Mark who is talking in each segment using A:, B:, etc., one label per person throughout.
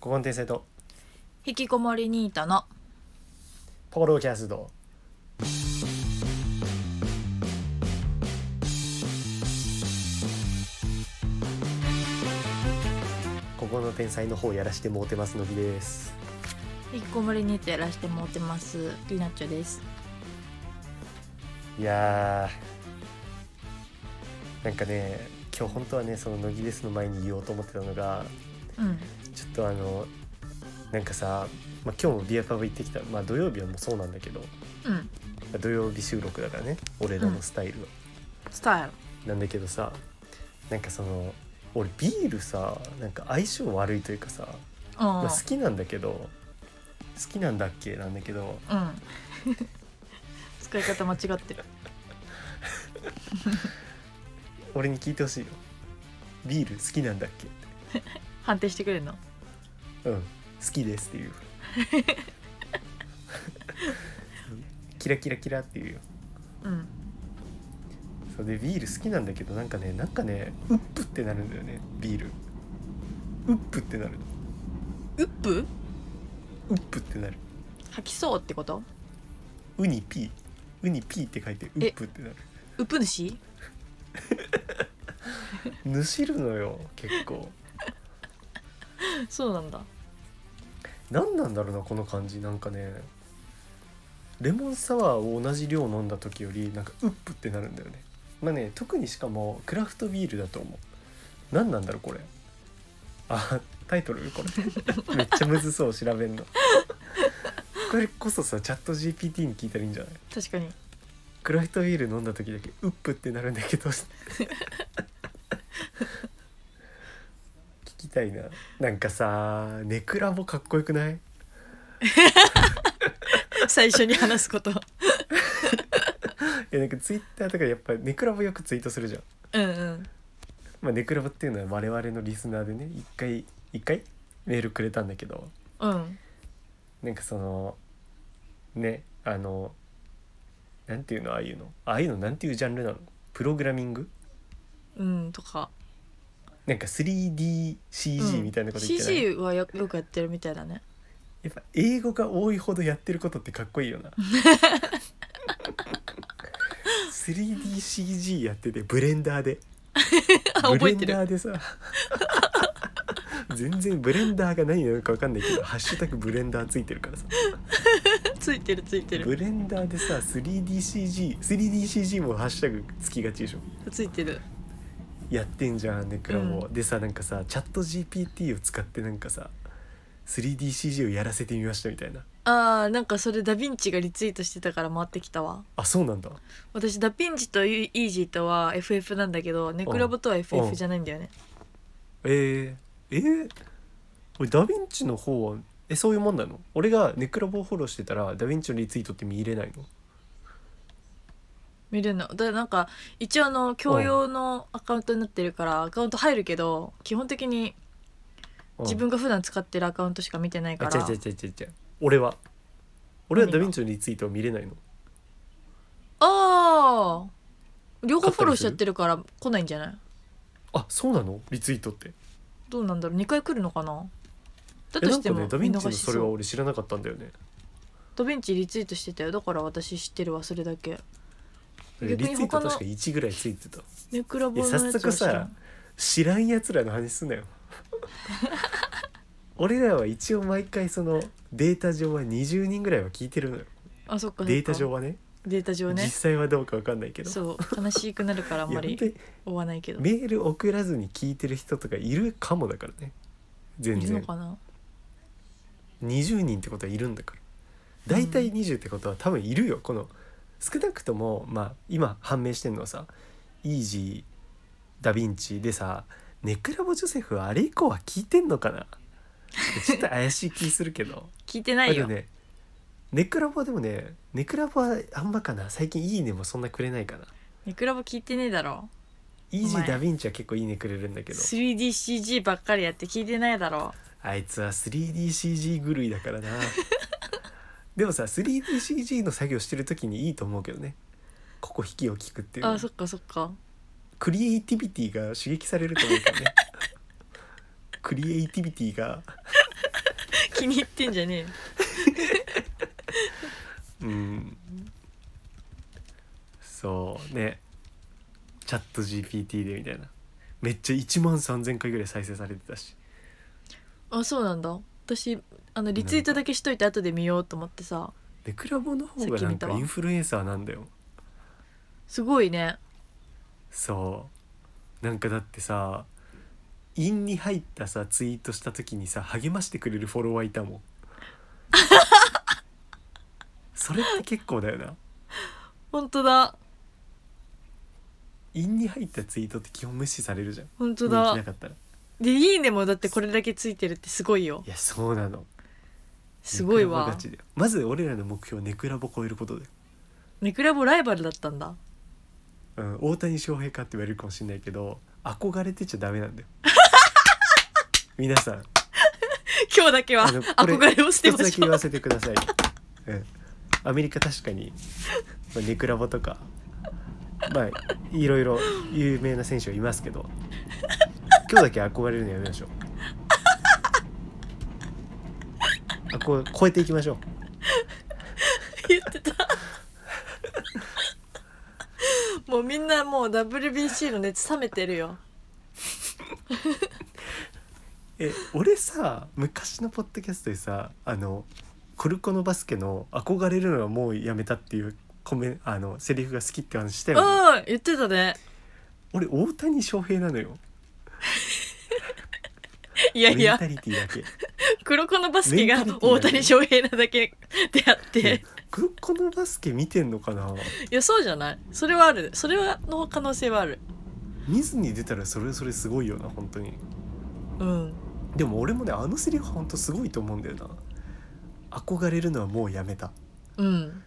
A: 古今転生と
B: 引きこもりニータの
A: ポロキャストここの天才の方やらしてもうてますのぎです
B: 引きこもりニータやらしてもらってますりなっちょです
A: いやーなんかね今日本当はねその「乃木です」の前に言おうと思ってたのが
B: うん
A: ちょっとあのなんかさ、まあ、今日もビアパブ行ってきた、まあ、土曜日はもうそうなんだけど
B: うん
A: 土曜日収録だからね俺らのスタイルは、
B: スタイル
A: なんだけどさなんかその俺ビールさなんか相性悪いというかさ、
B: うん
A: まあ好きなんだけど好きなんだっけなんだけど
B: うん 使い方間違ってる
A: 俺に聞いてほしいよビール好きなんだっけっ
B: 判定してくれるの
A: てうん好きですって言うキラキラキラって言うよ
B: うん
A: そうでビール好きなんだけどなんかねなんかねうっぷってなるんだよねビールうっぷってなる
B: ウップ
A: うっぷってなる
B: 吐きそうってこと
A: ウニピーウニピーって書いてうっぷってなる
B: ウップ主
A: ぬしるのよ結構
B: そうなんだ
A: 何なんだろうなこの感じなんかねレモンサワーを同じ量飲んだ時よりなんかうっぷってなるんだよねまあね特にしかもクラフトビールだと思う何なんだろうこれあタイトルこれめっちゃむずそう調べんのこれこそさチャット GPT に聞いたらいいんじゃない
B: 確かに
A: クラフトビール飲んだ時だけうっぷってなるんだけど聞きたいななんかさネクラボかっこよくない
B: 最初に話すこと
A: いやなんかツイッターとかでやっぱネクラボよくツイートするじゃん、
B: うんうん
A: まあ、ネクラボっていうのは我々のリスナーでね一回一回メールくれたんだけど
B: うん
A: なんかそのねあのなんていうのああいうのああいうのなんていうジャンルなのプログラミング
B: うんとか
A: なんか 3DCG みたいなこと言ってない、
B: CG はよよくやってるみたいだね
A: やっぱ英語が多いほどやってることってかっこいいよな 3DCG やっててブレンダーで
B: あ覚えて
A: ブレン
B: る
A: ダーでさ全然ブレンダーが何なのか分かんないけど「ハッシュタグブレンダー」ついてるからさ
B: ついてるついてる
A: ブレンダーでさ 3DCG3DCG もハッシュタグつきがちでしょ
B: ついてる
A: やってんじゃんネクラも、
B: う
A: でさなんかさチャット GPT を使ってなんかさ 3DCG をやらせてみましたみたいな
B: あーなんかそれダヴィンチがリツイートしてたから回ってきたわ
A: あそうなんだ
B: 私ダヴィンチとイージーとは FF なんだけどネクラボとは
A: うん
B: FF じゃないんだよね
A: えー、えー、これダヴィンチの方はえそういうもんなの俺がネクラボをフォローしてたらダヴィンチのリツイートって見入れないの
B: 見れるのだなんか一応あの共用のアカウントになってるからアカウント入るけど基本的に
A: うん
B: 自分が普段使ってるアカウントしか見てないか
A: あ違
B: ら
A: う違う違う違う違う俺は俺は
B: 何
A: ダ
B: が
A: ヴィンチのリツイートを見れないの
B: ああ両方フォローしちゃってるから来ないんじゃない
A: あそうなのリツイートって
B: どうなんだろう2回来るのかな
A: え
B: だと
A: な
B: し
A: ん
B: て
A: か
B: も
A: ね
B: 見
A: ダヴィンチ
B: 逃
A: の
B: し
A: それは
B: そう
A: 俺知らなかったんだよね
B: ダヴィンチリツイートしてたよだから私知ってるわそれだけ
A: リ
B: 逆に
A: ツイー
B: 他
A: ト
B: の
A: 確か1ぐらいついて た
B: ネクラボの
A: い
B: や
A: や
B: つ
A: 早
B: は
A: 速
B: 知ら
A: さ
B: ん
A: 知らんやつらの話すんなよ 俺らは一応毎回そのデータ上は20人ぐらいは聞いてるのよ
B: あそっかそっか
A: データ上はね
B: データ上
A: 実
B: ね
A: 際はどうかわかんないけど
B: そう悲しくなるからあん
A: い
B: ま
A: や本
B: り
A: 当に
B: 追わないけど
A: メール送らずに聞いてる人とかいるかもだからね全
B: いるの
A: 然
B: かな
A: 20人ってことはいるんだから大体20ってことは多分いるよこの少なくともまあ今判明してんのはさイージーダ・ヴィンチでさネクラボ・ジョセフはあれ以降は聞いてんのかなちょっと怪しい気するけど
B: 聞いて な
A: だ
B: い
A: けど
B: よ、
A: ねネクラボでもねネクラボはあんまかな最近いいねもそんなくれないかな
B: ネクラボ聞いてねえだろ
A: イージー・
B: お前
A: ダ・ヴィンチは結構いいねくれるんだけど
B: 3DCG ばっかりやって聞いてないだろ
A: あいつは 3DCG 狂いだから なでもさ 3DCG の作業してる時にいいと思うけどねここ引きを聞くっていうの
B: あそっかそっか
A: クリエイティビ ティが刺激されると思うからねクリエイティビティが
B: 気に入ってんじ ゃねえよ
A: うんそうねチャット GPT でみたいなめっちゃ1万3,000回ぐらい再生されてたし
B: あそうなんだ私あのリツイートだけしといて後で見ようと思ってさ
A: でクラボの方が
B: さっき
A: な
B: 見
A: ん
B: た
A: か
B: わ
A: インフルエンサーなんだよ
B: すごいね
A: そうなんかだってさ陰に入ったさツイートした時にさ励ましてくれるフォロワーいた もんそれって結構だよな
B: 本当だ
A: 陰に入ったツイートって基本無視されるじゃん
B: 本当
A: 人気な
B: だ
A: かったら
B: でいいねもだってこれだけついてるってすごいよ
A: いやそうなの
B: すごい
A: ネクラボ
B: わ
A: ガチだよまず俺らの目標はネクラボ超えることだよ、
B: ネクラボライバルだったんだ
A: うん、大谷翔平かって言われるかもしれないけど憧れてちゃダメなんだ よ皆さん
B: 今日だけは
A: あのこれ
B: 憧れを捨て
A: 一
B: ま
A: つだけ
B: しょ
A: 言
B: う
A: わせてください、うん、アメリカ確かにまあネクラボとかまあいろいろ有名な選手はいますけど今日だけ憧れるのやめましょうあこう超えていきましょう
B: 言ってたもうみんなもう WBC の熱冷めてるよ
A: え俺さ昔のポッドキャストでさあのコルコのバスケの「憧れるのはもうやめた」っていうコメンあのセリフが好きって話した
B: うん
A: よね
B: 言ってたね
A: 俺大谷翔平なのよ
B: いやい
A: メン
B: や
A: タリティだけ
B: 黒子のバスケが
A: メンタリティ
B: 大
A: だね
B: 谷翔平なだけであって
A: コルコのバスケ見てんのかない
B: やそうじゃないそれはあるそれはの可能性はある
A: 見ずに出たらそれそれすごいよな本当に
B: うん
A: でも俺もねあのセリフ本当すごいと思うんだよな憧れるのはもうやめた
B: うん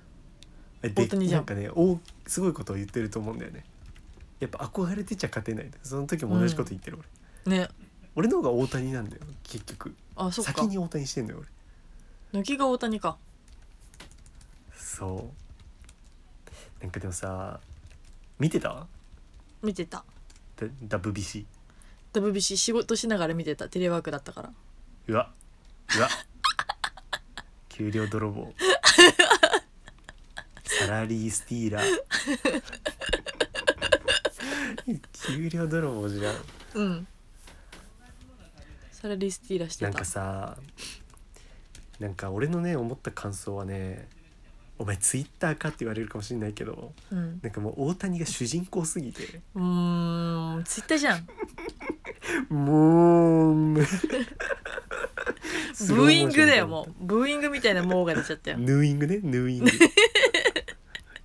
A: で
B: 本当にじゃん
A: なんかねおすごいことを言ってると思うんだよねやっぱ憧れてちゃ勝てないその時も同じこと言ってる、俺
B: ね
A: 俺の方が大谷なんだよ結局
B: あそっか
A: 先に大谷してんのよ俺
B: 抜きが大谷か
A: そうなんかでもさ見てた
B: 見てた
A: WBC
B: WBC 仕事しながら見てたテレワークだったから
A: うわうわ給料泥棒サラリースティーラー給料泥棒じゃん
B: うんサラリースティーラして
A: なん
B: た
A: かさなんか俺のね思った感想はねお前ツイッターかって言われるかもしれないけど
B: うん
A: なんかもう大谷が主人公すぎて
B: うーんツイッターじゃん
A: もう
B: ブーイングだよもうブーイングみたいなモーが出ちゃったよ
A: ヌーイングねヌーイン グ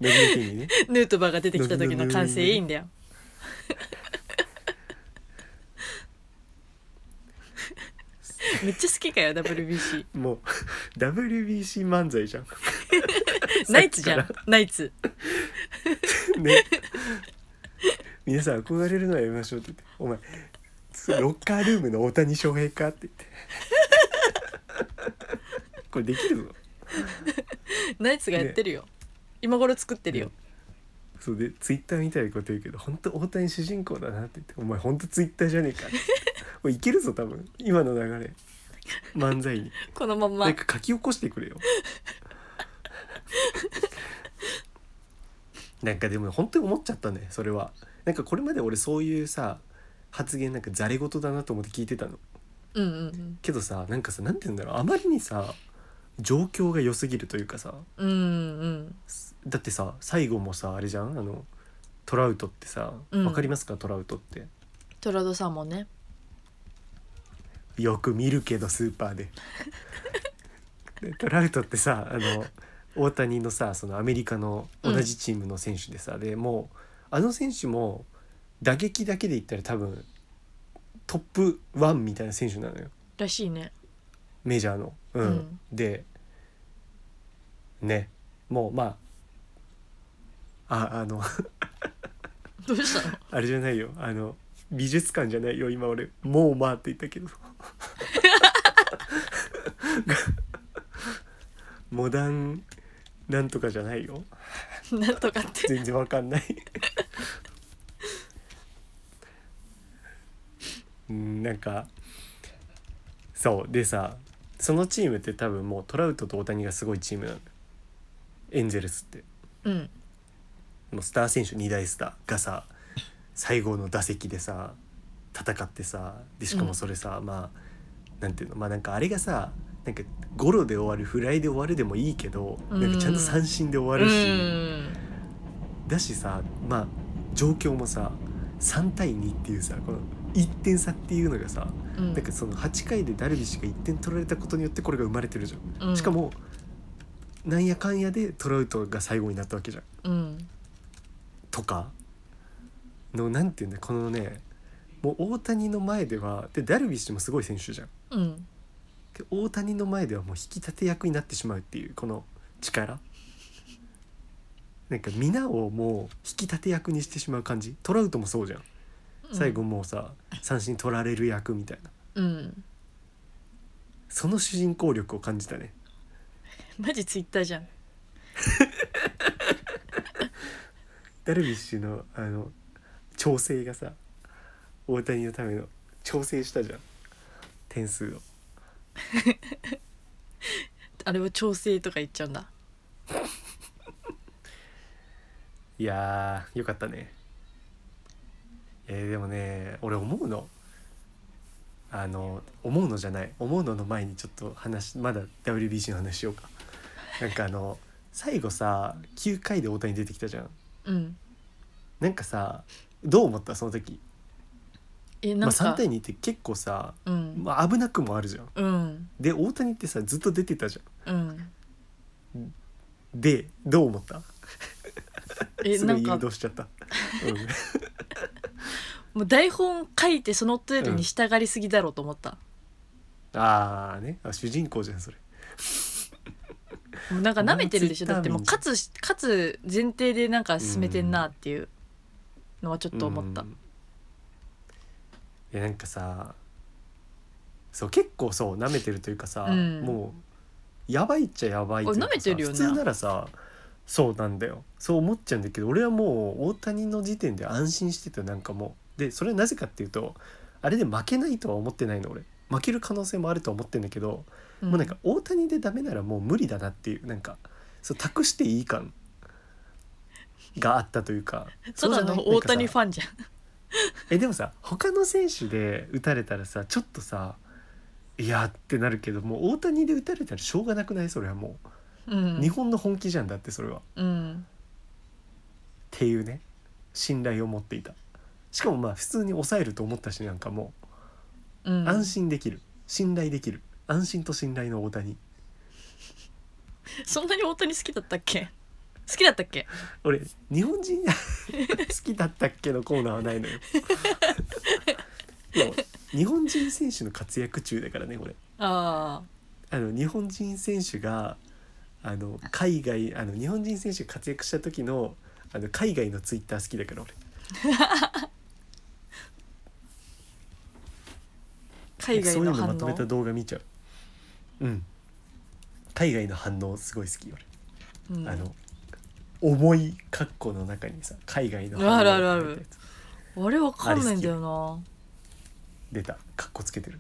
A: 伸びるにね
B: ヌートバーが出てきた時の歓声いいん だよめっちゃ好きかよ WBC
A: もう WBC 漫才 じゃん
B: ナイツじゃんナイツ
A: ね皆さん憧れるのはやめましょうって言ってお前そロッカールームの大谷翔平かって言って これできるぞ
B: ナイツがやってるよ、今頃作ってるよ、
A: ねそうでツイッターみたいなこと言うけど本当大谷主人公だなって言って「お前本当ツイッターじゃねえか」って「おいいけるぞ多分今の流れ漫才に
B: このまんま
A: なんか書き起こしてくれ よ」なんかでも本当に思っちゃったねそれはなんかこれまで俺そういうさ発言なんかざれ言だなと思って聞いてたの
B: うんうん
A: けどさなんかさなんて言うんだろうあまりにさ状況が良すぎるというかさ
B: うんうんうん
A: だってさ最後もさあれじゃんあのトラウトってさ、
B: うん
A: わかりますかトラウトって
B: トラドさんもね
A: よく見るけどスーパ ーででトラウトってさあの大谷のさそのアメリカの同じチームの選手でさ、でもうあの選手も打撃だけで言ったら多分トップ1みたいな選手なのよ
B: らしいね
A: メジャーの。うん
B: うん
A: でねもうまあああの
B: どうしたの
A: あれじゃないよあの美術館じゃないよ今俺「もうまあ」って言ったけどモダンなんとかじゃないよ
B: なんとかって
A: 全然わかんないうんなんかそうでさそのチームって多分もうトラウトと大谷がすごいチームなのエンゼルスって
B: うん
A: もうスター選手2大スターがさ最後の打席でさ戦ってさでしかもそれさ、まあなんていうのまあなんかあれがさなんかゴロで終わるフライで終わるでもいいけど、
B: うん
A: なんかちゃんと三振で終わるし、だしさまあ状況もさ3対2っていうさこの1点差っていうのがさ、
B: うん
A: なんかその8回でダルビッシュが1点取られたことによってこれが生まれてるじゃ、
B: うんん
A: しかもなんやかんやでトラウトが最後になったわけじゃん
B: うん
A: とかのなんていうんだこのねもう大谷の前ではでダルビッシュもすごい選手じゃん
B: うん
A: けど大谷の前ではもう引き立て役になってしまうっていうこの力なんか皆をもう引き立て役にしてしまう感じトラウトもそうじゃん最後もうさ、三振取られる役みたいな
B: うん
A: その主人公力を感じたね
B: マジツイッターじゃん
A: ダルビッシュのあの調整がさ大谷のための調整したじゃん点数を
B: あれは調整とか言っちゃうんだ
A: いやーよかったねえー、でもね俺思うのあの思うのじゃない思うのの前にちょっと話まだ WBC の話しようかなんかあの最後さ9回で大谷出てきたじゃん
B: うん
A: なんかさどう思ったその時、
B: え
A: ま
B: な
A: あ、
B: んか、
A: 3対2って結構さ、
B: うん、
A: まあ、危なくもあるじゃん
B: うん
A: で大谷ってさずっと出てたじゃ
B: うん
A: んでどう思った
B: え
A: す
B: な
A: ごい
B: ん
A: 誘
B: か
A: 導しちゃった、うん
B: もう台本書いてその通りに従りすぎだろうと思った、
A: ああねあ主人公じゃんそれ
B: もうなんか舐めてるでしょ
A: もう
B: だってもう勝つし勝つ前提でなんか進めてんなっていうのはちょっと思った
A: うんいやなんかさそう結構そう舐めてるというかさ、
B: うん
A: もうやばいっちゃやばいというかさ
B: あ舐めてるよね
A: 普通ならさそうなんだよそう思っちゃうんだけど俺はもう大谷の時点で安心してたなんかもうでそれはなぜかっていうとあれで負けないとは思ってないの俺負ける可能性もあるとは思ってんだけど、
B: うん
A: もうなんか大谷でダメならもう無理だなっていうなんかそう託していい感があったというか
B: ただの大谷フ
A: ァン
B: ァンじゃん
A: えでもさ他の選手で打たれたらさちょっとさいやってなるけどもう大谷で打たれたらしょうがなくないそれはも
B: う
A: う、
B: ん
A: 日本の本気じゃんだってそれはっ
B: うん
A: ていうね信頼を持っていたしかもまあ普通に抑えると思ったしなんかも
B: う
A: うん安心できる信頼できる安心と信頼の大谷
B: そんなに大谷好きだったっけ好きだったっけ
A: 俺日本人が 好きだったっけのコーナーはないのよでも日本人選手の活躍中だからねこれ
B: あ
A: あの日本人選手があの海外あの日本人選手が活躍した時のあの海外のツイッター好きだから俺
B: あ海外
A: そうい
B: の
A: うの
B: 反
A: まとめ
B: 応
A: た動画見ちゃううん海外の反応すごい好き俺、
B: うん
A: あの重い括弧の中にさ海外の
B: あるある
A: が
B: あ
A: 入
B: る
A: ったやつ
B: あれわかんないんだよな
A: 出た括弧つけてる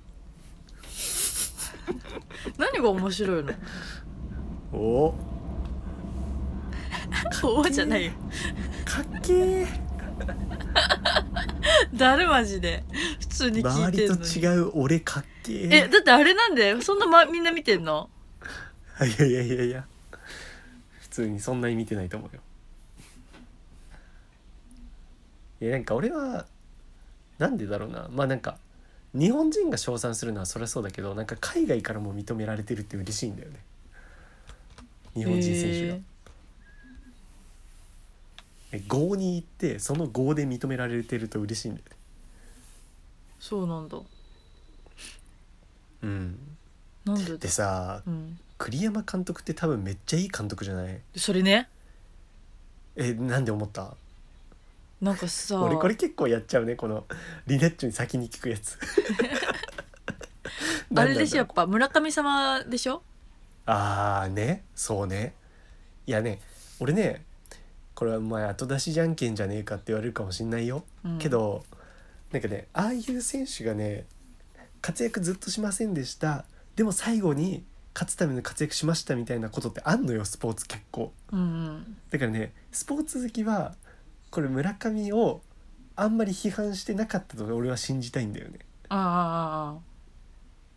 B: 何が面白いの
A: おお
B: そうじゃないよ
A: かっけー
B: 誰マジで普通に聞い
A: 周
B: て
A: り
B: んのに
A: と違う俺かっけー
B: えだってあれなんでそんな、ま、みんな見てんの
A: い やいやいやいや普通にそんなに見てないと思うよいやなんか俺はなんでだろうなまあなんか日本人が称賛するのはそりゃそうだけどなんか海外からも認められてるって嬉しいんだよね日本人選手が、え5に行ってその5で認められてると嬉しいんだよね
B: そうなんだ
A: うん
B: なんで
A: で
B: だ、
A: さ
B: うん、
A: 栗山監督って多分めっちゃいい監督じゃない
B: それね
A: えなんで思った
B: なんかさ
A: 俺これ結構やっちゃうねこのリナッチョに先に聞くやつ
B: あれでしょや
A: なんだろう
B: っぱ村神様でしょ
A: ああねそうねいやね俺ねこれはお前後出しじゃんけんじゃねえかって言われるかもしんないよ、
B: うん
A: けどなんかねああいう選手がね活躍ずっとしませんでしたでも最後に勝つための活躍しましたみたいなことってあんのよスポーツ結構
B: うん
A: だからねスポーツ好きはこれ村上をあんまり批判してなかったと俺は信じたいんだよね
B: ああ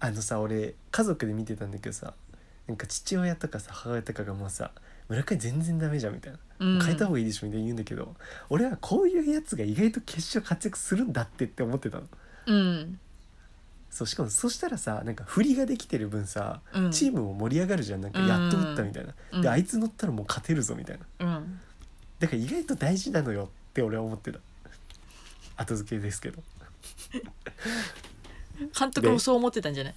B: ああ
A: あのさ俺家族で見てたんだけどさなんか父親とかさ母親とかがもうさ村上全然ダメじゃんみたいな
B: うん
A: 変えた方
B: が
A: がいいでしょみたいに言うんだけど、俺はこういうやつが意外と決勝活躍するんだってって思ってたの
B: うん
A: そうしかもそしたらさなんか振りができてる分さ、
B: うん
A: チームも盛り上がるじゃんなんかやっと打ったみたいな、
B: うん
A: であいつ乗ったらもう勝てるぞみたいな
B: うん
A: だから意外と大事なのよって俺は思ってた後付けですけど
B: 監督もそう思ってたんじゃない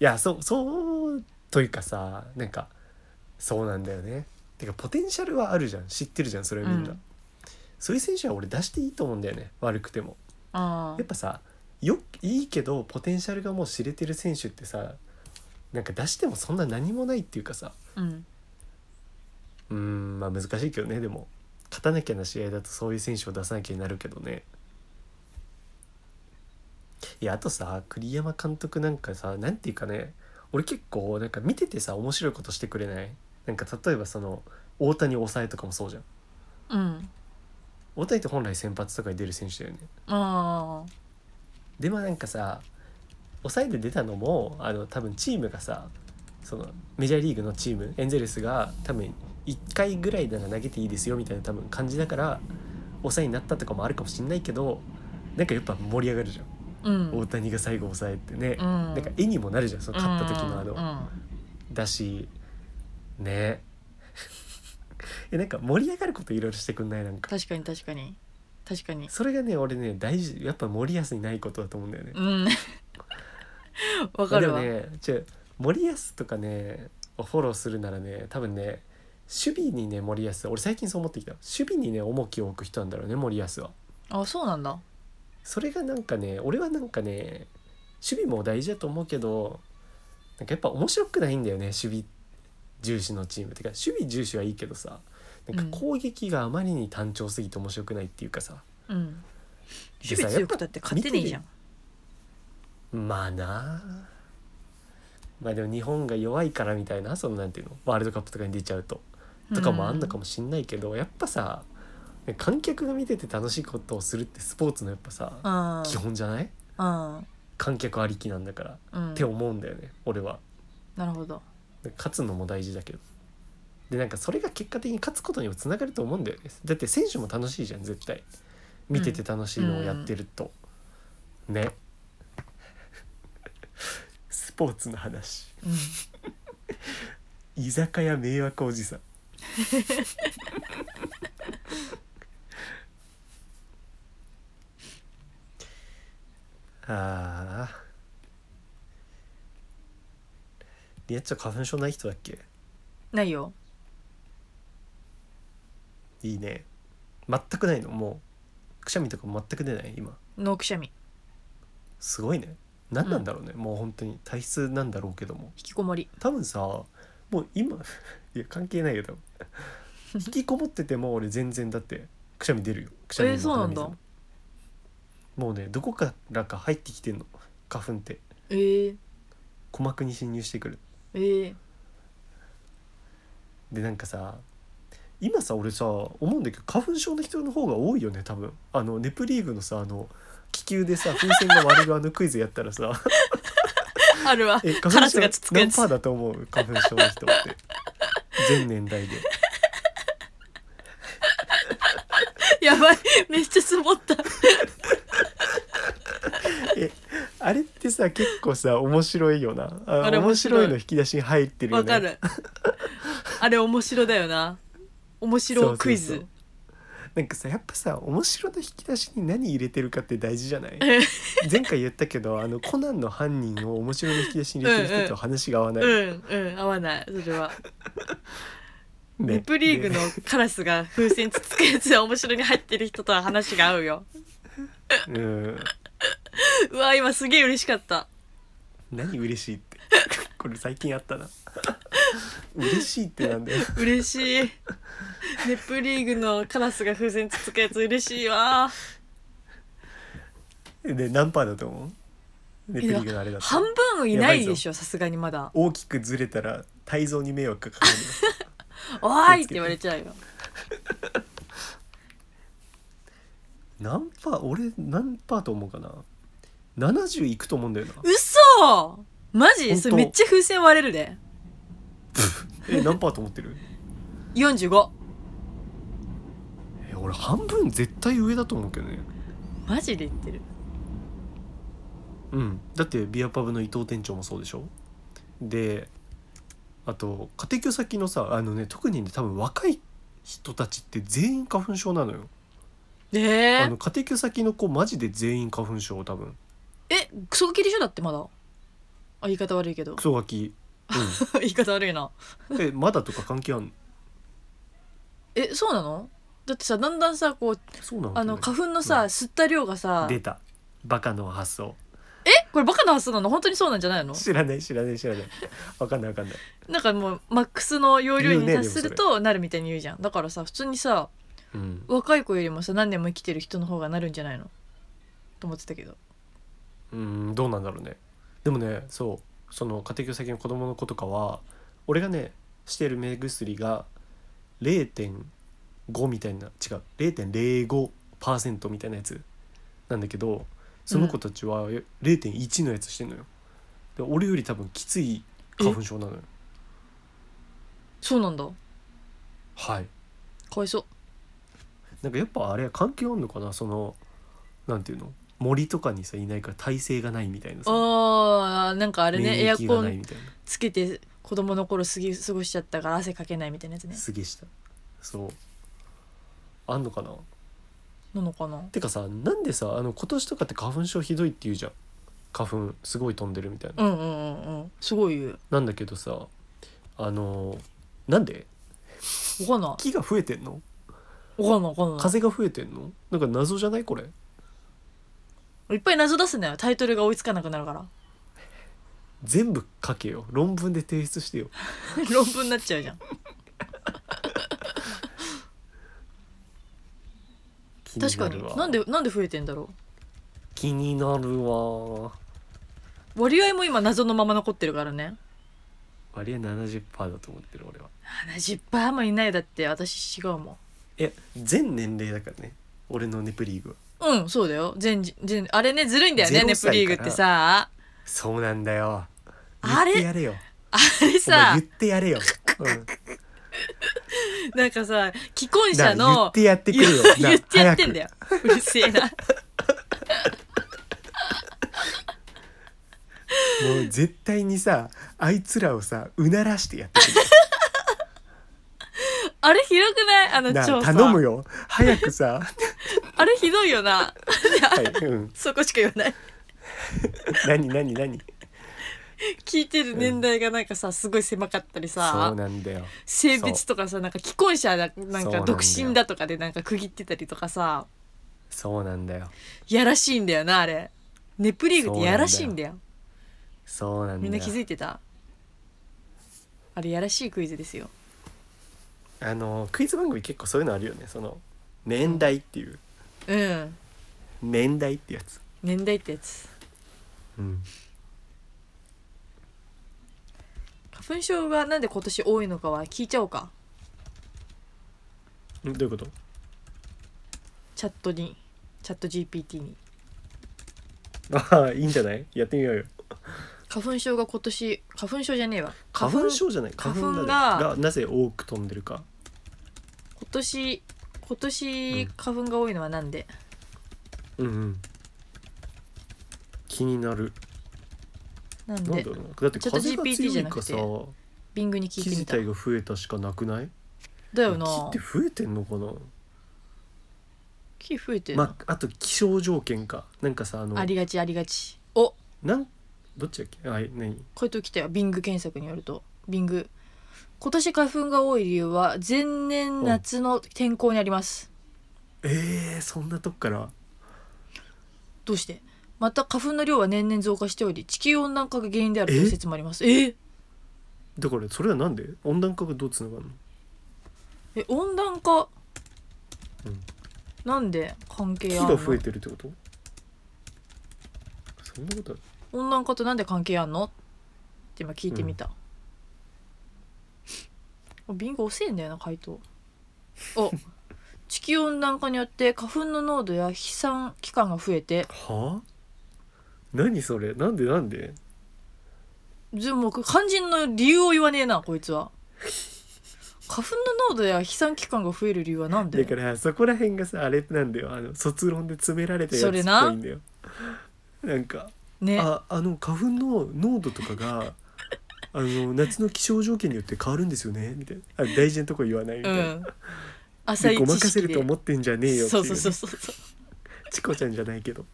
A: いやそうそうというかさなんかそうなんだよねてかポテンシャルはあるじゃん知ってるじゃんそれはみんな、
B: うん
A: そういう選手は俺出していいと思うんだよね悪くても
B: ああ
A: やっぱさよいいけどポテンシャルがもう知れてる選手ってさなんか出してもそんな何もないっていうかさ
B: うん
A: うーんまあ難しいけどねでも勝たなきゃな試合だとそういう選手を出さなきゃになるけどねいやあとさ栗山監督なんかさなんていうかね俺結構なんか見ててさ面白いことしてくれないなんか例えばその大谷抑えとかもそうじゃん
B: うん
A: 大谷って本来先発とかに出る選手だよね
B: ああ
A: でもなんかさ抑えて出たのもあの多分チームがさそのメジャーリーグのチームエンゼルスが多分1回ぐらいなら投げていいですよみたいな多分感じだから抑えになったとかもあるかもしんないけどなんかやっぱ盛り上がるじゃん、
B: うん
A: 大谷が最後抑えてね、
B: うん
A: なんか絵にもなるじゃんその勝った時のあの、
B: うん
A: だしね えなんか盛り上がることいろいろしてくんないなんか
B: 確かに確かに確かに
A: それがね俺ね大事やっぱ森保にないことだと思うんだよね
B: うんわかるわ、
A: でもねちょ森保とかねをフォローするならね多分ね守備にね森保俺最近そう思ってきた守備にね重きを置く人なんだろうね森保は
B: あそうなんだ
A: それがなんかね俺はなんかね守備も大事だと思うけどなんかやっぱ面白くないんだよね守備重視のチームてか守備重視はいいけどさなんか攻撃があまりに単調すぎて面白くないっていうかさ、
B: うん
A: で
B: 守
A: さ
B: 備強くたって勝てねえじゃん
A: まあなあまあでも日本が弱いからみたいなそのなんていうのワールドカップとかに出ちゃうととかもあんのか
B: も、
A: もしんないけど、やっぱさ観客が見てて楽しいことをするってスポーツのやっぱさ、
B: うん、
A: 基本じゃない
B: うん
A: 観客ありきなんだから、
B: うん
A: って思うんだよね俺は
B: なるほど
A: 勝つのも大事だけどでなんかそれが結果的に勝つことにもつながると思うんだよねだって選手も楽しいじゃん絶対見てて楽しいのをやってると、ねスポーツの話
B: うん
A: 居酒屋迷惑おじさん ああリアちゃん花粉症ない人だっけ
B: ないよ
A: いいね全くないのもうくしゃみとか全く出ない今
B: 脳くしゃみ
A: すごいね何なんだろうね、もう本当に体質なんだろうけども
B: 引きこもり
A: 多分さもう今 いや関係ないよ 多分引きこもってても俺全然だってくしゃみ出るよくしゃみ
B: えーそうなんだ
A: 鼻水ももうねどこからか入ってきてんの花粉って
B: えー、
A: 鼓膜に侵入してくる
B: えー、
A: でなんかさ今さ俺さ思うんだけど花粉症の人の方が多いよね多分あのネプリーグのさあの気球でさ風船が割れるあのクイズやったらさ
B: あるわ
A: え
B: カ
A: 花
B: ラ
A: 粉
B: ス
A: 症
B: がつつくや
A: 何
B: つ
A: パーだと思う花粉症の人って全年代で
B: やばいめっちゃ積もった
A: あれってさ結構さ面白いよなあ
B: あれ
A: 面白
B: 面白い
A: いの引き出しに入ってるよ
B: わ
A: ね
B: かるあれ面白だよな面白クイズ
A: そうそうなんかさやっぱさ面白の引き出しに何入れてるかって大事じゃない前回言ったけどあのコナンの犯人を面白の引き出しに入れてる人と話が合わない、
B: うんうん合わないそれは
A: ね
B: ネプリーグの
A: ね
B: カラスが風船つつくやつは面白に入ってる人とは話が合うよ
A: うん
B: うわ今すげえ嬉しかった
A: 何嬉しいってこれ最近あったな 嬉しいってなんだよ
B: 嬉しいネプリーグのカラスが風船つつくやつ嬉しいわ
A: で何パーだと思うネプリーグのあれだと
B: 半分ンウいないでしょさすがにまだ
A: 大きくずれたら体臓に迷惑かかるよ
B: 「おーい!」って言われちゃうよ
A: 何パー俺何パーと思うかな70いくと思うんだよな
B: 嘘マジ
A: 本当
B: それめっちゃ風船割れるで
A: え何パーと思ってる
B: 45
A: え俺半分絶対上だと思うけどね
B: マジで言ってる
A: うんだってビアパブの伊藤店長もそうでしょであと家庭教先のさあのね特にね多分若い人たちって全員花粉症なのよ
B: え
A: あ
B: ー
A: の、家庭教先の子マジで全員花粉症多分
B: えクソガキでしょだってまだあ言い方悪いけど
A: クソガキ、
B: 言い方悪いな
A: うん、えまだとか関係あんの
B: えそうなのだってさだんだんさこう
A: そうなの、ね、
B: あの花粉のさ、
A: うん
B: 吸った量がさ
A: 出たバカの発想
B: えこれバカな発想なの本当にそうなんじゃないの
A: 知らない知らない知らないわかんないわかんない
B: なんかもうマックスの容量に
A: 言うね
B: 達するとなるみたいに言うじゃん、だからさ普通にさ
A: うん
B: 若い子よりもさ何年も生きてる人の方がなるんじゃないのと思ってたけど
A: うんどうなんだろうねでもねそうその家庭教先の子供の子とかは俺がねしてる目薬が0.5みたいな違う0.05%みたいなやつなんだけどその子たちは0.1のやつしてんのよ、で俺より多分きつい花粉症なのよ
B: そうなんだ
A: はい
B: かわいそう
A: なんかやっぱあれは関係あんのかなそのなんていうの森とかにさいないから耐性がないみたいなさ
B: あーなんかあれねエ
A: 免
B: ア
A: 疫が
B: コ
A: ない
B: ン
A: みたいな
B: つけて子供の頃過ぎ過ごしちゃったから汗かけないみたいなやつね
A: すげえしたそうあんのかな
B: なのかな
A: てかさなんでさあの今年とかって花粉症ひどいって言うじゃん花粉すごい飛んでるみたいな、
B: うんうんうんうんすごい言う
A: なんだけどさあのなんで
B: わかんな
A: 木が増えてんの
B: いわかんないわかんな
A: 風が増えてんのなんか謎じゃないこれ
B: いいっぱい謎出すなよタイトルが追いつかなくなるから
A: 全部書けよ論文で提出してよ
B: 論文になっちゃうじゃん
A: 気
B: 確か
A: な
B: に
A: るわ
B: なんでなんで増えてんだろ
A: 気になるわ
B: う割合も今謎のまま残ってるからね
A: 割合70%だと思ってる俺は
B: 70%もいないよだって私違うもん
A: え全年齢だからね俺のネプリーグは
B: うんそうだよ全じ全あれねずるいんだよね
A: 0
B: ネプリーグってさ
A: そうなんだよ
B: あ
A: 言
B: れ
A: ってやれよ
B: あれ
A: お
B: さ
A: 前言ってやれよ、うん
B: なんかさ既婚者
A: なあ言っ
B: の
A: てやってくれよなあ
B: 言ってやってんだようるせえな
A: 早くもう絶対にさあいつらをさうならしてやってく
B: あれひどくないあの
A: れ な
B: 調
A: あ
B: 査
A: 頼むよ早く さ
B: あれひどいよな
A: はい、うん、
B: そこしか言わない
A: 何何何
B: 聞いてる年代がなんかさすごい狭かったり
A: そ
B: さ
A: うなんだよ
B: 性別とかさなんか既婚者だな
A: そ
B: ん
A: うな
B: か
A: んだよ
B: 独身だとかでなんか区切ってたりとかさ
A: そうなんだよ
B: やらしいんだよなあれネプリーグってやらしいんだよ
A: そうなんだ
B: み
A: よ
B: んな気づいてたあれやらしいクイズですよ
A: あのクイズ番組結構そういうのあるよねその年代っていう、
B: うん
A: 年代ってやつ
B: 年代ってやつ
A: うん
B: 花粉症がなんで今年多いのかは聞いちゃおうか
A: んどういう こと
B: チャットにチャット GPT に
A: ああいいんじゃないやってみようよ
B: 花粉症が今年花粉症じゃねえわ
A: 花粉症じゃない花粉だね
B: 花粉が
A: がなぜ多く飛んでるか
B: 今年今
A: う
B: 年
A: ん
B: 花粉が多いのはなんで、
A: うんうん気になる
B: な
A: な
B: ん
A: んだ
B: で
A: ろうなだって
B: チャット
A: 風が
B: GPT
A: 強
B: じゃ
A: い
B: な
A: か
B: くて
A: さ
B: ビングに聞
A: 木
B: いてみ
A: 自
B: た
A: 体が増えたしかなくない
B: だよな
A: 木って増えてんのかな
B: 木増えてるの、
A: まああと気象条件かなんかさあの
B: ありがちありがちお
A: なんどっちだっけあい何
B: 回答来たよビング検索によるとビング今年花粉が多い理由は前年夏の天候にあります
A: えー、そんなとこから
B: どうしてまた花粉の量は年々増加しており地球温暖化が原因であるという説もありますええ
A: だからそれはなんで温暖化がどうつながるの
B: 温暖化、
A: うん
B: なんで関
A: 木
B: 係ある
A: が
B: の
A: 増えてるってことそんなことある
B: 温暖化となんで関係あんのって今聞いてみた、ビンゴ遅いんだよな回答お 地球温暖化によって花粉の濃度や飛散期間が増えて
A: はあ何それなんでなんで
B: ずもう肝心の理由を言わねえなこい つは花粉の濃度や飛散期間が増える理由はなんで
A: だからそこら辺がさあれなんだよあの卒論で詰められたやつっ
B: そ
A: ぽい
B: れ
A: ん
B: な
A: だよなんか
B: ね
A: ああの花粉の濃度とか があの夏の気象条件によって変わるんですよねみたいなあ大事なとこ言わないみ
B: う
A: たいな、
B: ん浅
A: で
B: い
A: ご
B: 知
A: まかせ
B: 識
A: る
B: で
A: と思ってんじゃねえよってい
B: そううそうそうそうそう
A: チコちゃんじゃないけど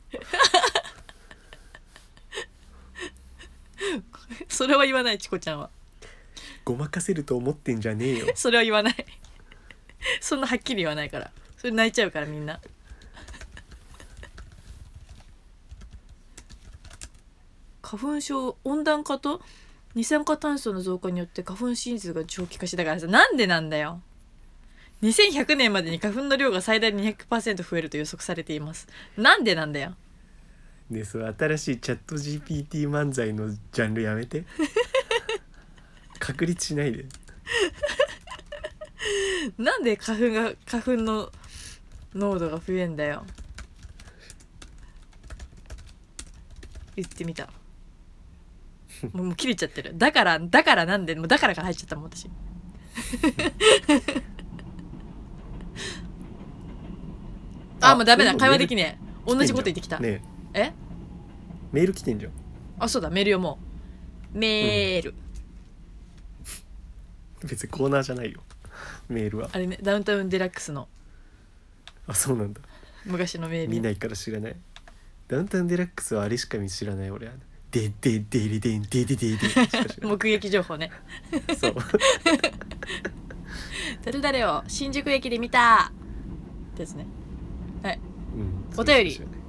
B: それは言わないチコちゃんは
A: ごまかせると思ってんじゃねえよ
B: それは言わない そんなはっきり言わないからそれ泣いちゃうからみんな花粉症温暖化と二酸化炭素の増加によって花粉シーズンが長期化しだからさなんでなんだよ2100年までに花粉の量が最大200%増えると予測されていますなんでなんだよ
A: ねえそれ新しいチャット GPT 漫才のジャンルやめ て確立しないで
B: なんで花粉が花粉の濃度が増えんだよ言っ てみたもうもう切れちゃってるだからだからなんでもうだからが入っちゃったもん私 あ
A: あ
B: もうダメだ
A: 今
B: 会
A: メ
B: 話
A: ール
B: できねえ同じこと言ってきた、
A: ね
B: え
A: えメール来てんじゃん
B: あそうだメール読もうメール、
A: 別にコーナーじゃないよメールは
B: あれねダウンタウンデラックスの
A: あそうなんだ
B: 昔のメール
A: 見ないから知らないダウンタウンデラックスはあれしか見知らない俺はでででででんででででしか知ら な
B: 目撃情報ね
A: いそう
B: 誰々を新宿駅で見たですね
A: うん
B: お便り
A: それしか知らない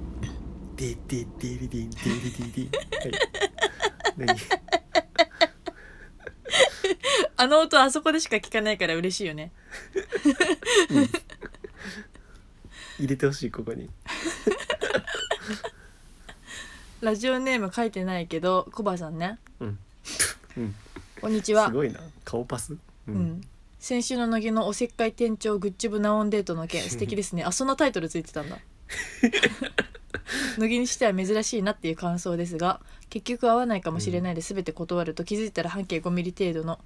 A: でででででんでででではい
B: あの音あそこでしか聞かないから嬉しいよね
A: 何、うん、入れてほしいここに
B: ラジオネーム書いてないけどコバさんね
A: うん、うん、
B: こんにちは
A: すごいな顔パスう
B: うん先週の乃木のおせっかい店長グッチョブナオンデートの件素敵ですねあそんなタイトルついてたんだ 乃木にしては珍しいなっていう感想ですが結局合わないかもしれないで全て断ると気づいたら半径5ミリ程度の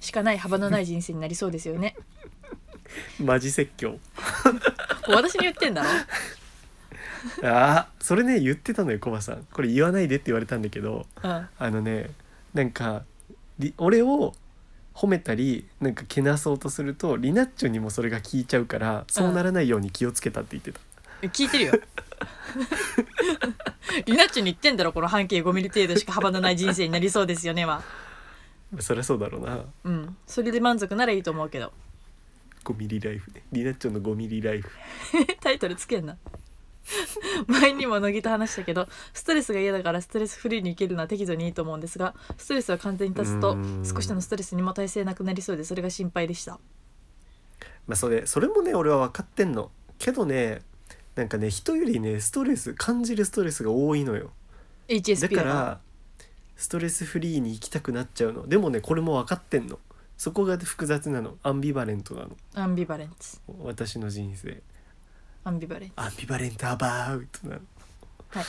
B: しかない幅のない人生になりそうですよ ね
A: マジ説教
B: 私に言ってんだろ
A: あーそれね言ってたのよコバさんこれ言わないでって言われたんだけど
B: うん
A: あのねなんかり俺を褒めたりなんかけなそうとするとリナッチョにもそれが効いちゃうからそうならないように気をつけたって言ってた、
B: 聞いてるよリナッチに言ってんだろこの半径5ミリ程度しか幅のない人生になりそうですよねは
A: そりゃそうだろうな
B: うんそれで満足ならいいと思うけど
A: 5ミリライフねリナッチョの5ミリライフ
B: タイトルつけんな 前にも乃木と話したけどストレスが嫌だからストレスフリーに生きるのは適度にいいと思うんですがストレスは完全に立つ
A: う
B: と
A: ーん
B: 少しのストレスにも耐性なくなりそうでそれが心配でした
A: まあそれそれもね俺は分かってんのけどねなんかね人よりねストレス感じるストレスが多いのよ
B: HSP
A: だからストレスフリーに行きたくなっちゃうのでもねこれも分かってんのそこが複雑なのアンビバレントなの
B: アンビバレンス
A: 私の人生
B: アンビバレンス
A: アンビバレントアバウトなの
B: はい、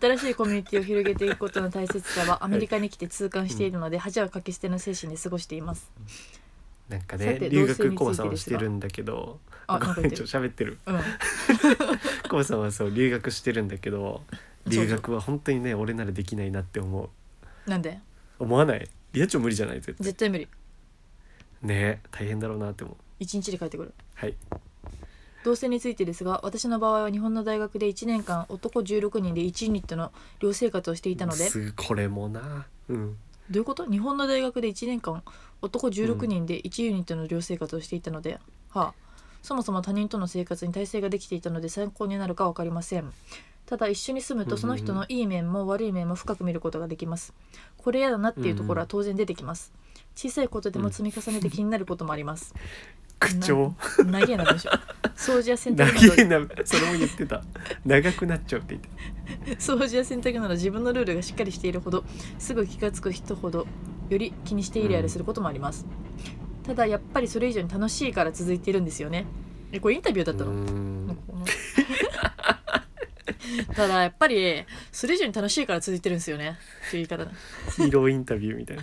B: 新しいコミュニティを広げていくことの大切さはアメリカに来て痛感しているので、恥はかき捨ての精神で過ごしています
A: なんか
B: さ
A: ね
B: て
A: 留
B: 同棲について
A: 学コバさんを
B: です
A: し
B: が
A: てるんだけど
B: あ
A: ご
B: なんか
A: めん
B: 言って
A: ちょ
B: る
A: っと喋ってる
B: うん
A: コバさんはそう留学してるんだけど留学は本当にね俺ならできないなって思う
B: なんで
A: 思わないリナッチョ無理じゃない絶対
B: 絶対無理
A: ね大変だろうなって思う
B: 一日で帰ってくる
A: はい
B: 同棲についてですが私の場合は日本の大学で1年間男16人で1ユニットの寮生活をしていたのです
A: これもなうん
B: どういうこと日本の大学で1年間男16人で1ユニットの寮生活をしていたので、はあそもそも他人との生活に耐性ができていたので参考になるか分かりませんただ一緒に住むとその人のいい面も悪い面も深く見ることができますこれ嫌だなっていうところは当然出てきます小さいことでも積み重ねて気になることもあります
A: 口調
B: な長えなどうしよう掃除や洗
A: 長
B: 濯な
A: えなそれも言ってた長くなっちゃうって言って
B: ど掃除や洗濯など自分のルールがしっかりしているほどすぐ気が付く人ほどより気にしてイライラすることもあります、ただやっぱりそれ以上に楽しいから続いてるんですよねえこれインタビューだったの、
A: うーん
B: なんかこの ただやっぱりそれ以上に楽しいから続いてるんですよねっていう言い方
A: ヒーローインタビューみたいな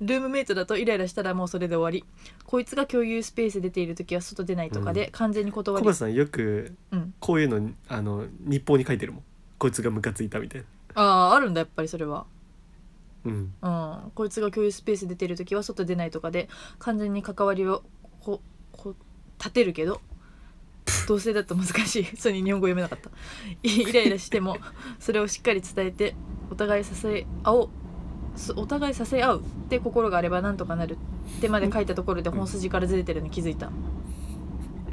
B: ルームメイトだとイライラしたらもうそれで終わりこいつが共有スペース出ている時は外出ないとかで完全に断
A: 小
B: り、
A: 橋さんよく
B: うん、
A: こういうのあの日報に書いてるもんこいつがムカついたみたいな
B: あああるんだやっぱりそれは、
A: うん
B: うん、こいつが共有スペース出ている時は外出ないとかで完全に関わりをここ立てるけど同性だと難しい そうに日本語読めなかったイライラしてもそれをしっかり伝えてお互い支え合おうすお互い支え合うって心があればなんとかなるってまで書いたところで本筋からずれてるのに気づいたあ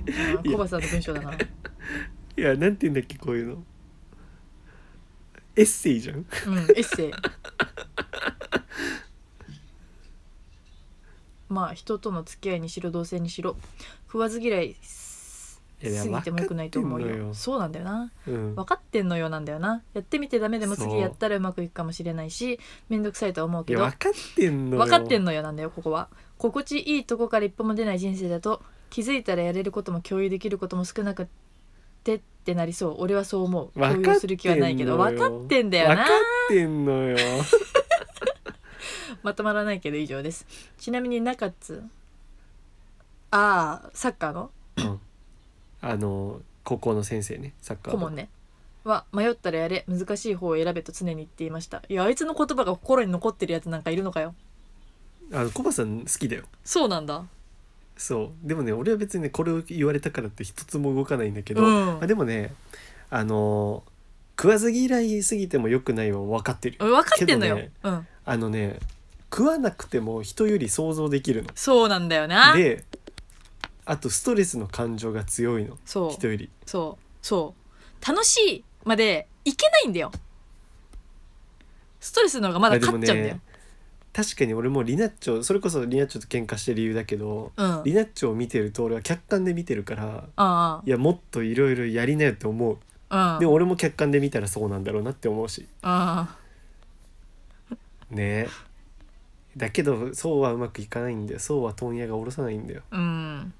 B: ー小橋さんの文章だない
A: やなんて言うんだっけこういうのエッセイじゃん
B: うん、エッ セイ。まあ人との付き合いにしろ同性にしろ食わず嫌いす
A: いや
B: すぎても良くないと思うよ
A: 分かってんのよ
B: そうなんだよな
A: うん
B: 分かってんのよなんだよなやってみてダメでも
A: そ
B: 次
A: う
B: やったらうまくいくかもしれないしめんどくさいとは思う
A: い
B: け
A: や
B: ど
A: 分かってんのよ
B: 分かってんのよなんだよここは心地いいとこから一歩も出ない人生だと気づいたらやれることも共有できることも少なくてってなりそう俺はそう思う
A: 分かってんのよ
B: 共有する気はないけど分かってんだよな
A: 分かってんの よ
B: まとまらないけど以上ですちなみに中津ああサッカーの
A: うんあの高校の先生ねサッカー
B: 顧
A: の
B: 問ねは迷ったらやれ難しい方を選べと常に言っていましたいやあいつの言葉が心に残ってるやつなんかいるのかよ
A: あのコバさん好きだよ
B: そうなんだ
A: そうでもね俺は別にねこれを言われたからって一つも動かないんだけど、
B: うん
A: まあ、でもねあの食わず嫌いすぎても良くないは分かってるよ
B: 分かってんのよ、
A: けどね
B: うん
A: あのね食わなくても人より想像できるの
B: そうなんだよな
A: であとストレスの感情が強いの
B: そう
A: 人より
B: そうそう楽しいまでいけないんだよストレスの方がまだ
A: あでも
B: 勝っちゃうんだよ、
A: 確かに俺もリナッチョそれこそリナッチョと喧嘩してる理由だけど、
B: うんあ
A: リナッチョを見てると俺は客観で見てるから
B: あ
A: いやもっといろいろやりなよって思う
B: ああ
A: でも俺も客観で見たらそうなんだろうなって思うし
B: あ
A: ねだけどそうはうまくいかないんだよそうは問屋が下ろさないんだよ
B: あうん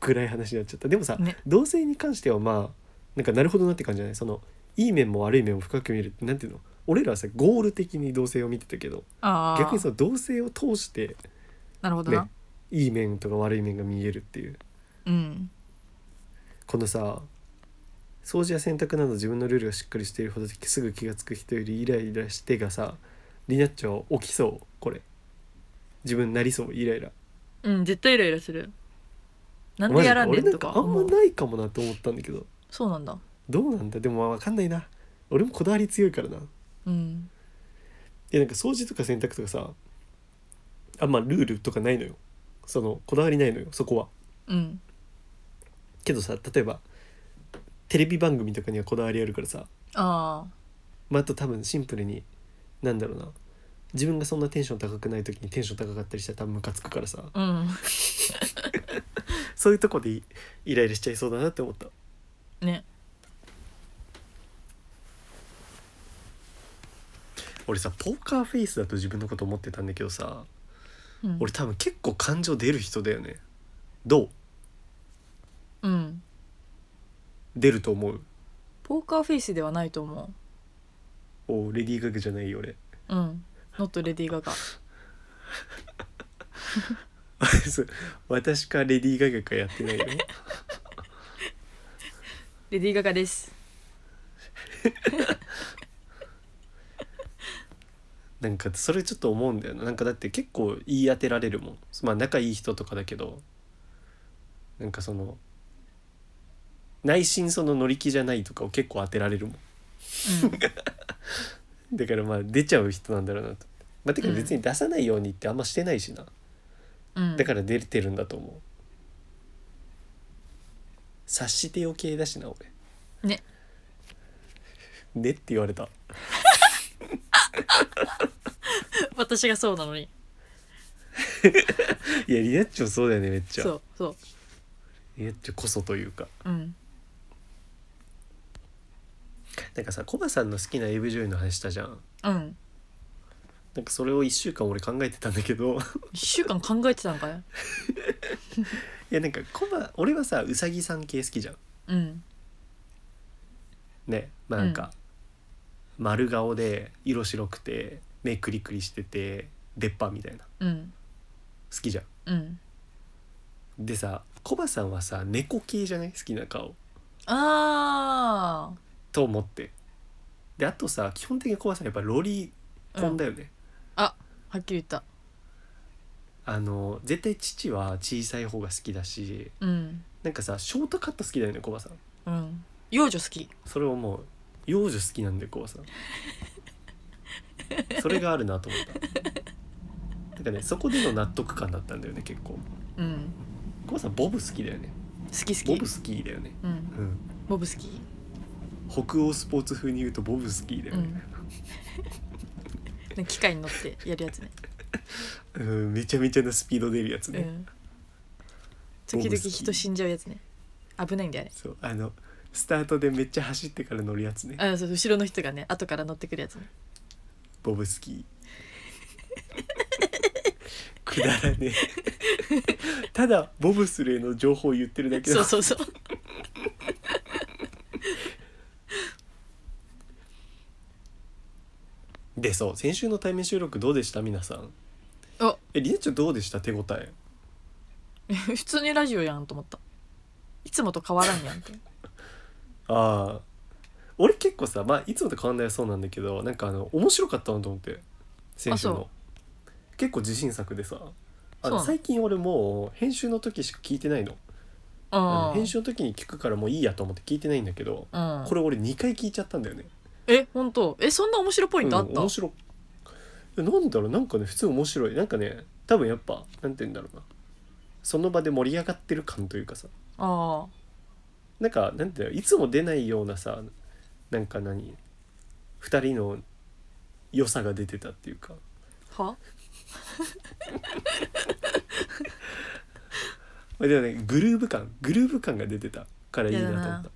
A: 暗い話になっちゃったでもさ、
B: ね
A: 同性に関してはまあなんかなるほどなって感じじゃないそのいい面も悪い面も深く見るってなんていうの俺らはさゴール的に同性を見てたけど
B: ああ
A: 逆にその同性を通して
B: なるほどな、
A: ねいい面とか悪い面が見えるっていう
B: うん
A: このさ掃除や洗濯など自分のルールがしっかりしているほどすぐ気が付く人よりイライラしてがさリナッチョ起きそうこれ自分なりそうイライラ
B: うん絶対イライラするなん
A: マ
B: で
A: ジ
B: や
A: から
B: んね
A: 俺
B: ん
A: なん
B: と
A: か
B: か
A: あん
B: 思
A: ま
B: う
A: ないかもなと思ったんだけど
B: そうなんだ
A: どうなんだでもまあ分かんないな俺もこだわり強いからない
B: うん
A: やなんか掃除とか洗濯とかさあんまルールとかないのよそのこだわりないのよそこは
B: うん
A: けどさ例えばテレビ番組とかにはこだわりあるからさ
B: あ
A: まあ、あと多分シンプルになんだろうな自分がそんなテンション高くない時にテンション高かったりしたら多分ムカつくからさ
B: あうん
A: そういうとこでイイライラしちゃいそうだなって思った
B: ね
A: 俺さポーカーフェイスだと自分のこと思ってたんだけどさ
B: うん
A: 俺多分結構感情出る人だよねどう
B: うん
A: 出ると思う
B: ポーカーフェイスではないと思
A: おレディー・ガガじゃないよ俺
B: ううんノットレディー・ガガ
A: そう私かレディー・ガガかやってないよ
B: レディー・ガガです
A: なんかそれちょっと思うんだよななんかだって結構言い当てられるもんまあ仲いい人とかだけどなんかその内心その乗り気じゃないとかを結構当てられるもんだからまあ出ちゃう人なんだろうなと。まあ、てか
B: うん
A: 別に出さないようにってあんましてないしな、
B: うん、うん、
A: だから出てるんだと思う察してよ系だしな俺
B: ね
A: ねって言われた
B: 私がそうなのに
A: いやリナッチョそうだよねめっちゃ
B: そうそ
A: リナッチョこそというか
B: ううん
A: なんかさコバさんの好きな AV 女優の話したじゃん
B: うん
A: なんかそれを1週間俺考えてたんだけど
B: 1週間考えてたのかね
A: いやなんかコバ俺はさうさぎさん系好きじゃん
B: うん
A: ねまあなんか、丸顔で色白くて目クリクリしてて出っ歯みたいな
B: うん
A: 好きじゃん
B: うん
A: でさコバさんはさ猫系じゃない好きな顔
B: ああ
A: と思ってであとさ基本的にコバさんやっぱロリコンだよね、
B: はっきり言った
A: あの絶対父は小さい方が好きだし
B: うん
A: なんかさショートカット好きだよねコバさん
B: うん幼女好き
A: それをもう幼女好きなんだよコバさんそれがあるなと思ったなんかねそこでの納得感だったんだよね結構
B: うん
A: コバさんボブ好きだよね
B: 好き
A: ボ
B: 好
A: ブ
B: き
A: 好きだよね
B: うん
A: うん
B: ボブ好き
A: 北欧スポーツ風に言うとボブ好きだよね、
B: ね機械に乗ってやるやつね
A: うん、めちゃめちゃなスピード出るやつね、
B: うん時々人死んじゃうやつね危ないんだよね
A: そうあのスタートでめっちゃ走ってから乗るやつね
B: あそう後ろの人がね後から乗ってくるやつね
A: ボブスキー くだらねえただボブスレーの情報を言ってるだけだ
B: そうそ うそう
A: でそう先週の対面収録どうでした皆さん
B: あ
A: えりなちゃんどうでした手応え
B: 普通にラジオやんと思ったいつもと変わらんやんって
A: ああ俺結構さまあいつもと変わんないそうなんだけどなんかあの面白かったなと思って先週
B: あそ
A: の結構自信作でさあ
B: そ
A: の
B: うなの
A: 最近俺もう編集の時しか聞いてないのあ
B: あ
A: の編集の時に聞くからもういいやと思って聞いてないんだけど
B: うん
A: これ俺2回聞いちゃったんだよね
B: え本当えそんな面白いポイントあっ
A: うん
B: た、
A: 面白いやなんだろうなんかね普通面白いなんかね多分やっぱなんて言うんだろうなその場で盛り上がってる感というかさ
B: あ
A: なんかなんて言うんだろういつも出ないようなさなんか何2人の良さが出てたっていうか
B: あは
A: まあでもねグルーヴ感グルーヴ感が出てたからいいなと思った
B: いや
A: な
B: だ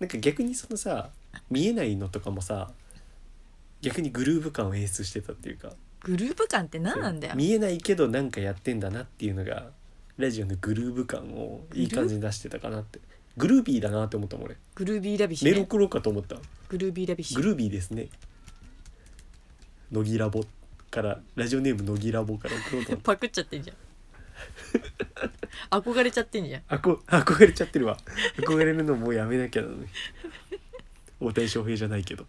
B: なん
A: か逆にそのさ見えないのとかもさ逆にグルーヴ感を演出してたっていうか
B: グループ感って何なんだよ
A: 見えないけどなんかやってんだなっていうのがラジオのグルーヴ感をいい感じに出してたかなってグルービーだなって思ったもん俺
B: グルービーラビッシ
A: メ
B: ュ、
A: ロ
B: ね、
A: クロかと思った
B: グルービーラビッシ
A: グ
B: ュ
A: ルービーですね乃木ラボからラジオネーム乃木ラボから送ろうと思っ
B: パクっちゃって んじゃん憧れちゃってんじゃん
A: たあこ憧れちゃってるわ憧れるのもうやめなきゃなのに大谷翔平じゃないけど
B: も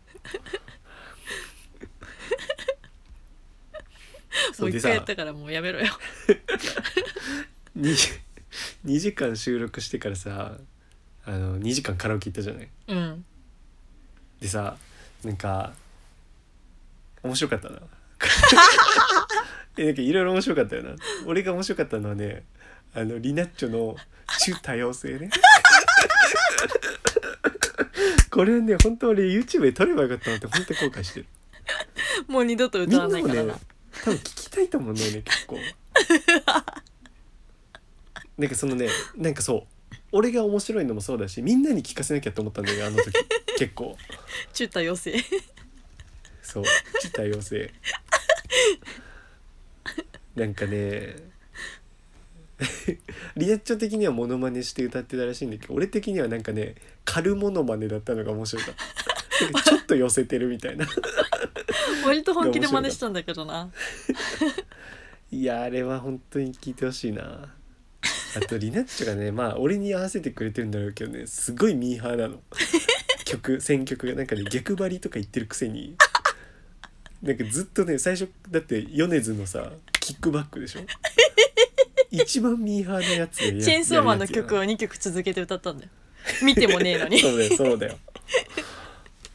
A: そうう
B: 一
A: でさ
B: 回やった からもうやめろよ
A: 2, 2時間収録してからさあの2時間カラオケ行ったじゃない
B: うん
A: でさなんか面白かった なえなんかいろいろ面白かったよな俺が面白かったのはねあのリナッチョの種多様性 ねこれね本当俺 YouTube で撮ればよかったなって本当に後悔してる
B: もう二度と
A: みん
B: 歌
A: な
B: わ
A: も
B: ないから
A: ね
B: な
A: 多分聞きたいと思うんだよね 結構なんかそのねなんかそう俺が面白いのもそうだしみんなに聞かせなきゃと思ったんだよあの時結構
B: 中多様性
A: そう自多様性なんかね リナッチョ的にはモノマネして歌ってたらしいんだけど俺的にはなんかね軽モノマネだったのが面白かったなんかちょっと寄せてるみたいな
B: 割と本気で真似したんだけどない
A: やあれは本当に聞いてほしいなあとリナッチョがねまあ俺に合わせてくれてるんだろうけどねすごいミーハーなの曲選曲がなんかね逆張りとか言ってるくせになんかずっとね最初だって米津のさキックバックでしょ一番ミーハーなやつでや
B: チェーンソーマンの曲
A: を
B: を2曲続けて歌ったんだよ見てもねえのに
A: そうだよそうだよ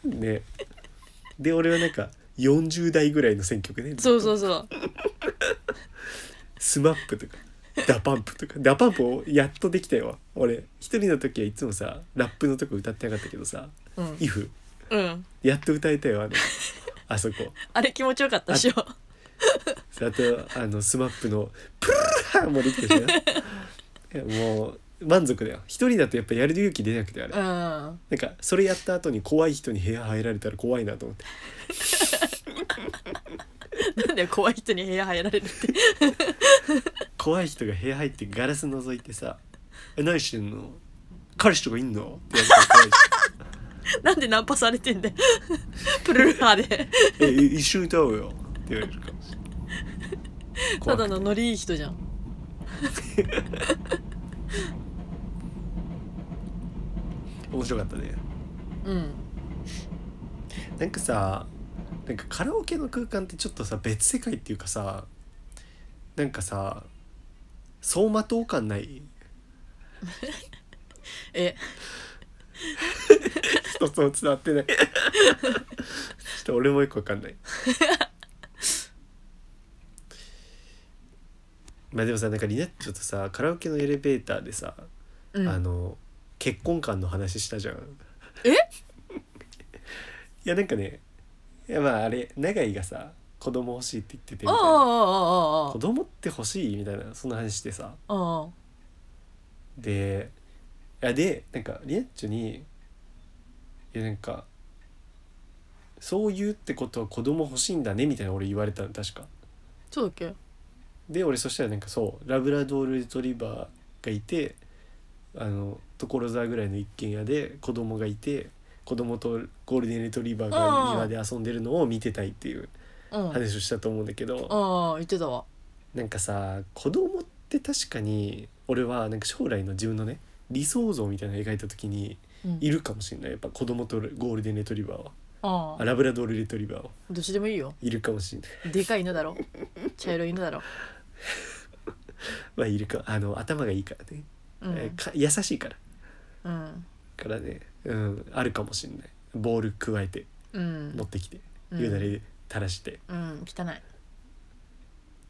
A: ねで俺はなんか40代ぐらいの選曲ねずっと
B: そうそうそう
A: スマップとかダパンプとかダパンプをやっとできたよ俺一人の時はいつもさラップのとこ歌ってなかったけどさ
B: うん
A: 「イフ
B: うん
A: やっと歌えたよあのあそこ
B: あれ気持ちよかったでしょ
A: あとあのスマップのプルルルハーもできてるじゃんいやもう満足だよ一人だとやっぱやる勇気出なくてあれ
B: うん
A: なんかそれやった後に怖い人に部屋入られたら怖いなと思って
B: なんで怖い人に部屋入られるって
A: 怖い人が部屋入ってガラス覗いてさ「え何してんの彼氏とかいんの?」って言われたら怖いし
B: なんでナンパされてんだよ プルルハーで
A: え一緒に歌おうよって言われるかもしれない
B: た
A: 怖
B: だ
A: くて
B: のノリいい人じゃん
A: 面白かったね
B: うん
A: なんかさなんかカラオケの空間ってちょっとさ別世界っていうかさなんかさ走馬灯感ない
B: え
A: 一つも伝わってないちょっと俺もよくわかん ないまあでもさなんかリナッチョとさカラオケのエレベーターでさ、
B: うん
A: あの結婚観の話したじゃん
B: え
A: いやなんかねいやまああれ永井がさ子供欲しいって言っててみ
B: あ
A: たい
B: あ
A: な
B: ああああ
A: 子供って欲しいみたいなそんな話してさ
B: ああ
A: でいやでなんかリエッチョにいやなんかそう言うってことは子供欲しいんだねみたいな俺言われたの確か
B: そうだっけ
A: で俺そしたらなんかそうラブラドール・レトリバーがいてあの所沢ぐらいの一軒家で子供がいて子供とゴールデンレトリバーが庭で遊んでるのを見てたいっていう
B: うんあ
A: 話をしたと思うんだけど、
B: あ言ってたわ
A: なんかさ子供って確かに俺はなんか将来の自分のね理想像みたいなの描いた時に
B: うん
A: いるかもしれないやっぱ子供とゴールデンレトリバーは
B: あ
A: あ
B: あ
A: ラブラドールレトリバーは
B: どっちでもいいよ
A: いるかもしれない
B: でかい犬だろ茶色い犬だろ
A: まあいるかあの頭がいいからね、え
B: うん
A: ーか優しいから
B: うん
A: からねうんあるかもしれないボール加えて
B: うん
A: 持ってきて、
B: うん
A: 湯だれ垂らして
B: うん汚い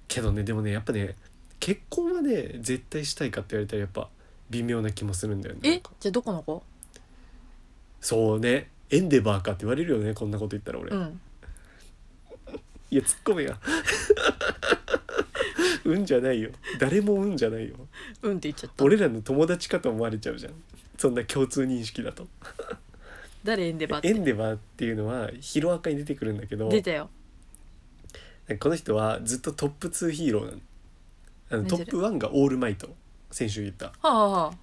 A: けどねでもねやっぱね結婚はね絶対したいかって言われたらやっぱ微妙な気もするんだよねなん
B: え
A: か
B: じゃあどこの子
A: そうねエンデバーかって言われるよねこんなこと言ったら俺、
B: うん
A: いや突っ込めや うんじゃないよ誰もうんじゃないよ
B: うんって言っちゃった
A: 俺らの友達かと思われちゃうじゃんそんな共通認識だと
B: 誰エンデバーっ
A: エ
B: て
A: ンデバーっていうのはヒロアカに出てくるんだけど
B: 出たよ
A: この人はずっとトップ2ヒーローなのあの
B: 何
A: ト
B: それ
A: ップ1がオールマイト先週言った
B: はあはあ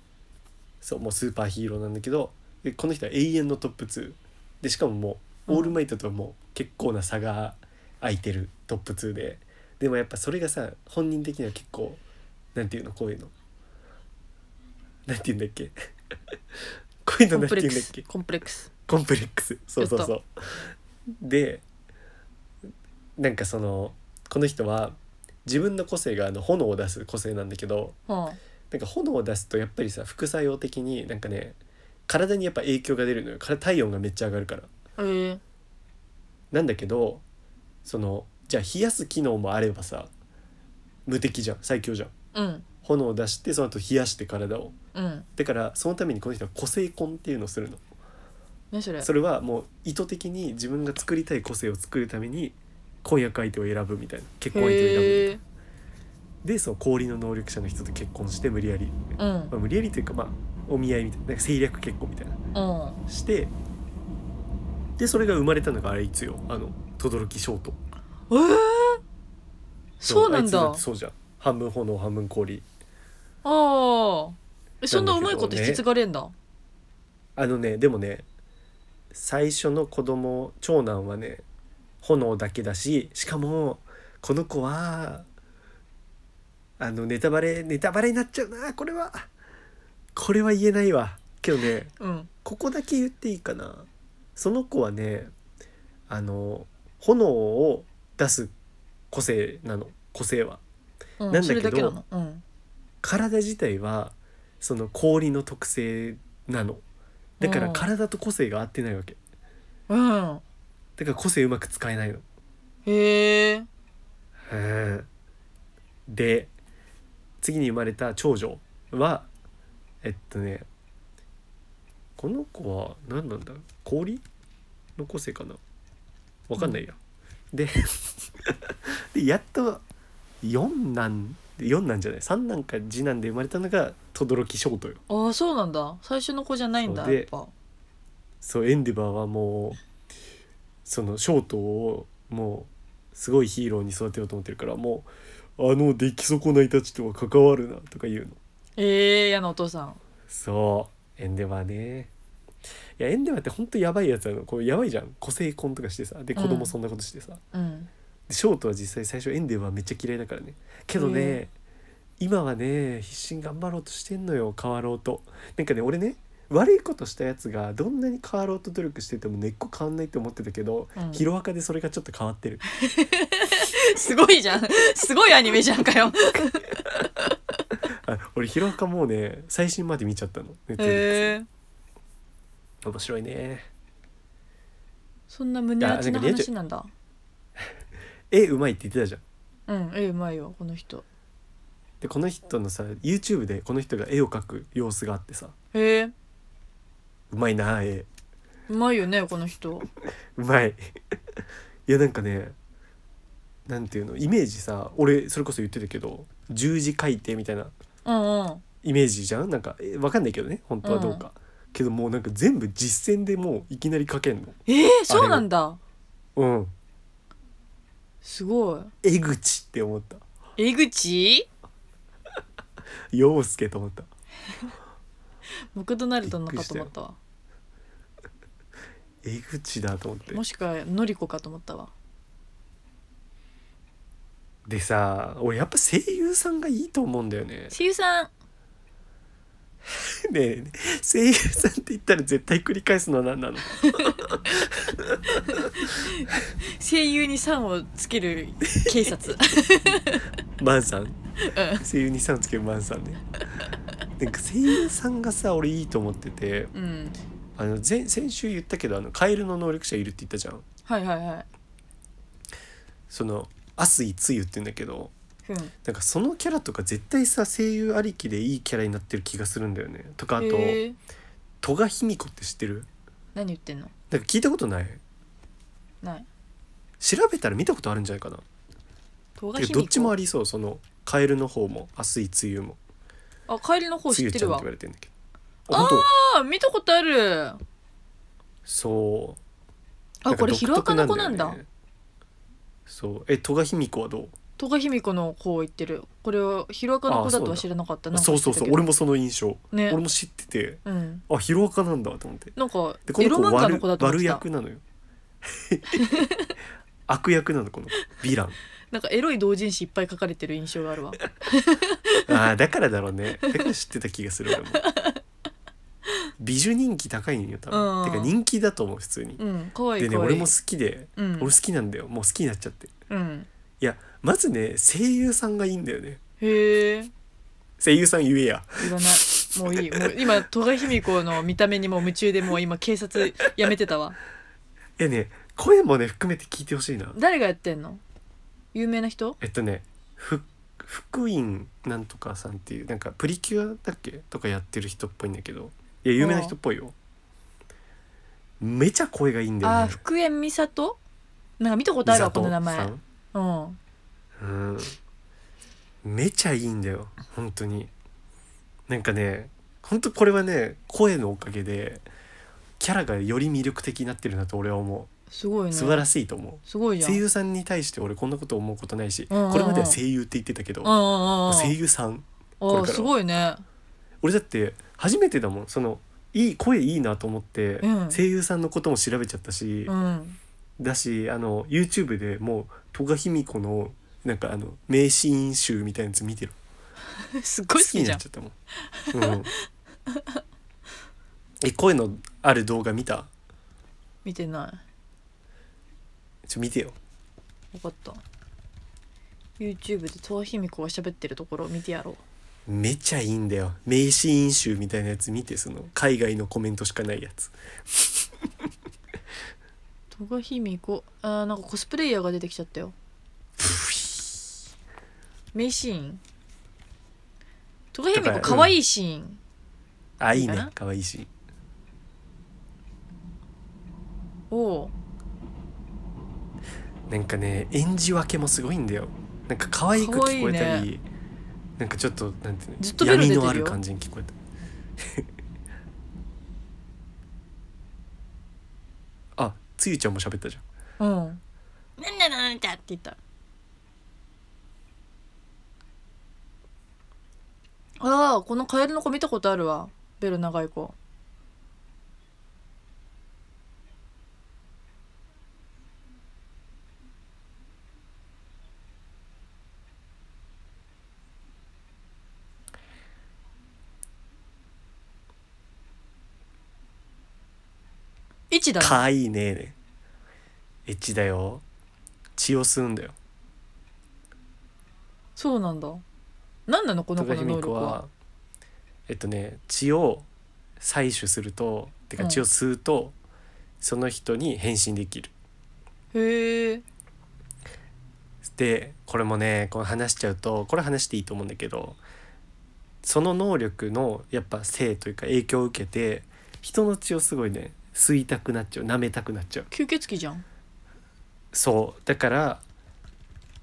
A: そうもうスーパーヒーローなんだけどでこの人は永遠のトップ2でしかももう
B: うん
A: オールマイトとはもう結構な差が空いてるトップ2ででもやっぱそれがさ本人的には結構なんていうのこういうのなんていうんだっけ こういうのな
B: コ
A: ん
B: ン
A: て
B: プ
A: い
B: レ
A: うん
B: ック
A: だっ
B: ス
A: け
B: コンプレックス
A: コンプレックスそうそうそうでなんかそのこの人は自分の個性があの炎を出す個性なんだけど
B: は
A: なんか炎を出すとやっぱりさ副作用的になんかね体にやっぱ影響が出るのよから体温がめっちゃ上がるから
B: あええ
A: なんだけどそのじゃあ冷やす機能もあればさ無敵じゃん最強じゃん
B: うん
A: 炎を出してその後冷やして体を
B: うん
A: だからそのためにこの人は個性婚っていうのをするの
B: 何それ
A: それはもう意図的に自分が作りたい個性を作るために婚約相手を選ぶみたいな結婚相手を選ぶみたい
B: へ
A: な
B: え
A: でその氷の能力者の人と結婚して無理やり、
B: うん
A: まあ、無理やりというかまあお見合いみたいななんか政略結婚みたいな
B: うん
A: してでそれが生まれたのがあれいつよあの轟翔斗
B: えー、そうな
A: あ
B: んだ。
A: いつ
B: あ
A: ってそうじゃん半分炎半分氷
B: あー。え、そんなうまいこと引き継がれんだ。
A: あのねでもね最初の子供長男はね炎だけだししかもこの子はあのネタバレネタバレになっちゃうなこれはこれは言えないわけどね
B: うん。
A: ここだけ言っていいかなその子はねあの炎を出す個性なの個性は
B: うん、
A: なんだけど
B: それだけなの。うん。
A: 体自体はその氷の特性なのだから
B: うん
A: 体と個性が合ってないわけ
B: うん。
A: だから個性うまく使えないの
B: へえ。
A: うんで次に生まれた長女はえっとねこの子は何なんだ氷の個性かなわかんないや、で でやっと四男四男じゃない三男か次男で生まれたのが轟翔斗よ
B: ああそうなんだ最初の子じゃないんだ
A: そうで
B: やっぱ
A: そうエンディバーはもうその翔斗をもうすごいヒーローに育てようと思ってるからもうあの出来損ないたちとは関わるなとか言うの
B: ええ嫌なお父さん
A: そうエンデバーねいやエンデバーってほんとやばいやつなのこうやばいじゃん個性婚とかしてさで
B: うん
A: 子供そんなことしてさ、
B: うん
A: でショートは実際最初エンデバーめっちゃ嫌いだからねけど
B: へ
A: ね今はね必死に頑張ろうとしてんのよ変わろうとなんかね俺ね悪いことしたやつがどんなに変わろうと努力してても根っこ変わんないって思ってたけど、
B: うん
A: ヒロアカでそれがちょっと変わってる
B: すごいじゃんすごいアニメじゃんかよ
A: あ俺ヒロアカもうね最新まで見ちゃったのネットフリックスで
B: へえ
A: 面白いね
B: そんな胸熱
A: や
B: ない
A: なんかリアち
B: 話なんだ
A: 絵うまいって言ってたじゃん
B: うんええうまいよこの人
A: でこの人のさ YouTube でこの人が絵を描く様子があってさ
B: へえ
A: うまいなあ絵
B: うまいよねこの人
A: うまい いやなんかねなんていうのイメージさ俺それこそ言ってたけど十字書いてみたいな
B: うんうん
A: イメージじゃんなんかえわかんないけどね本当はどうか、けどもうなんか全部実践でもういきなり書けんの
B: ええそうなんだ
A: うん
B: すごい
A: 江口って思った
B: 江口
A: 陽介と思った
B: マクドナルドのかと思ったわ
A: 江口だと思って
B: もしくはのりこかと思ったわ
A: でさ俺やっぱ声優さんがいいと思うんだよね
B: 声優さん
A: ねえ声優さんって言ったら絶対繰り返すのは何なの
B: 声優に「さん」をつける警 察
A: マンさん声優にさんつけるマンさんねなんか声優さんがさ俺いいと思ってて
B: うん
A: あの前先週言ったけどあのカエルの能力者いるって言ったじゃん
B: はいはいはい
A: そのアスイツユって言うんだけど
B: うん
A: なんかそのキャラとか絶対さ声優ありきでいいキャラになってる気がするんだよねとかあと
B: へえ
A: 戸賀卑弥子って知ってる
B: 何言ってんの
A: なんか聞いたことない
B: ない
A: 調べたら見たことあるんじゃないかな
B: 唐
A: てか
B: 辛子
A: どっちもありそうそのカエルの方もアスイツユも
B: あ帰りの方
A: つ
B: 知
A: ゆ
B: って
A: ちゃ
B: る
A: んっ
B: わ
A: て言われてんだけどあ本当
B: ああ見たことある
A: そう
B: あこれヒロアカの子なん
A: か
B: だ
A: 独特よねそうえ戸賀卑弥子はどう
B: 戸賀卑弥子の子を言ってるこれはヒロアカの子だとは知らなかったなんか
A: そうそうそう
B: 言
A: 俺
B: って
A: もその印象、
B: たけど
A: 俺
B: ね
A: も知ってて
B: うん
A: あヒロアカなんだと思って
B: なんか
A: でこ
B: エ
A: の
B: ロ
A: 子
B: 漫画の
A: 悪
B: 子だと思っ
A: 悪
B: てた
A: 役なのよ 悪役なのこの子ヴィラン
B: なんかエロい同人誌いっぱい書かれてる印象があるわ
A: あーだからだろうねだから知ってた気がする俺も美女人気高いんよ多分、
B: うん
A: てか人気だと思う普通に、
B: うん可愛い
A: でね
B: 可愛
A: 俺
B: い
A: も好きで、
B: うん
A: 俺好きなんだよもう好きになっちゃって
B: うん
A: いやまずね声優さんがいいんだよね
B: へえ
A: 声優さん言えや
B: いらないもういいもう今戸賀卑弥子の見た目にもう夢中でもう今警察やめてたわ
A: えね声もね含めて聞いてほしいな
B: 誰がやってんの有名な人
A: えっとねふ福音なんとかさんっていうなんかプリキュアだっけとかやってる人っぽいんだけどいや有名な人っぽいよめちゃ声がいいんだ
B: あ
A: よ
B: ー
A: ね
B: 福縁美里なんか見たことあるわ
A: 美里
B: この名前
A: さん
B: うん
A: うんめちゃいいんだよ本当になんかね本当これはね声のおかげでキャラがより魅力的になってるなと俺は思
B: すごいうね
A: 素晴らしいと思
B: すごいうじゃん
A: 声優さんに対して俺こんなこと思うことないし
B: うんうんうん
A: これまでは声優って言ってたけど
B: うんうんうんうん
A: 声優さんこれ
B: あ
A: からは
B: ーすごいね
A: 俺だって初めてだもんそのいい声いいなと思って、
B: うん
A: 声優さんのことも調べちゃったし、
B: うん
A: だしあの YouTube でもう戸賀卑弥子のなんかあの名シーン集みたいなやつ見てる
B: すっごい好き
A: に
B: じ
A: な
B: ゃ
A: っ
B: ん
A: ちゃったもん。うん、 え声のある動画見た
B: 見てな
A: ちょ見てよ
B: い分かった YouTube で戸田卑弥子が喋ってるところを見てやろう
A: めちゃいいんだよ名シーン集みたいなやつ見てその海外のコメントしかないやつ
B: 戸賀卑弥子あーなんかコスプレイヤーが出てきちゃったよ名シーン戸賀卑弥子
A: だから
B: 可愛いシーン
A: あいい
B: いい
A: ね
B: かな
A: かわいいし
B: を
A: なんかね演じ分けもすごいんだよなんか可愛く聞こえた
B: 可愛
A: り
B: い
A: なんかちょっとなんていうの
B: ずっとベロ出てるよ
A: 闇のある感じに聞こえた あつゆちゃんも喋ったじゃん
B: うんなんだなんだって言ったああこのカエルの子見たことあるわベル長い子一だね
A: かわいいねねエッチだよ血を吸うんだよ
B: そうなんだ。なんなのこの
A: 戸
B: 子
A: 田
B: の
A: 恵
B: 能
A: 美子
B: 力は。
A: はえっとね血を採取するとてか
B: うん
A: 血を吸うと、その人に変身できる
B: へえ。
A: でこれもねこれ話しちゃうとこれ話していいと思うんだけどその能力のやっぱ性というか影響を受けて人の血をすごいね吸いたくなっちゃう舐めたくなっちゃう
B: 吸血鬼じゃん。
A: そうだから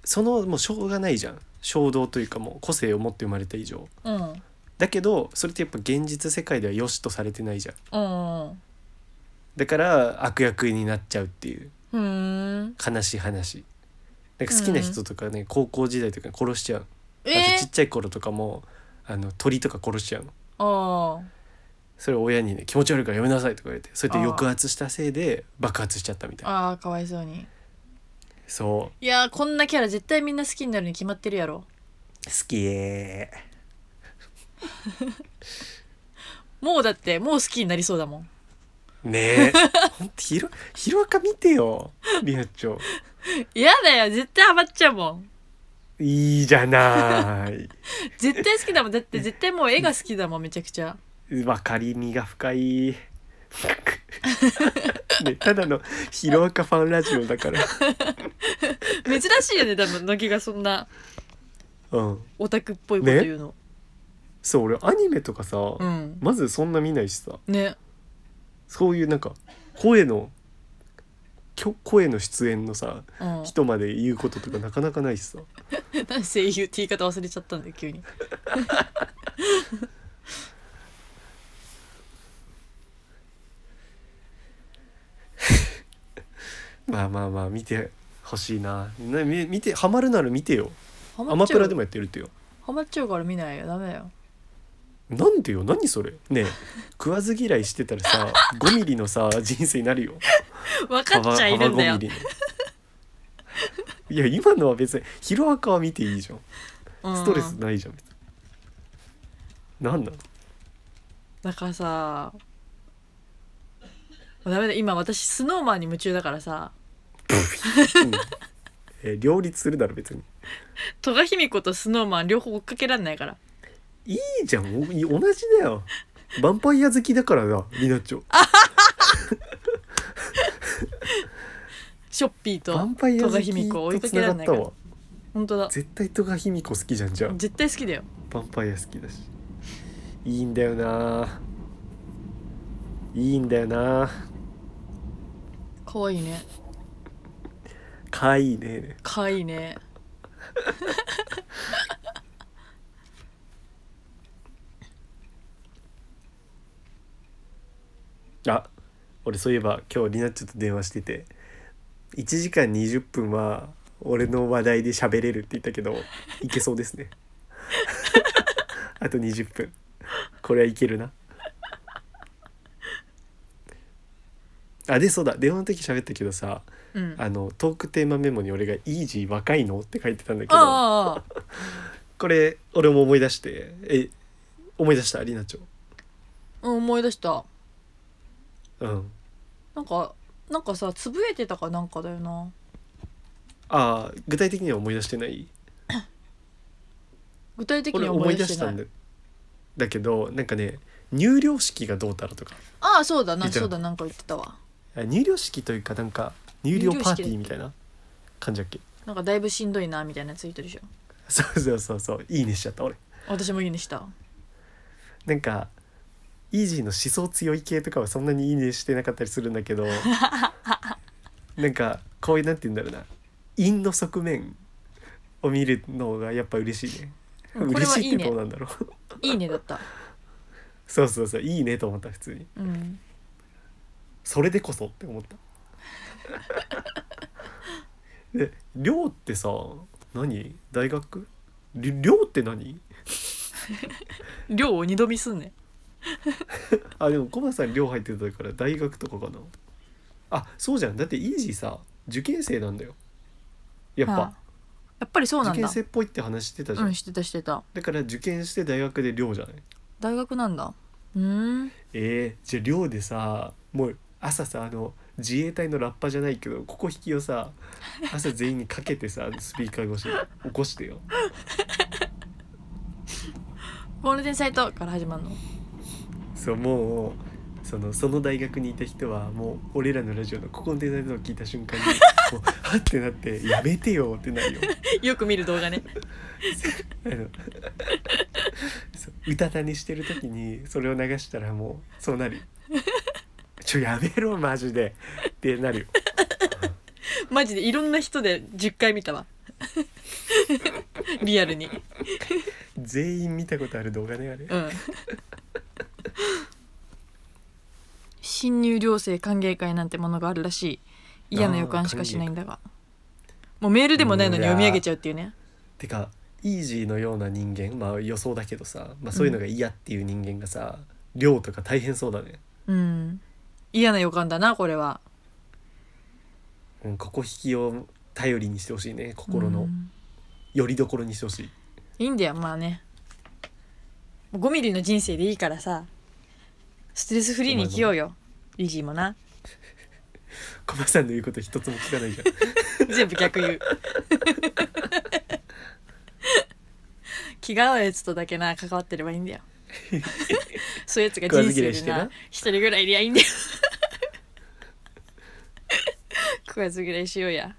A: そのもうしょうがないじゃん衝動というかもう個性を持って生まれた以上
B: うん。うん
A: だけどそれってやっぱ現実世界では良しとされてないじゃん
B: うんうん。
A: だから悪役になっちゃうっていう
B: ふーん。
A: 悲しい話なんか好きな人とかね、高校時代とかに殺しちゃう
B: え
A: あとちっ
B: ー、
A: ちゃい頃とかもあの鳥とか殺しちゃうの
B: ああ。
A: それを親にね気持ち悪いからやめなさいとか言われてそうやって
B: あー
A: 抑圧したせいで爆発しちゃったみたいな
B: ああ、かわいそうに。
A: そう
B: いやー、こんなキャラ絶対みんな好きになるに決まってるやろ。
A: 好きえ
B: もうだって、もう好きになりそうだもん。
A: ーねえ ほんとひろひろあか見てよリハチョ
B: やだよ、絶対ハマっちゃうもん。
A: いいじゃな
B: 絶対好きだもん。だって絶対もう絵が好きだもん、めちゃくちゃ。
A: い分かりみが深い ね、ただのひろあかファンラジオだから
B: 珍しいよね、多分、乃木がそんな
A: うん
B: オタクっぽいこと言うの。
A: そう俺アニメとかさ、
B: うん。
A: まずそんな見ないしさ
B: ね。
A: そういうなんか声のきょ声の出演のさ
B: うん。
A: 人まで言うこととかなかなかないしさ
B: なんで声優って言い方忘れちゃったんだよ、急に。
A: まあまあまあ見てほしいなな見見てハマるなら見てよ
B: ハ
A: ア
B: マ
A: マ
B: っち
A: プ
B: ゃ
A: ラ
B: う
A: でもやってるってよ
B: ハマっちゃうから見ないよダメだよ
A: なんでよ何それねえ食わず嫌いしてたら さ5ミリのさ人生になるよ
B: 分かっちゃいるんだよ
A: 幅幅5ミリのいや今のは別にヒロアカは見ていいじゃん
B: うん
A: ストレスないじゃん別になんなの
B: だからさもうダメだ今私スノーマンに夢中だからさ
A: うんえー両立するなら別に
B: 戸賀卑弥子とスノーマン両方追っかけらんないから
A: いいじゃんおい同じだよヴァンパイア好きだからなリナッチョ
B: ショッピ
A: ヴ
B: ー
A: ァ
B: と
A: ンパイア好
B: 戸田卑
A: き
B: 弥子を追い
A: と
B: か
A: つ
B: け
A: な
B: ら
A: が
B: ん
A: っ
B: ない
A: た
B: から
A: わ
B: 本当だ
A: 絶対戸賀卑弥子好きじゃんじゃあヴ
B: 絶対好きだよ
A: ァンパイア好きだしいいんだよないいんだよな
B: 可愛いね
A: かわいいね
B: 可愛いね
A: あ俺そういえば今日リナッチョと電話してて1時間20分は俺の話題で喋れるって言ったけどいけそうですね あと20分これはいけるなあでそうだ電話の時喋ったけどさ
B: うんあ
A: あのトークテーマメモに俺が「イージー若いの?」って書いてたんだけど
B: あああ
A: これ俺も思い出してえ思い出したリナチョ
B: うん思い出した
A: うん
B: なんかなんかさつぶえてたかなんかだよな
A: あー具体的には思い出してない
B: 具体的
A: こ
B: に
A: れ
B: は
A: 思
B: 思
A: い
B: い
A: 出
B: 出
A: し
B: したて
A: ん
B: な
A: だ
B: い
A: だけどなんかね入寮式がどうたらとか
B: ああそうだな
A: じゃあ
B: そうだなんか言ってたわ
A: あ入寮式というかなんか入寮パーティーみたいな感じだっけ
B: なんかだいぶしんどいなみたいなツイートでしょ
A: そうそうそうそういいねしちゃった俺
B: 私もいいねした
A: なんかイージーの思想強い系とかはそんな にいいねしてなかったりするんだけどなんかこういうなんて言うんだろうな陰の側面を見るのがやっぱ嬉しいね、
B: うんこれ
A: 嬉
B: は
A: し
B: い
A: い
B: い
A: ってど
B: ね
A: うなんだろう
B: いいねだった
A: そうそうそういいねと思った普通に
B: うん
A: それでこそって思った で寮ってさ何大学り寮って何
B: 量を二度見すんね
A: あでも小松さん寮入ってたから大学とかかなあそうじゃんだってイージーさ受験生なんだよやっぱ、
B: はあやっぱりそうなん
A: 受
B: だ
A: 験生っぽいって話してたじゃ、
B: うんんしてたしてた
A: だから受験して大学で寮じゃない
B: 大学なんだうーん
A: えー、じゃあ寮でさもう朝さあの自衛隊のラッパじゃないけどここ引きをさ朝全員にかけてさスピーカー越しに起こしてよ
B: ゴールデンサイトから始まるの
A: そうもうそのその大学にいた人はもう俺らのラジオのここのデザインを聞いた瞬間にもうはってなってやめてよってなるよ
B: よく見る動画ね
A: あのそううたたにしてる時にそれを流したらもうそうなるよちょやめろマジでってなるよ
B: マジでいろんな人で10回見たわリアルに
A: 全員見たことある動画ねあれ
B: うん新入寮生歓迎会なんてものがあるらしい嫌な予感しかしないんだがもうメールでもないの
A: う
B: に
A: んいや
B: 読み上げちゃうっていうね
A: てかイージーのような人間まあ予想だけどさ、まあ、そういうのが嫌っていう人間がさ、量とか大変そうだね、
B: うん嫌な予感だなこれは
A: うん、ここ引きを頼りにしてほしいね心
B: う
A: の
B: ん
A: よりどころにしてほしい
B: いいんだよまあね5ミリの人生でいいからさストレスフリーに生きようよイージーもな
A: 小林さんの言うこと一つも聞かないじゃん
B: 全部 逆言う気が合うやつとだけな関わってればいいんだ よそういうやつが
A: 食わ
B: 人生で
A: ず嫌いして
B: な
A: な
B: 一人ぐらいいりゃいいんだよ食わず嫌いしようや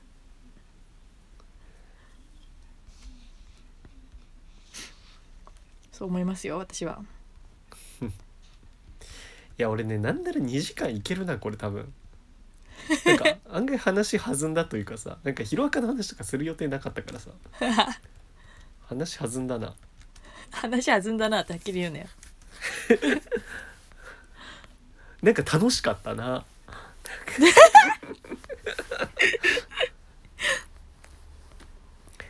B: そう思いますよ私はい
A: や俺ねなんなら2時間いけるなこれ多分なんか案外話弾んだというかさなんかヒロアカの話とかする予定なかったからさ話弾んだな
B: 話弾んだなってはっきり言うなよ
A: なんか楽しかったな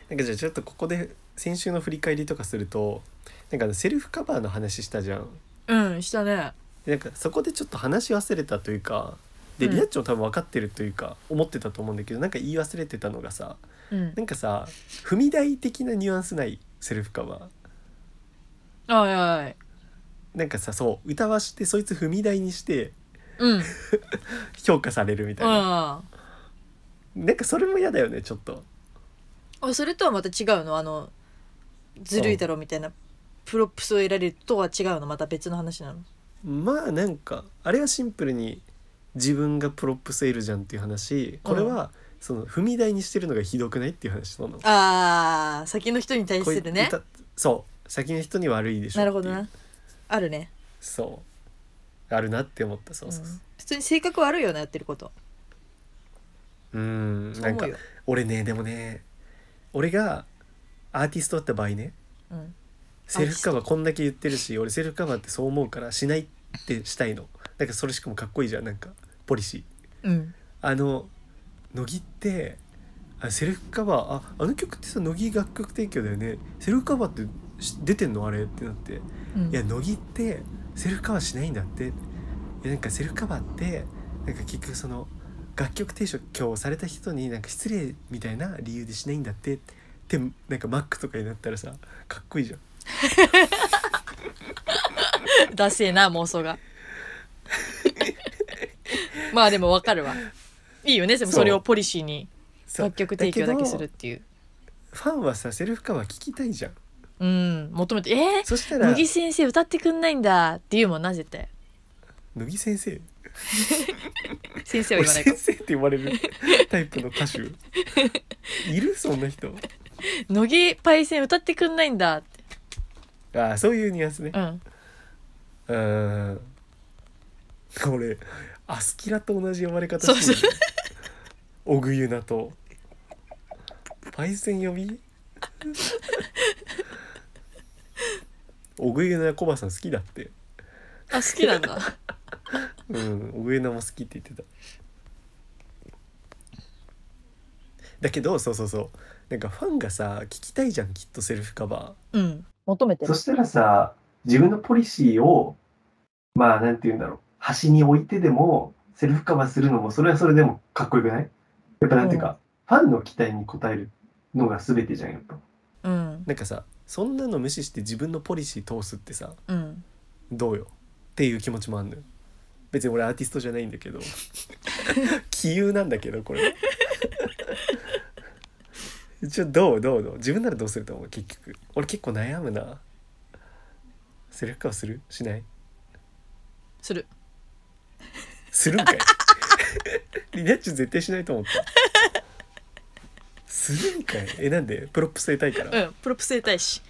A: なんかじゃあちょっとここで先週の振り返りとかするとなんかセルフカバーの話したじゃん
B: うんしたね
A: でなんかそこでちょっと話し忘れたというかで
B: うん
A: リアッチも多分分かってるというか思ってたと思うんだけどなんか言い忘れてたのがさ
B: うん
A: なんかさ踏み台的なニュアンスないセルフカバー
B: おいおいおい
A: なんかさそう歌わしてそいつ踏み台にして
B: うんうん
A: 評価されるみたいな
B: あ
A: なんかそれも嫌だよねちょっと。
B: それとはまた違うのあのずるいだろみたいなプロップスを得られるとは違うのまた別の話なの
A: まあなんかあれはシンプルに自分がプロップセールじゃんっていう話これはその踏み台にしてるのがひどくないっていう話その
B: あー先の人に対
A: こうい
B: するね
A: 歌そう先の人に悪いでしょ
B: なるほど
A: ってい
B: な
A: う
B: あるね、
A: そうあるなって思ったそううそうそ
B: ん普通に性格悪いよねやってること
A: ううん
B: そう
A: なん
B: 思
A: か
B: うよ、
A: 俺ねでもね俺がアーティストだった場合ね
B: うん、
A: セルフカバーこんだけ言ってるし俺セルフカバーってそう思うからしないってしたいのなんかそれしかもかっこいいじゃんなんかポリシー
B: うん
A: あの乃木ってあセルフカバーああの曲ってさ乃木楽曲提供だよねセルフカバーってし出てんのあれってなってい
B: うん
A: や乃木ってセルフカバーしないんだっていやなんかセルフカバーってなんか結局その楽曲提供された人になんか失礼みたいな理由でしないんだってってなんかマックとかになったらさかっこいいじゃん
B: ダセえな妄 想がまあでもわかるわいいよねでも
A: そう
B: それをポリシーに
A: そう
B: 楽曲提供だけする
A: だけ
B: っ
A: ど
B: ていう
A: ファンはさセルフカバー聞きたいじゃん
B: うん求めてえ
A: そした
B: ー、
A: ら
B: 乃木先生歌ってくんないんだって言うもんな絶対
A: 乃木先生
B: 先生は
A: 俺
B: 言わないか
A: 先生って言われるタイプの歌手いるそんな人
B: 乃木パイセン歌ってくんないんだって
A: ああそういうニュアンスね
B: うん
A: うーん俺アスキラと同じ呼ばれ方
B: そう
A: して
B: そう
A: る小具ゆなと配線呼びおぐえなコバさん好きだって
B: あ好きなんだ
A: うんおぐえなも好きって言ってただけどそうそうそうなんかファンがさ聞きたいじゃんきっとセルフカバ
B: うん
C: 求めてる
D: そしたらさ、自分のポリシーを、まあ、なんて言うんだろう、端に置いてでも、セルフカバーするのも、それはそれでもかっこよくないやっぱなんていうか、ファンの期待に応えるのが全てじゃん、やっぱ。
B: うん
A: ーなんかさそんなの無視して自分のポリシー通すってさ
B: うん
A: どうよっていう気持ちもあんのよ別に俺アーティストじゃないんだ けど杞憂なんだけどこれちょどうどうどう自分ならどうすると思う結局俺結構悩むなセルフカバーするしない
B: する
A: するんかいリナッチュ絶対しないと思ったするんかいえなんでプロップス得たいから、
B: うんプロップス得たいし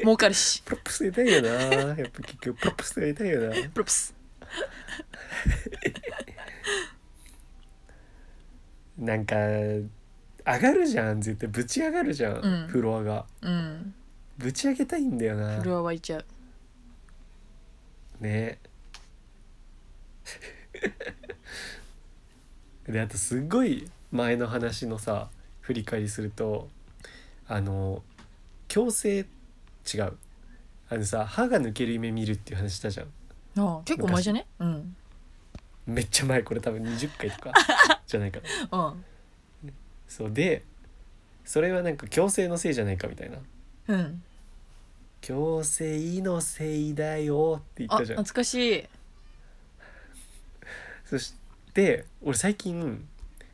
B: 儲かるし
A: プロップス得たいよなやっぱ結局プロップス得たいよな
B: プロップス
A: なんか上がるじゃん絶対ぶち上がるじゃん、
B: うん
A: フロアが
B: うん
A: ぶち上げたいんだよな
B: フロア湧いちゃう
A: ね であとすっごい前の話のさ振り返りするとあの矯正違うあのさ歯が抜ける夢見るっていう話したじゃん
B: ああ結構前じゃねうん
A: めっちゃ前これ多分20回とかじゃない かな
B: うん
A: そうでそれはなんか矯正のせいじゃないかみたいな
B: うん
A: 強制のせいだよって言っ
B: あ
A: たじゃ
B: 懐
A: ん
B: かしい
A: そして俺最近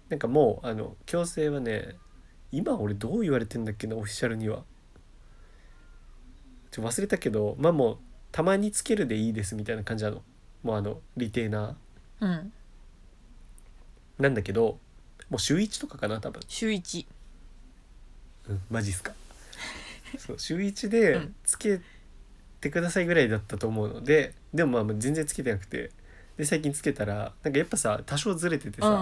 A: なんかもうあの強制はね今俺どう言われてんだっけなオフィシャルにはちょ忘れたけどまあもうたまにつけるでいいですみたいな感じなのもうあのリテーナ
B: うん
A: ーなんだけどもう週1とかかな多分、
B: 週一
A: うん、マジっす かそう週1で
B: うん
A: つけてくださいぐらいだったと思うのででもまあまあ全然つけてなくてで最近つけたらなんかやっぱさ多少ずれてて
B: う
A: さ、
B: んうん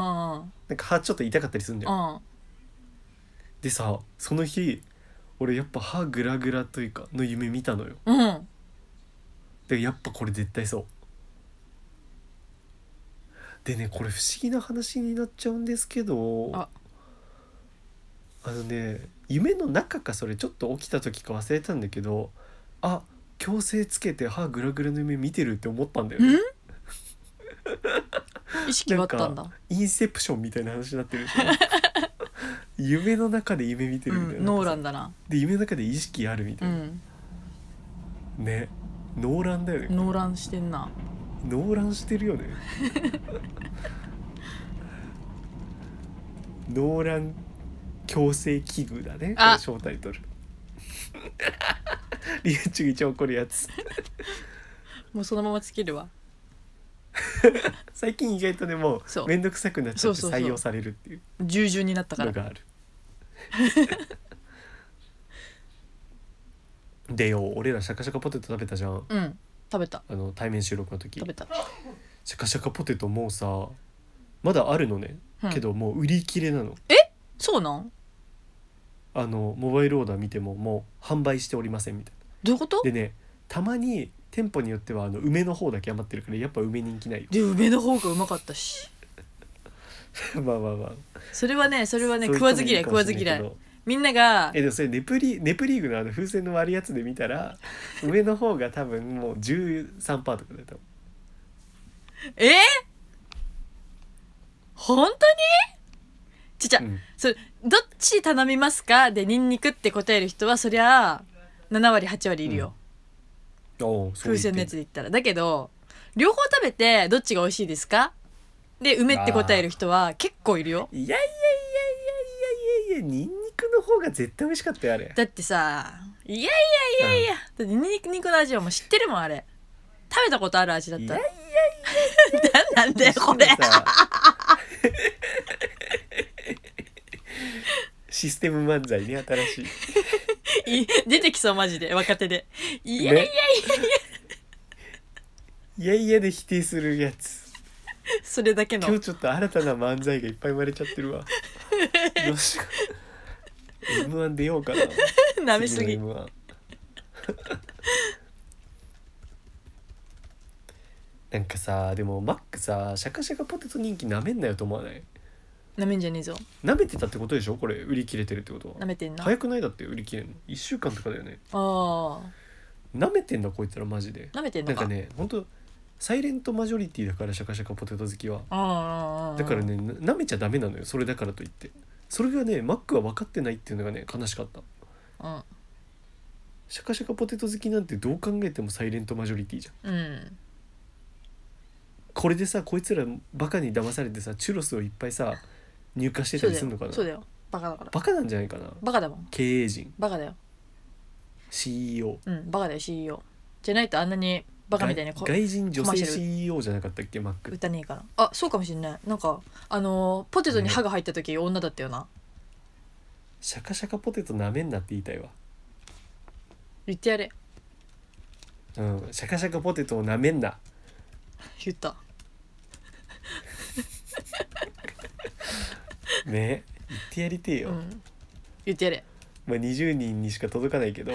A: なんか歯ちょっと痛かったりするんだ
B: う
A: よ。
B: ん
A: でさその日俺やっぱ歯グラグラというかの夢見たのよ。
B: うんうん
A: でやっぱこれ絶対そう。でねこれ不思議な話になっちゃうんですけど
B: あ
A: あのね夢の中かそれちょっと起きた時か忘れたんだけどあ矯正つけて歯グラグラの夢見てるって思ったんだよね。
B: 意識があったんだ
A: インセプションみたいな話になって るでしょ夢の中で夢見て
B: う
A: るみたいな、
B: んノーランだな
A: で夢の中で意識あるみ
B: う
A: たいな、
B: ん
A: ねノーランだよね
B: ノーランしてんな
A: ノーランしてるよねノーラン強制危惧だねこ
B: あ
A: れ小タイトル リュウチュウが一番怒るやつ
B: もうそのままつけるわ
A: 最近意外とねも
B: そう
A: う面倒くさくなっちゃって
B: そうそうそう
A: 採用されるっていう
B: 従順になったか
A: の
B: ら
A: があ るでよ俺らシャカシャカポテト食べたじゃん
B: うん食べた
A: あの対面収録の時
B: 食べた、
A: シャカシャカポテトもうさまだあるのね、
B: うん
A: けどもう売り切れなの
B: そうなん
A: あのモバイルオーダー見てももう販売しておりませんみたい
B: どういうこと
A: なでねたまに店舗によってはあの梅の方だけ余ってるからやっぱ梅人気ないよ
B: で梅の方がうまかったし
A: まあまあまあ
B: それはねそれはね
A: そう
B: 食わず嫌い
A: 人
B: 食
A: も
B: わ
A: るかも
B: ず
A: しれな
B: 嫌
A: け
B: い
A: ど
B: みんなが
A: えでもそれネプリネプリーグのあの風船の割るやつで見たら梅の方が多分もう13%とかだと思
B: えー、本当にちっちゃ、
A: う、うん、
B: それどっち頼みますかでニンニクって答える人はそりゃあ7割8割いるよ、
A: おうそう言って
B: 風船のやつで言ったらだけど両方食べてどっちが美味しいですかで梅って答える人は結構いるよ
A: いやいやいやいやいやいやいやニンニクの方が絶対美味しかったよあれ
B: だってさいやいやいやいや、だってニンニクの味はもう知ってるもんあれ食べたことある味だっ
A: い
B: た
A: やいや
B: 何なんだよこれ
A: 一緒にさ システム漫才ね新しい
B: い出てきそうマジで若手でいやいやいや、
A: いやいやで否定するやつ
B: それだけの
A: 今日ちょっと新たな漫才がいっぱい生まれちゃってるわどうしよ M1 出ようかな
B: 舐めすぎ
A: 次の M1 なんかさでもマックさシャカシャカポテト人気なめんなよと思わない
B: 舐めんじゃねえぞ
A: なめてたってことでしょこれ売り切れてるってこと
B: 舐
A: は
B: めてんなあ
A: 早くないだって売り切れるの1週間とかだよね
B: あー
A: なめてんだこいつらマジで
B: 舐めてん
A: な
B: の
A: ん
B: か
A: かねほんとサイレントマジョリティだからシャカシャカポテト好きは
B: あーあーあー
A: だからねな舐めちゃダメなのよそれだからといってそれがねマックは分かってないっていうのがね悲しかったシャカシャカポテト好きなんてどう考えてもサイレントマジョリティじゃん
B: うんうん
A: これでさこいつらバカに騙されてさチュロスをいっぱいさ入荷して
B: そ
A: た
B: う
A: り
B: だ
A: するのか
B: よ
A: な
B: そうだよバカだから
A: バカなんじゃないかな
B: バカだもん
A: 経営陣
B: バカだよ
A: CEO
B: うんバカだよ CEO じゃないとあんなにバカみたいなこ
A: 外外人女
B: コマーシ
A: 性
B: ャル
A: CEO じゃなかったっけマック
B: 歌ねえからあそうかもしんないなんかあのーポテトに歯が入った時、女だったよな
A: シャカシャカポテトなめんなって言いたいわ
B: 言ってやれ
A: うんシャカシャカポテトをなめんな
B: 言った
A: ね言ってやりてえよ、
B: うん言ってやれ
A: まあ20人にしか届かないけど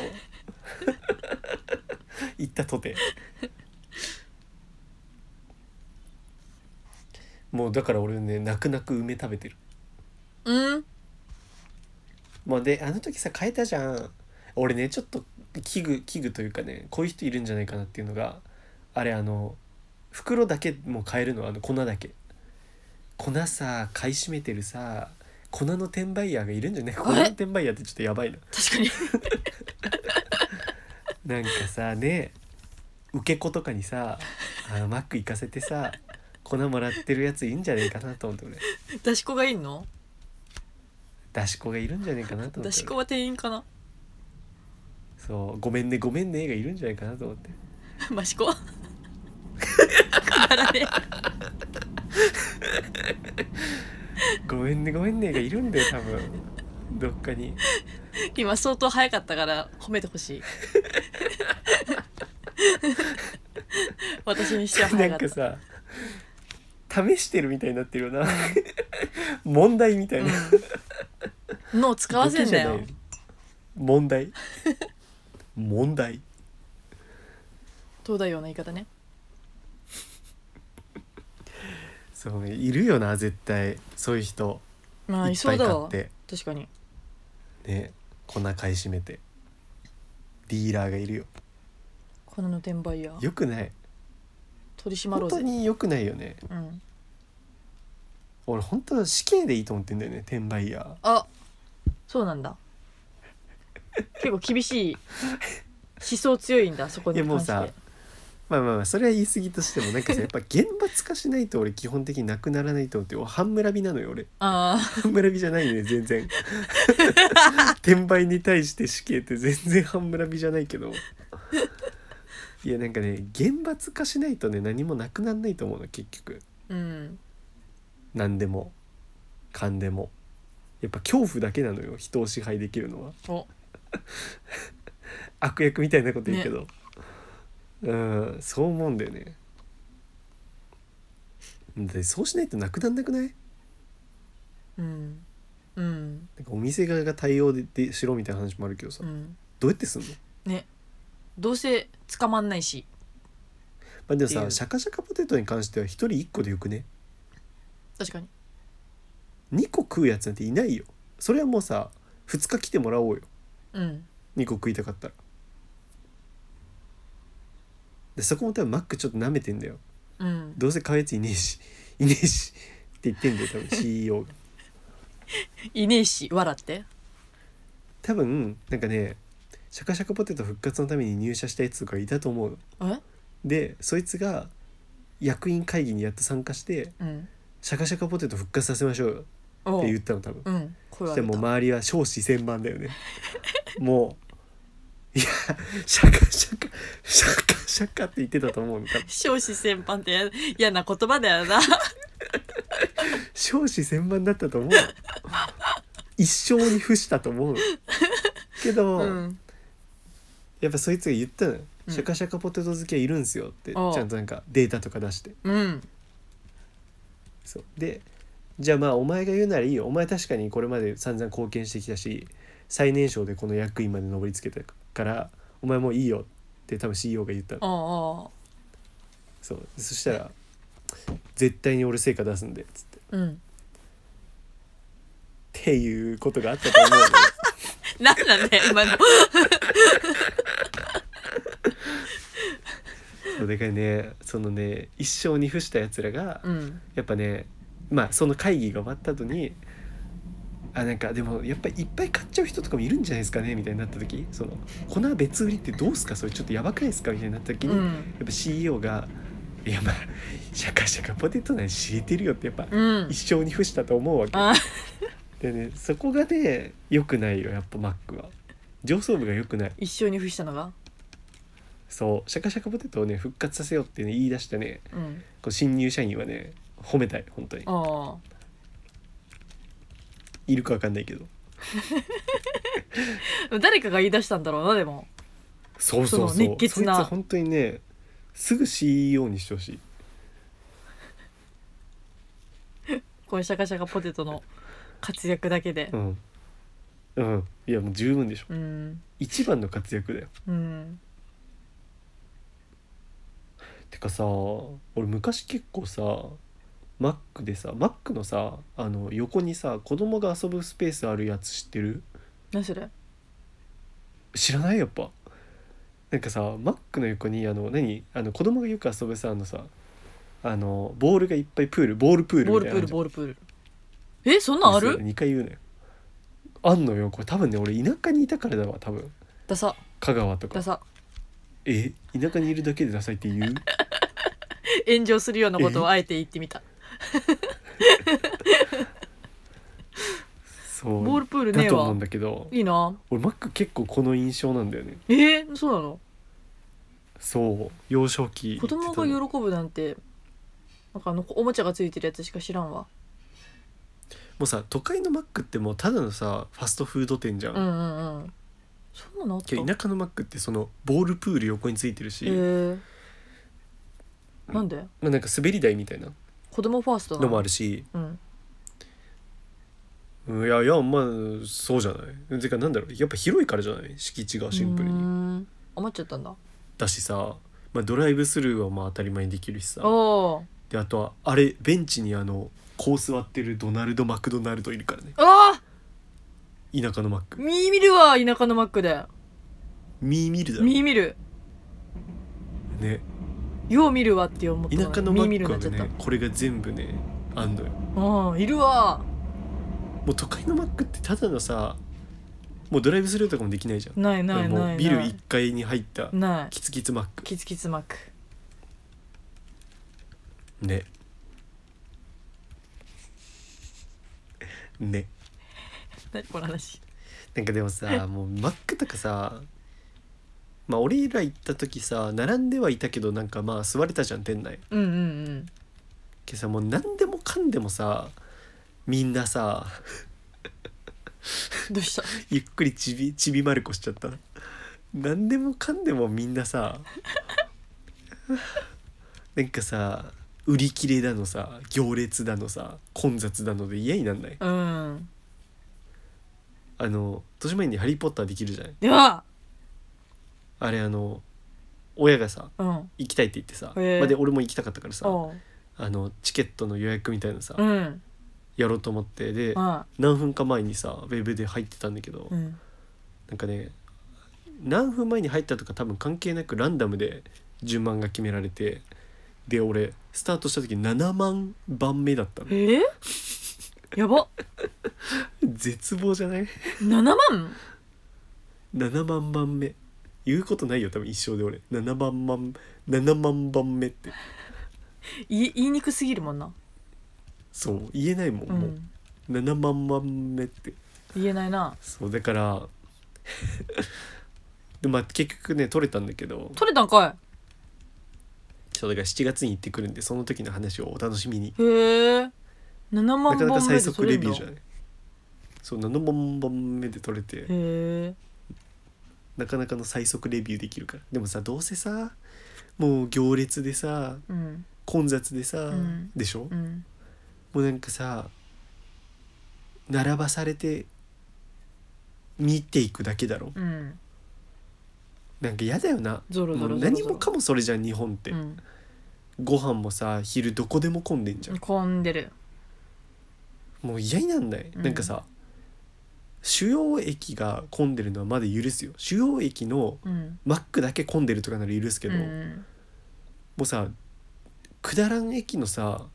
A: 行ったとてもうだから俺ね泣く泣く梅食べてる
B: うん
A: まあであの時さ変えたじゃん俺ねちょっと危惧危惧というかねこういう人いるんじゃないかなっていうのがあれあの袋だけもう買えるのあの粉だけ粉さ買い占めてるさ粉の転売ヤーがいるんじゃない粉の転売ヤーってちょっとやばいな
B: 確かに
A: なんかさね受け子とかにさあのマック行かせてさ粉もらってるやついいんじゃねえかなと思って俺
B: 出し子がいんの
A: 出し子がいるんじゃねえかなと思って
B: 出し子は店員かな
A: そうごめんねごめんねがいるんじゃないかなと思って
B: マ シコ変わらね
A: ごめんねごめんねがいるんだよ多分どっかに
B: え今相当早かったから褒めてほ しい私にしては
A: な
B: 早
A: ん
B: か
A: か
B: った
A: さ試してるみたいになってるよな問題みたいな、
B: うん脳使わせんだ
A: ボ
B: よ
A: ケじゃない問題問題
B: 東大王の言い方ね
A: そうねいるよな絶対そういう人
B: まあ
A: い
B: い
A: っ
B: そ
A: ぱ
B: う
A: い買
B: だ
A: っ
B: わ
A: て
B: 確かに
A: ね粉買い占めてディーラーがいるよ
B: 粉の転売や
A: よくない
B: 取り締まろ
A: 本
B: う
A: 当
B: ぜ
A: によくないよね
B: うん
A: 俺本当は死刑でいいと思ってんだよね転売ヤー
B: あそうなんだ結構厳しい思想強いんだそこ
A: い
B: に
A: やもう
B: 関して
A: さまあまあまあそれは言い過ぎとしてもなんかさやっぱ厳罰化しないと俺基本的になくならないと思ってお半村びなのよ俺
B: ああ
A: 半村びじゃないね全然転売に対して死刑って全然半村びじゃないけどいやなんかね厳罰化しないとね何もなくならないと思うの結局
B: うん
A: 何でも勘でもやっぱ恐怖だけなのよ人を支配できるのは
B: お
A: 悪役みたいなこと言うけど、うんそう思うんだよねでそうしないとなくなんなくないなん
B: うんうん
A: かお店側が対応ででしろみたいな話もあるけどさ、
B: うん
A: どうやってすんの、
B: ねどうせ捕まんないし
A: まあ、でも
B: ってい
A: さ
B: う
A: シャカシャカポテトに関しては1人1個でよくね
B: 確かに
A: 2個食うやつなんていないよそれはもうさ2日来てもらおうよ
B: うん
A: 2個食いたかったらでそこも多分マックちょっと舐めてんだよ
B: うん
A: どうせ買うやついねえしいねえしって言ってんだよ多分 CEO が
B: いねえし笑って
A: 多分なんかねシャカシャカポテト復活のために入社したやつとかいたと思うの
B: え
A: でそいつが役員会議にやっと参加して
B: うん
A: 「シャカシャカポテト復活させましょうよ」
B: お
A: って言
B: う
A: ったの多分
B: うん
A: そ
B: 声
A: し
B: を
A: て
B: 上
A: もう
B: げた
A: 周りは少子千万だよ ねもういやシャカシャカシャカシャカって言ってたと思うの多分
B: 少子先般ってや嫌な言葉だよな
A: 少子千万だったと思 うの一生に付したと思うのけど、
B: うん
A: やっぱそいつが言ったのよ、
B: うん
A: シャカシャカポテト好きはいるんすよってち
B: おう
A: ゃんとなんかデータとか出して
B: うん
A: そうでじゃあまあお前が言うならいいよお前確かにこれまで散々貢献してきたし最年少でこの役員まで上り詰けたからお前もういいよって多分 CEO が言ったの
B: ああ
A: そうそしたら「絶対に俺成果出すんで」っつってっ
B: うん
A: ていうことがあったと 思うのよ
B: 何なんだよ今の
A: そうでかいねそのね一生に付したやつらが
B: うん
A: やっぱねまあその会議が終わった後にあなんかでもやっぱりいっぱい買っちゃう人とかもいるんじゃないですかねみたいになった時その粉別売りってどうすかそれちょっとやばくないですかみたいになった時
B: う
A: に、や
B: ん
A: っぱ CEO が「いやまあシャカシャカポテトなり知れてるよ」ってやっぱ
B: うん
A: 一生に付したと思うわけ、
B: あ
A: でねそこがね良くないよやっぱマックは上層部が良くない
B: 一生に付したのが
A: そうシャカシャカポテトをね復活させようってね言い出したね
B: うん
A: こう新入社員はね褒めたい本当に
B: ああ
A: いるかわかんないけど
B: 誰かが言い出したんだろうなでも
A: そうそうそう
B: その熱血な
A: そいつ本当にねすぐ CEO にしてほしい
B: このシャカシャカポテトの活躍だけで
A: うんうんいやもう十分でしょ
B: うん
A: 一番の活躍だよ
B: うん
A: てかさ俺昔結構さマックでさマックのさあの横にさ子供が遊ぶスペースあるやつ知ってる
B: 何それ
A: 知らないやっぱなんかさマックの横にあの何あの子供がよく遊ぶさあのさあのボールがいっぱいプールボールプール
B: ボー
A: み
B: ル
A: たい
B: プ
A: なのある
B: ール
A: じゃん
B: ボールプールえそんなんあ
A: そう
B: る
A: 2回言うねあんのよこれ多分ね俺田舎にいたからだわ多分
B: ダサ
A: 香川とか
B: ダサ
A: え田舎にいるだけでダサいって 言う
B: 炎上するようなことをあえて言ってみた
A: そう
B: ボールプールね
A: だ
B: え
A: と思う
B: わ
A: んだけど
B: いいな
A: 俺マック結構この印象なんだよね
B: えー、そうなの
A: そう幼少期
B: 子供
A: 行ってたの
B: が喜ぶなんてなんかあのおもちゃがついてるやつしか知らんわ
A: もうさ都会のマックってもうただのさファストフード店じゃん、
B: うんうんうんそんなのあった
A: けど田舎のマックってそのボールプール横についてるし、
B: えー、なんで
A: まあ、なんか滑り台みたいな
B: 子供ファーストな
A: のもあ
B: る
A: るし、
B: うん
A: うんいやいやまあそうじゃないてかなんだろうやっぱ広いからじゃない敷地がシンプル
B: うー
A: に
B: ん余っちゃったんだ
A: だしさ、まあ、ドライブスルーはまあ当たり前にできるしさ
B: おー
A: であとはあれベンチにあのこう座ってるドナルド・マクドナルドいるからね
B: あ
A: 田舎のマッ
B: ー
A: ク
B: 見見るわ田舎のマックで
A: ミーミルだろ
B: 見見る
A: ね
B: よう見るわって思った
A: 田舎のマ
B: 見
A: ッ
B: 見る
A: クは
B: になっちゃった
A: ねこれが全部ねあんのよ
B: うんいるわ
A: もう都会のマックってただのさもうドライブスルーとかもできないじゃん
B: ないないない
A: も
B: な
A: う
B: い
A: ビル1階に入った
B: ない
A: キツキツマック
B: キツキツマック
A: ねね
B: 何この話
A: なんかでもさもうマックとかさまあ俺ら行った時さ並んではいたけどなんかまあ座れたじゃん店内
B: うんうん
A: けどさもう何でもかんでもさみんなさ
B: うんどうした
A: ゆっくりちびちびまる子しちゃった何でもかんでもみんなさなんかさ売り切れだのさ行列だのさ混雑だので嫌になんない
B: うん
A: あの豊島園に「ハリー・ポッター」できるじゃない
B: では
A: あれあの親がさ
B: うん
A: 行きたいって言ってさ、
B: へえ
A: まあで俺も行きたかったからさ
B: おう
A: あのチケットの予約みたいなさ、
B: うん
A: やろうと思ってで
B: あ
A: 何分か前にさウェブで入ってたんだけど、
B: うん
A: なんかね何分前に入ったとか多分関係なくランダムで順番が決められてで俺スタートした時7万番目だったの
B: えー、やば
A: 絶望じゃない
B: 7万
A: ?7 万番目言うことないよ多分一生で俺7万番7万番目って
B: 言い言いにくすぎるもんな
A: そう言えないもん、
B: う
A: もうん7万番目って
B: 言えないな
A: そうだから でまあ結局ね取れたんだけど
B: 取れたんか
A: そうだから7月に行ってくるんでその時の話をお楽しみに
B: いへえ7万
A: なかなか
B: 本目
A: 最
B: で
A: 速
B: 取れ
A: レ
B: る
A: ビュ
B: の
A: ーじゃないそう7万本目で取れて
B: へえ
A: なかなかの最速レビューできるからでもさどうせさもう行列でさ
B: うん
A: 混雑でさ、
B: ん
A: でしょ、
B: うん
A: もうなんかさ並ばされて見ていくだけだろ
B: うん
A: なんか嫌だよな
B: ゾロゾ
A: も
B: ロ
A: う
B: ゾロ
A: 何もかもそれじゃん日本って、
B: うん
A: ご飯もさ昼どこでも混んでんじゃん
B: 混んでる
A: もう嫌になんない、
B: うん
A: なんかさ主要駅が混んでるのはまだ許すよ主要駅の
B: うん
A: マックだけ混んでるとかなら許すけど、
B: う
A: も
B: ん
A: うさくだらん駅のさ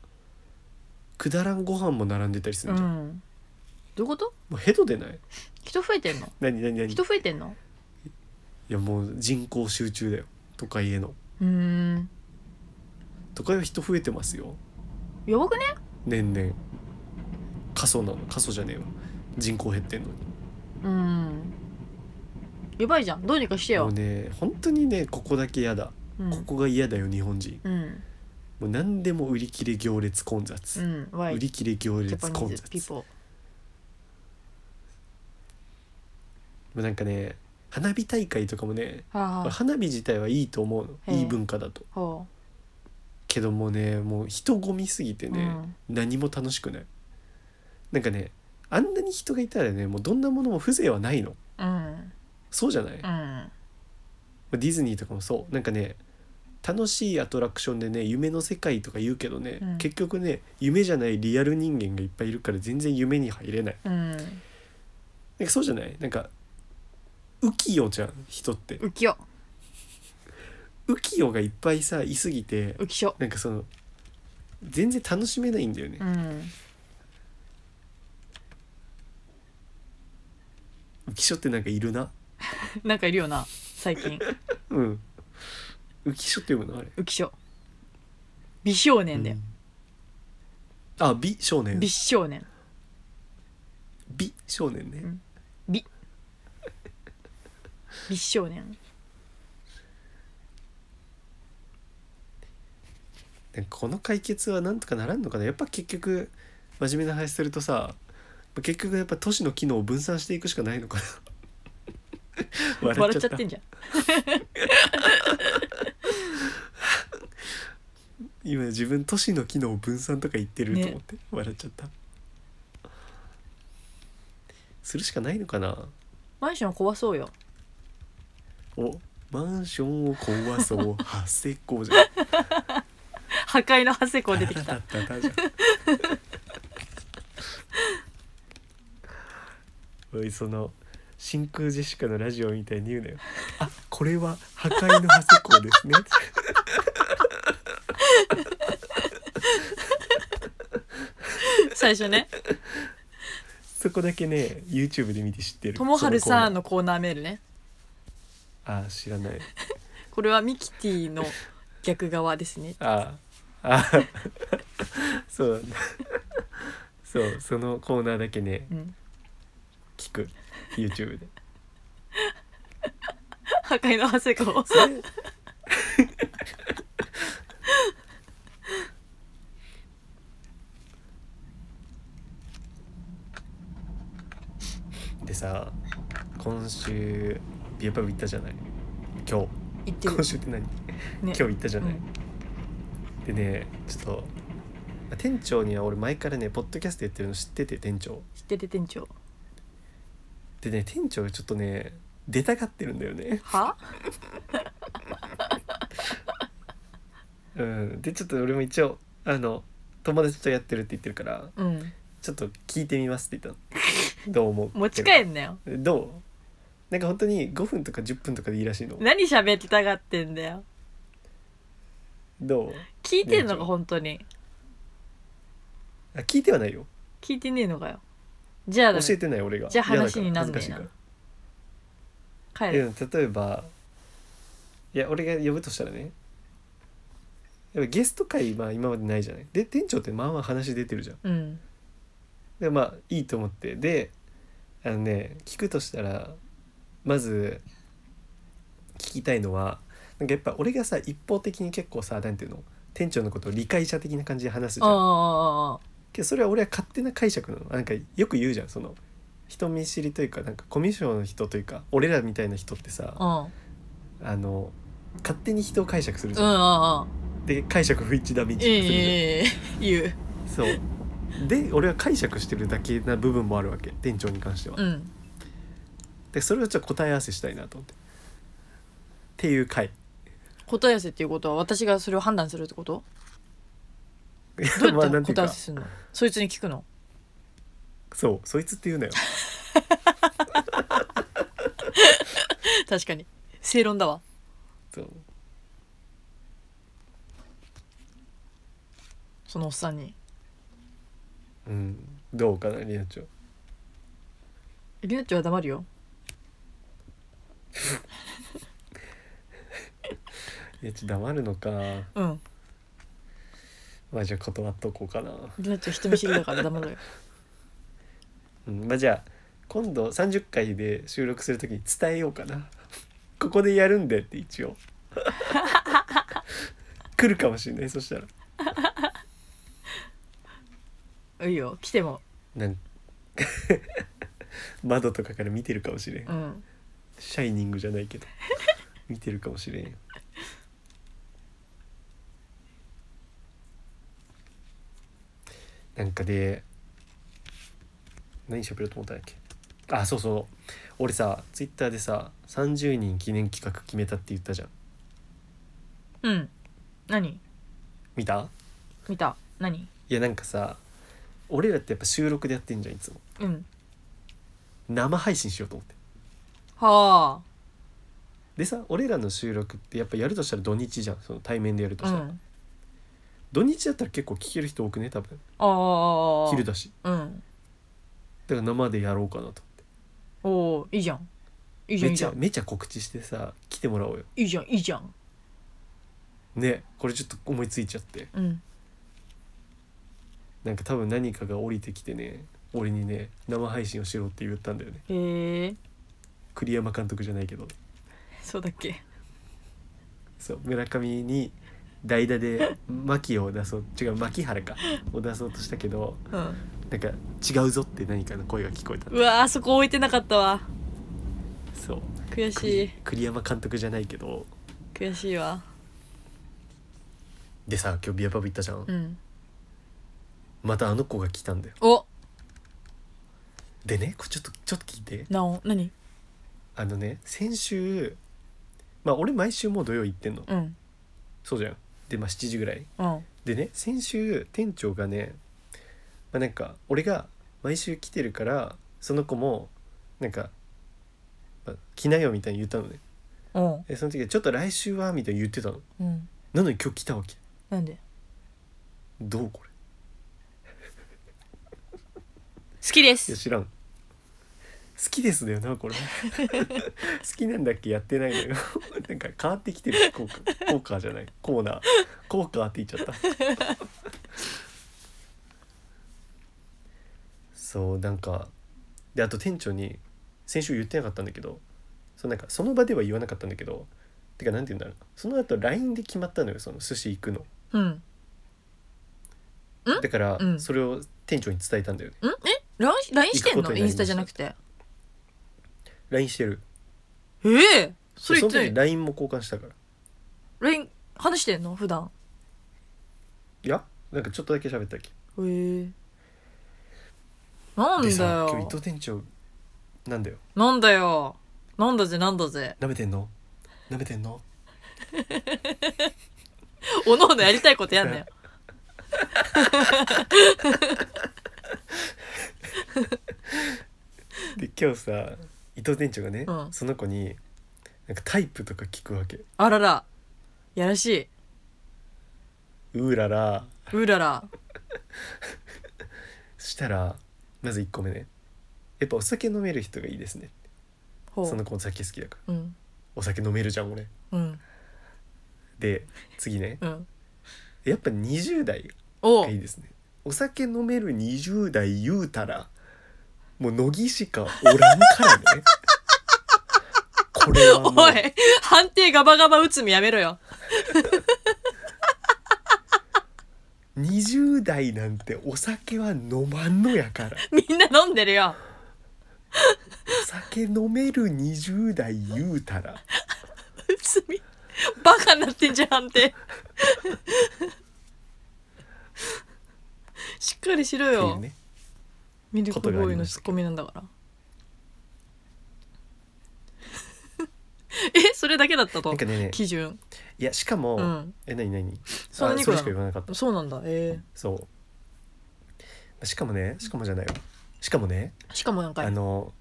A: くだらんご飯も並んでたりす
B: う
A: るじゃん、
B: んどういうこと
A: もうヘドでない
B: 人増えてんの
A: 何何何い
B: 人増えてんの
A: やもう人口集中だよ都会への
B: うーん
A: 都会は人増えてますよ
B: やばくね
A: 年々過疎なの過疎じゃねえわ人口減ってんのに
B: うんやばいじゃんどうにかして
A: も
B: よ
A: う、ね本当にねここだけ嫌だ、
B: うん、
A: ここが嫌だよ日本人
B: うん
A: もう何でも売り切れ行列混
B: う
A: 雑、
B: んワ
A: 売
B: イ
A: り
B: ジ
A: 切れ行列
B: ャパニ
A: 混
B: ーズピ
A: 雑も
B: ポ
A: うなんかね花火大会とかもね
B: はあ
A: 花火自体はいいと思う
B: へ
A: の
B: え
A: いい文化だと
B: ほ
A: けどもねもう人混みすぎて
B: う、
A: ね、何も楽しくないなんかねあんなに人がいたらねもうどんなものも風情はないの
B: うんうん
A: そうじゃない、
B: う
A: ま
B: ん
A: あディズニーとかもそうなんかね楽しいアトラクションでね夢の世界とか言うけどね、
B: うん
A: 結局ね夢じゃないリアル人間がいっぱいいるから全然夢に入れない
B: うん
A: なんかそうじゃないなんか浮世じゃん人って
B: 浮世
A: 浮世がいっぱいさいすぎて
B: 浮所
A: なんかその全然楽しめないんだよね
B: うん
A: 浮所ってなんかいるな
B: なんかいるよな最近
A: うん浮所って読むのあれ
B: 浮所美少年だよ、
A: あ美少年
B: 美少年
A: 美少年ね、
B: うん美少年
A: なんかこの解決はなんとかならんのかなやっぱ結局真面目な話するとさ結局やっぱ都市の機能を分散していくしかない のかな
B: 笑
A: 笑
B: っ
A: っ
B: ち
A: ちゃ
B: ゃっ
A: った
B: てんじゃん
A: 今自分都市の機能を分散とか言ってると思って、笑っちゃったするしかないのかな
B: マンション壊そうよ
A: おマンションを壊そう発生工じゃん
B: 破壊の発生光出てき
A: タ
B: た
A: ラタタタじゃんおいその真空ジェシカのラジオみたいに言うなよあこれは破壊の発生工ですね
B: 最初ね
A: そこだけね YouTube で見て知ってる
B: ともはるさん
A: の
B: のコーナーメールね
A: コーナーあ知らない
B: これはミキティの逆側ですね
A: ああ あそうなんだそうそのコーナーだけね
B: うん
A: 聞く YouTube で
B: 破壊の発生光
A: それでさ今週ビアパブ行ったじゃない今日
B: 言ってる
A: 今週って何、
B: ね
A: 今日行ったじゃない、
B: うん
A: でねちょっとまあ店長には俺前からねポッドキャストやってるの知ってて店長
B: 知ってて店長
A: でね店長がちょっとね出たがってるんだよね
B: は
A: うんでちょっと俺も一応あの友達とやってるって言ってるから
B: うん
A: ちょっと聞いてみますって言ったの どう思う
B: 持ち帰んなよ
A: どうなんか本当に5分とか10分とかでいいらしいの
B: 何喋ってたがってんだよ
A: どう
B: 聞いてん
A: 店
B: の
A: 長
B: か本当に
A: あ聞いてはないよ
B: 聞いてねえのかよじゃあだ
A: 教
B: め
A: えてない俺が
B: じゃあ
A: 嫌だから
B: 話になんねえな
A: 恥ずかしいから
B: 帰
A: い
B: る
A: や例えばいや俺が呼ぶとしたらねやっぱゲスト会まあ今までないじゃないで店長ってまあまあ話出てるじゃん
B: うん
A: でまあいいと思ってであのね聞くとしたらまず聞きたいのはなんかやっぱ俺がさ一方的に結構さなんていうの店長のことを理解者的な感じで話すじ
B: あ
A: ゃ
B: あ
A: ん
B: あああ
A: けどそれは俺は勝手な解釈なのなんかよく言うじゃんその人見知りというかなんかコミュ障の人というか俺らみたいな人ってさ、
B: あうん
A: あの勝手に人を解釈するじ
B: う
A: ゃん、
B: んうんうん
A: で解釈不一致ダメージするじゃん、
B: ええ言う
A: そうで俺は解釈してるだけな部分もあるわけ店長に関しては、
B: うん
A: でそれをちょっと答え合わせしたいなと思ってっていう回
B: 答え合わせっていうことは私がそれを判断するってこと ど
A: ど
B: うやって答え合わせするのそいつに聞くの
A: そうそいつって言うなよ
B: 確かに正論だわ
A: そう
B: そのおっさんに
A: うんどうかなりなちゃん
B: りなちゃんは黙るよ
A: いやちょっと黙るのか
B: うん
A: まあじゃあ断っとこうかな、
B: りなちゃん人見知りだから黙るよ
A: うん、まあじゃあ今度30回で収録するときに伝えようかなここでやるんでって一応 来るかもしれないそしたら
B: いいよ来ても
A: なん 窓とかから見てるかもしれん
B: うん
A: シャイニングじゃないけど 見てるかもしれんよなんかで何喋ろうと思ったんだっけあそうそう俺さツイッターでさ30人記念企画決めたって言ったじゃん
B: うん何
A: 見た
B: 見た何
A: いやなんかさ俺らってやっぱ収録でやってんじゃんいつも
B: うん
A: 生配信しようと思って
B: は
A: でさ俺らの収録ってやっぱやるとしたら土日じゃんその対面でやると
B: あう
A: したら、
B: ん
A: 土日だったら結構聞ける人多くね多分
B: ああ
A: 昼だし
B: うん
A: だから生でやろうかなと
B: おおいいじゃんいいじゃん
A: め
B: いいじ
A: ち
B: ゃ
A: ゃ
B: ん
A: めちゃ告知してさ来てもらおうよ
B: いいじゃんいいじゃん
A: ねこれちょっと思いついちゃって
B: うん
A: なんか多分何かが降りてきてね俺にね生配信をしろって言ったんだよね
B: へえ
A: 栗山監督じゃないけど
B: そうだっけ
A: そう村上に代打で牧を出そう違う牧原かを出そうとしたけど
B: うん
A: なんか違うぞって何かの声が聞こえた
B: うわーそこ置いてなかったわ
A: そう
B: 悔しい
A: 栗栗山監督じゃないけど
B: 悔しいわ
A: でさ今日ビアパブ行ったじゃん、
B: うん
A: またあの子が来たんだよ
B: お
A: でねこれちょっとちょっと聞いて
B: なお何
A: あのね先週まあ俺毎週もう土曜行ってんの
B: うん
A: そうじゃんでまあ7時ぐらい
B: うん
A: でね先週店長がね、まあ、なんか俺が毎週来てるからその子もなんか、まあ、来なよみたいに言ったのね
B: うん
A: でその時はちょっと来週はみたいに言ってたの
B: うん
A: なのに今日来たわけ
B: なんで
A: どうこれ
B: 好きで
A: いや
B: す
A: 知らん好きですだよなこ れ好きなんだっけやってないのよ なんか変わってきてる効果効果じゃないコーナー効果って言っちゃったそうなんかであと店長に先週言ってなかったんだけどそうなんかその場では言わなかったんだけどてかなんて言うんだろうその後 LINE で決まったのよその寿司行くの
B: うん
A: だから
B: うん
A: それを店長に伝えたんだよね
B: んえ LINE し LINE してん
A: 行くこと
B: の
A: に
B: イ
A: なりました
B: ンスタじゃなくて
A: LINE してる
B: ええそ
A: そ
B: れ
A: そ
B: 言
A: の
B: って
A: 時
B: ない
A: LINE も交換したから
B: LINE 話してんの普段
A: いやなんかちょっとだけ喋ったっけ
B: へえなん
A: で
B: だ
A: さ今日伊
B: よ
A: 藤店長なんだよ
B: なんだよなんだぜなんだぜ
A: 舐めてんの舐めてんの
B: おのおのやりたいことやんなよ
A: で今日さ伊藤店長がね、
B: うん
A: その子になんかタイプとか聞くわけ
B: あららやらしいう
A: ーらら
B: うらら
A: そしたらまず1個目ねやっぱお酒飲める人がいいですね
B: ほ
A: その
B: う
A: 子お酒好きだから
B: うん
A: お酒飲めるじゃん俺
B: うん
A: で次ね
B: うん
A: やっぱ20代
B: お
A: がいいですねお酒飲める20代言うたらもう乃木しかおらん からねこれはも
B: お
A: う
B: い判定ガバガバ打つみやめろよ
A: 20代なんてお酒は飲まんのやから
B: みんな飲んでるよ
A: お酒飲める20代言うたら
B: 打つみバ カになってんじゃん判定しっかりしろ
A: てい
B: よ、
A: うね
B: ミルクボーイのツッコミなんだから えそれだけだった
A: な
B: と
A: んかね
B: 基準
A: いやしかも、
B: うん
A: え何何
B: その
A: あ
B: 二
A: そ
B: 個
A: れ
B: な
A: しか言
B: の
A: わなかった
B: そうなんだえ
A: そうしかもねしかもじゃないわしかもね、
B: ー、しかもなんか
A: あの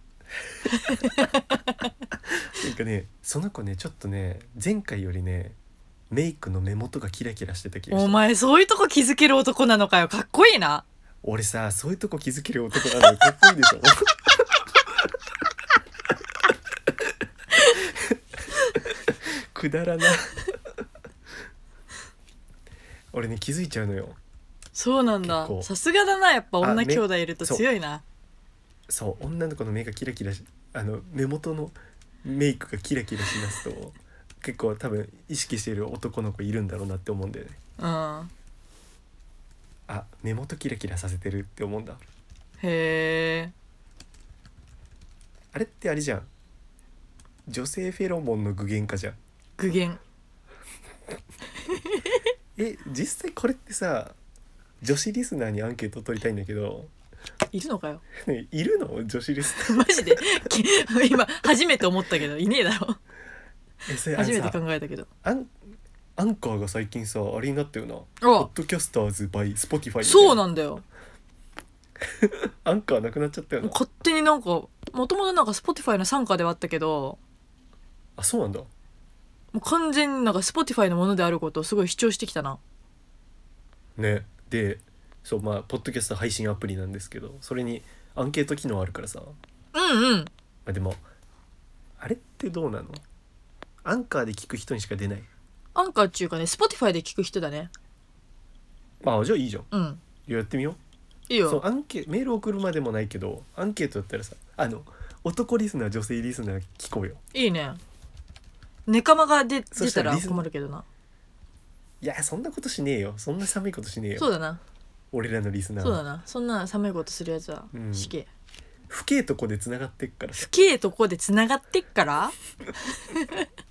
A: なんかねその子ねちょっとね前回よりねメイクの目元がキラキラしてた気が
B: お
A: した
B: 前そういうとこ気づける男なのかよかっこいいな
A: 俺さそういうとこ気づける男なのよかっこいいでしょ くだらな俺ね気づいちゃうのよ
B: そうなんだ
A: 結構
B: さすがだなやっぱ
A: あ
B: 女
A: め
B: 兄弟いると
A: そう
B: 強いな
A: そう女の子の目がキラキラしあの目元のメイクがキラキラしだすと結構多分意識している男の子いるんだろうなって思うんだよね
B: うん
A: あ目元キラキラさせてるって思うんだ
B: へえ
A: あれってあれじゃん女性フェロモンの具現化じゃん
B: 具現
A: え実際これってさ女子リスナーにアンケート取りたいんだけど、
B: いるのかよ
A: ね、いるの女子リス
B: マジでき 今初めて思ったけどいねえだろ
A: ナーえそれあ
B: 初
A: れ
B: めて考
A: さ
B: えたけど
A: アンアンカーが最近さあれになったよなポ
B: あ
A: ッドキャスターズ by Spotify
B: そう
A: な
B: なんだよ
A: アンカーなくなっちゃったよな
B: 勝手になんかもともとなんか Spotify の傘下ではあったけど
A: あそうなんだ
B: もう完全になんか Spotify のものであることをすごい主張してきたな
A: ねでそうまあポッドキャスト配信アプリなんですけどそれにアンケート機能あるからさ、ま
B: うんうん
A: あ、でもあれってどうなのアンカーで聞く人にしか出ない
B: アンカーっていうかね Spotify で聞く人だね
A: まあじゃあいいじゃん
B: うん
A: やってみよ
B: いいう
A: そう
B: よ
A: アンケメール送るまでもないけどアンケートだったらさあの男リスナー女性リスナー聞こうよ
B: いいねネカマが出
A: そ
B: 出
A: した
B: た
A: ら
B: ら
A: リス
B: 困るけどない
A: やそんなことしねえよそんな寒いことしねえ
B: そう
A: よ
B: だな
A: 俺らのリスナー
B: そうだ
A: は
B: なそんな寒いことするやつは
A: うん
B: 死刑
A: 不敬とこでつながってっからさ
B: 不敬とこでつながってっから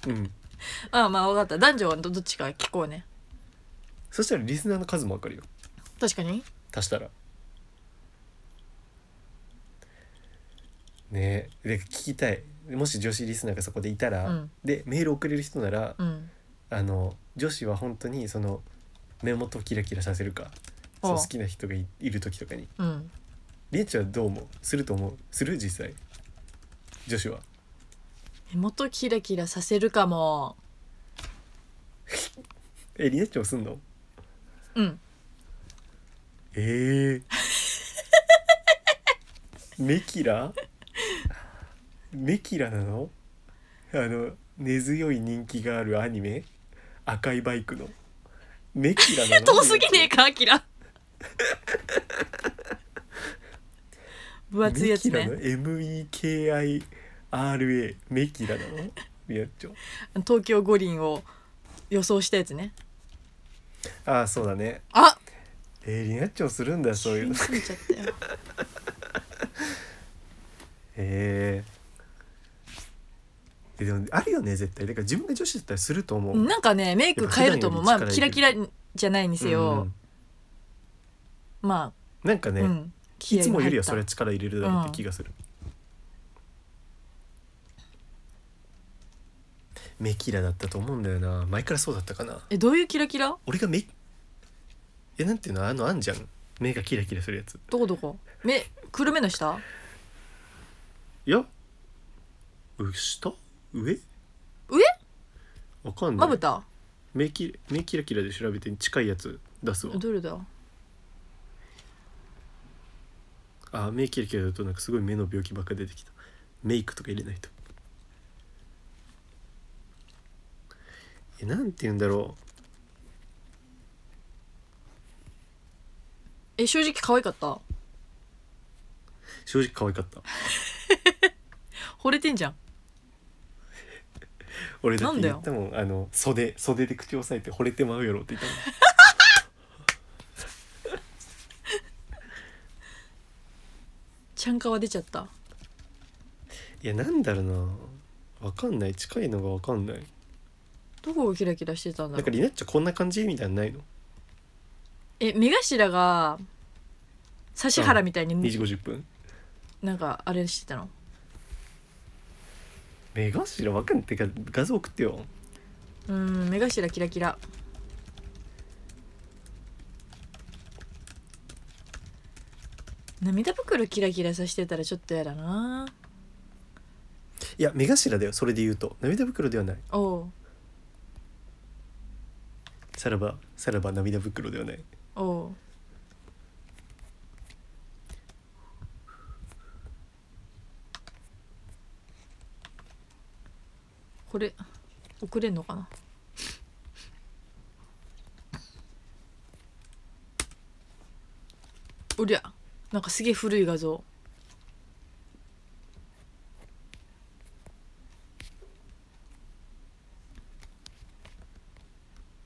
A: うん
B: ああまあ分かった男女はどどっちか聞こうね
A: そしたらリスナーの数もわかるよ
B: 確かに
A: 足したらねえで聞きたいもし女子リスナーがそこでいたら、
B: うん
A: でメール送れる人なら、
B: うん
A: あの女子は本当にその目元をキラキラさせるかそう
B: おう
A: 好きな人がいいる時とかに
B: うん
A: りえちゃんはどう思うすると思うする実際女子は
B: 目元キラキラさせるかも
A: えりえちゃんはすんの
B: うん
A: ええ目キラ目キラなのあの根強い人気があるアニメ赤いバイクの目キラなの
B: 遠すぎねえかア キラ分厚いやつね
A: 目キラの MEKIRA 目キラなのみやっちょ
B: 東京五輪を予想したやつね
A: ああそうだね
B: あ
A: えー、りなっちょするんだそういうの
B: 急に過ぎちゃったよ
A: えーえでもあるよね絶対だから自分が女子だったらすると思う
B: なんかねメイク変えると思うま
A: やっ
B: あ
A: ぱ普
B: キラ
A: 段よ
B: キ
A: り
B: ラじゃないにせ
A: うんう
B: よ
A: ん
B: ま
A: なんか
B: あ
A: ね、
B: うん
A: いつもよりはそれは
B: 気
A: 力入れるだろうって気がする、目キラだったと思うんだよな前からそうだったかな
B: 合えどういうキラキラ
A: 俺が目えなんていうのあのあんじゃん目がキラキラするやつ
B: どこどこ目くるめの下
A: いやう下上
B: 上
A: わかんな
B: ま
A: い
B: ぶた
A: 目キラ目キラキラで調べて近いやつ出すわ
B: どれだ
A: あ目キラキラだとなんかすごい目の病気ばっか出てきたメイクとか入れないとえなんて言うんだろ
B: え正直可愛かった
A: う正直可愛かった
B: 惚れてんじゃん
A: 俺だって
B: なんだ
A: 言
B: よ
A: ったもんあの袖袖で口を押さえて惚れてまうやろって言ったもん
B: ちゃんかは出ちゃった
A: いやなんだろうなわかんない近いのがわかんない
B: どこがキラキラしてたん
A: なん
B: だろ
A: か
B: う
A: リナッチョこんな感じみたいなのないの
B: え目頭が指原みたい
A: 2時
B: に
A: 50分
B: なんかあれしてたの
A: 目頭わかんないてか画像送ってよ
B: うん目頭キラキラ涙袋キラキラさしてたらちょっとやだない
A: や目頭だよそれで言うと涙袋ではない
B: おお
A: さらばさらば涙袋ではない
B: おおこれ送れんのかなおりゃなんかすげえ古い画像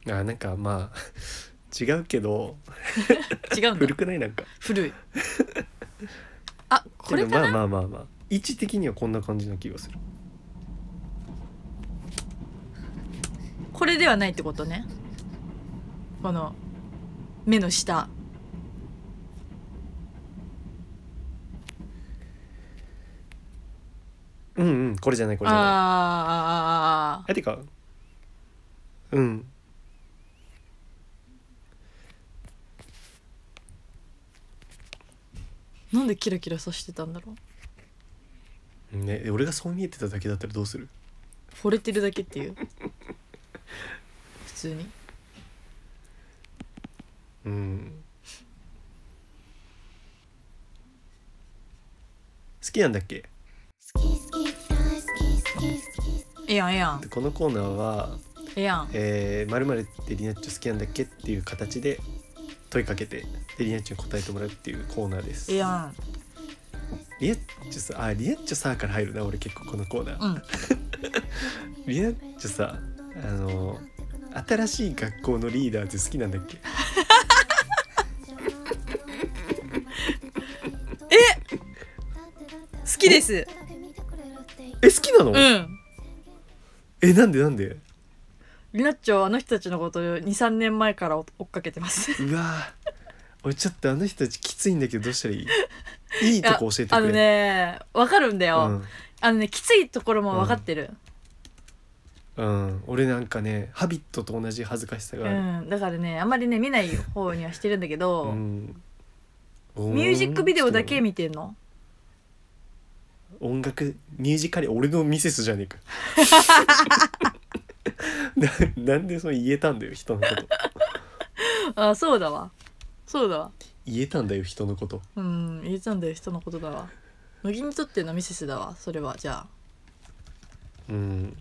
A: あなんかまあ 違うけど
B: 違うんだ
A: 古くないなんか
B: 古いあ これ
A: け
B: か
A: どま
B: な
A: あまあまあまあ位置的にはこんな感じな気がする
B: これではないってことねこの目の下
A: うんうんこれじゃないこれじゃない
B: あーあーあーあー
A: あてかうん
B: なんでキラキラさしてたんだろう
A: ね俺がそう見えてただけだったらどうする
B: 惚れてるだけっていう普通に
A: うん好きなんだっけ
B: ええやんええやん
A: でこのコーナーは
B: ええやん
A: えー「まるってリナッチョ好きなんだっけ?」っていう形で問いかけてでリナッチョに答えてもらうっていうコーナーです
B: ええやん
A: リナッチョさあリナッチョさから入るな俺結構このコーナー、
B: うん
A: リナッチョさあの新しい学校のリーダーって好きなんだっけ
B: 好きです
A: え好きなの、
B: うん
A: えなんでなんで
B: りなっちょはあの人たちのことを23年前から追っかけてます
A: うわー俺ちょっとあの人たちきついんだけどどうしたらいいいいとこ教えてくれ
B: あのねわかるんだよ、あのねきついところもわかってる、
A: うん、うん、俺なんかね「ハビットと同じ恥ずかしさがある、
B: うん、だからねあんまりね見ない方にはしてるんだけ
A: う
B: ど、
A: ん
B: ミュージックビデオだけ見てんの
A: 音楽ミュージカリ俺のミセスじゃねえか ななんでそう言えたんだよ人のこと
B: あそうだわそうだわ
A: 言えたんだよ人のこと
B: うん言えたんだよ人のことだわ乃木にとってのミセスだわそれはじゃ
A: うん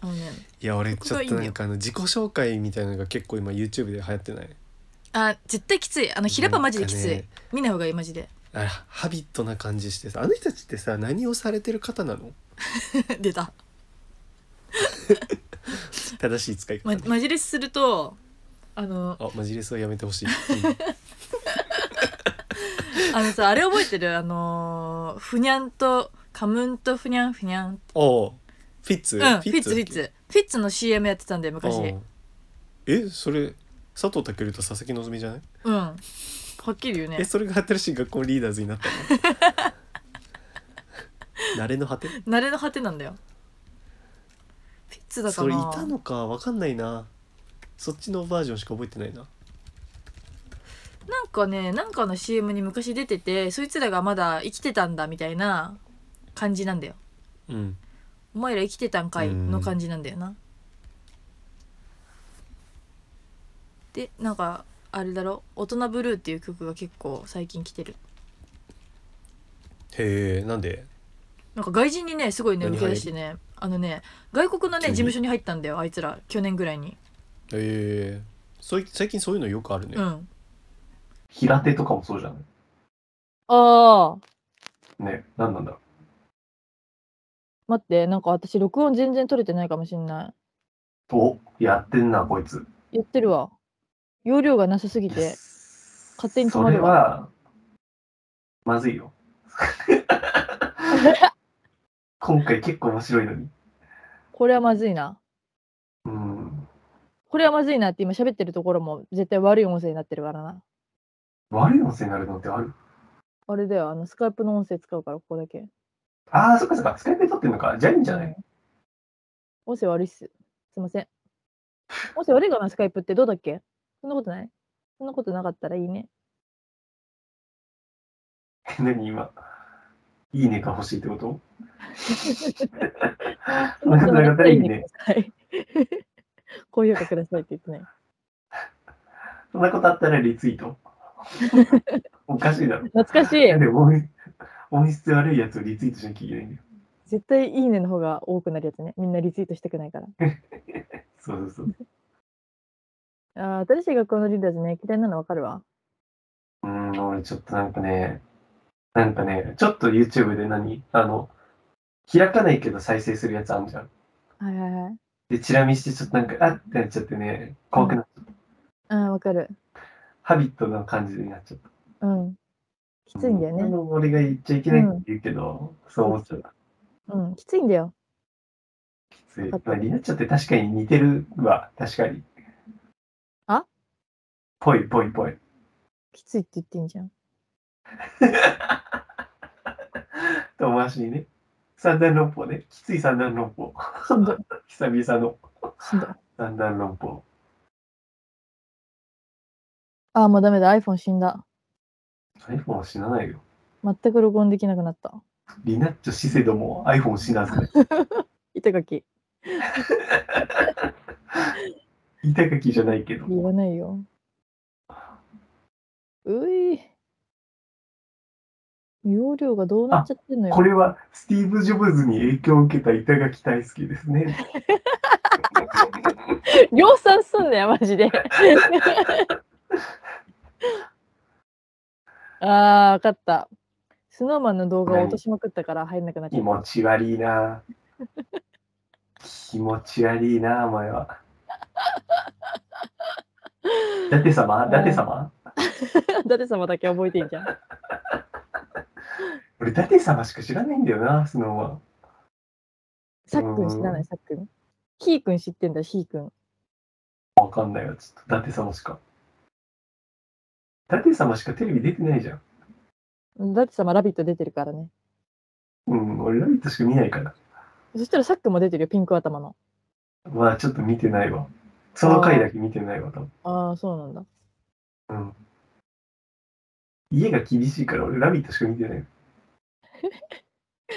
B: ああのね
A: いや俺
B: 僕
A: ちょ
B: が
A: っ
B: いいんだ
A: と
B: よ
A: なんかあの自己紹介みたいなのが結構今 YouTube で流行ってない
B: あ絶対きついあの平場マジできつい、
A: なんかね
B: 見ない方がいいマジで
A: あハビットな感じしてさあの人たちってさ何をされてる方なの
B: 出た、
A: 正しい使い方、
B: ま
A: ね、
B: マジレスするとあの
A: あマジレスはやめて ほしい、
B: あのさあれ覚えてるあのーふにゃんとカムンとふにゃんふにゃん
A: おおフィッツ、
B: うんフィッツフィッ
A: だっ
B: ツフィッツの CM やってたんだよ
A: け
B: 昔
A: おうえそれ佐藤健と佐々木希じゃない、
B: うんはっきり言う
A: え
B: ね
A: それが新しい学校のリーダーズになった の慣れの果て
B: 慣れの果てなんだよフィッツだか
A: それい
B: な
A: たのかわかんないなそっちのバージョンしか覚えてないな
B: なんかねなんかの CM に昔出ててそいつらがまだ生きてたんだみたいな感じなんだよ
A: うん
B: お前ら生きてたんかい
A: うん
B: の感じなんだよなでなんかあれだろ「大人ブルー」っていう曲が結構最近来てる
A: へえなんで
B: なんか外人にねすごいね
A: 何
B: 抜け出してねあのね外国の
A: 急
B: ね事
A: に
B: 務所に入ったんだよあいつら去年ぐらいに
A: へえそうい最近そういうのよくあるね、
B: うん
D: 平手とかもそうじゃな
B: ああ
D: いね何なんだろう
B: 待ってなんか私録音全然取れてないかもしんない
D: おやってんなこいつ
B: 言ってるわ容量がなさすぎ 勝手に止
D: そ
B: ま
D: れ
B: る
D: はまずい よ今回結構面白いのに
B: これはまずいな
D: うん
B: これはまずいなって今喋ってるところも絶対悪い音声になってるからな
A: 悪い音声になるのってある
B: あれだよ、あの、スカイプの音声使うから、ここだけ。
A: ああ、そっかそっか、スカイプで撮ってんのか。じゃあいいんじゃない、
B: 音声悪いっす。すいません。音声悪いかな、スカイプってどうだっけそんなことないそんなことなかったらいいね。
A: 何今。いいねが欲しいってことそんなことなかったらいいね。
B: はい。 高評価くださいって言ってね。
A: そんなことあったらリツイー ト。おかしいだろ。
B: 懐かしい
A: で。も音音質悪いやつをリツイートしなきゃいけないんだよ。
B: 絶対いいねの方が多くなるやつね。みんなリツイートしたくないから。
A: そうそうそう。
B: ああ、新しい学校のリーダーズね、嫌いなのわかるわ。
A: うーん、俺ちょっとなんかね、なんかね、ちょっと YouTube で何あの、開かないけど再生するやつあんじゃん。
B: はいはいはい。
A: で、チラ見してちょっとなんか、あってなっちゃってね、怖くなっちゃった。
B: ああ、わかる。
A: ハビットな感じになっちゃった。
B: うん。きついんだよ
A: うあ
B: ね。
A: の俺が言っちゃいけないって言うけど、そう思っちゃった。
B: うん、きついんだよ。
A: きつい。まあ、リナちゃんって確かに似てるわ、確かに。
B: あ
A: ぽいぽいぽい。
B: きついって言ってんじゃん。
A: 遠回しにね。三段論法ね。きつい三段論法。
B: しんどい。
A: 久々の
B: しんどい。
A: 三段論法。
B: ああ、もうダメだ。iPhone 死んだ。
A: iPhone は死なないよ。
B: 全く録音できなくなった。
A: リナッチョシセドも iPhone 死なずね。
B: 板垣。
A: 板垣じゃないけど。
B: 言わないよ。うい。容量がどうなっちゃってんのよ。
A: これはスティーブ・ジョブズに影響を受けた板垣大好きですね。
B: 量産すんなよマジ であー分かったスノーマンの動画を落としまくったから入んなくなっちゃ
A: 気
B: った
A: 持ち悪いな。気持ち悪いな、お前は。伊達様伊達様
B: 伊達様だけ覚えてんじゃん
A: 俺、伊達様しか知らないんだよな、スノーマン。
B: さっくん知らないさっくんひーくん知ってんだひーくん
A: わかんないわ、ちょっと。伊達様しか。伊達様しかテレビ出てないじゃん。
B: 伊達様「ラビット!」出てるからね
A: うん、俺、ラビットしか見ないから。
B: そしたらさっくんも出てるよピンク頭の
A: まあ、ちょっと見てないわ。その回だけ見てないわ、多分。
B: ああそうなんだ
A: うん。家が厳しいから、俺、ラビットしか見てない。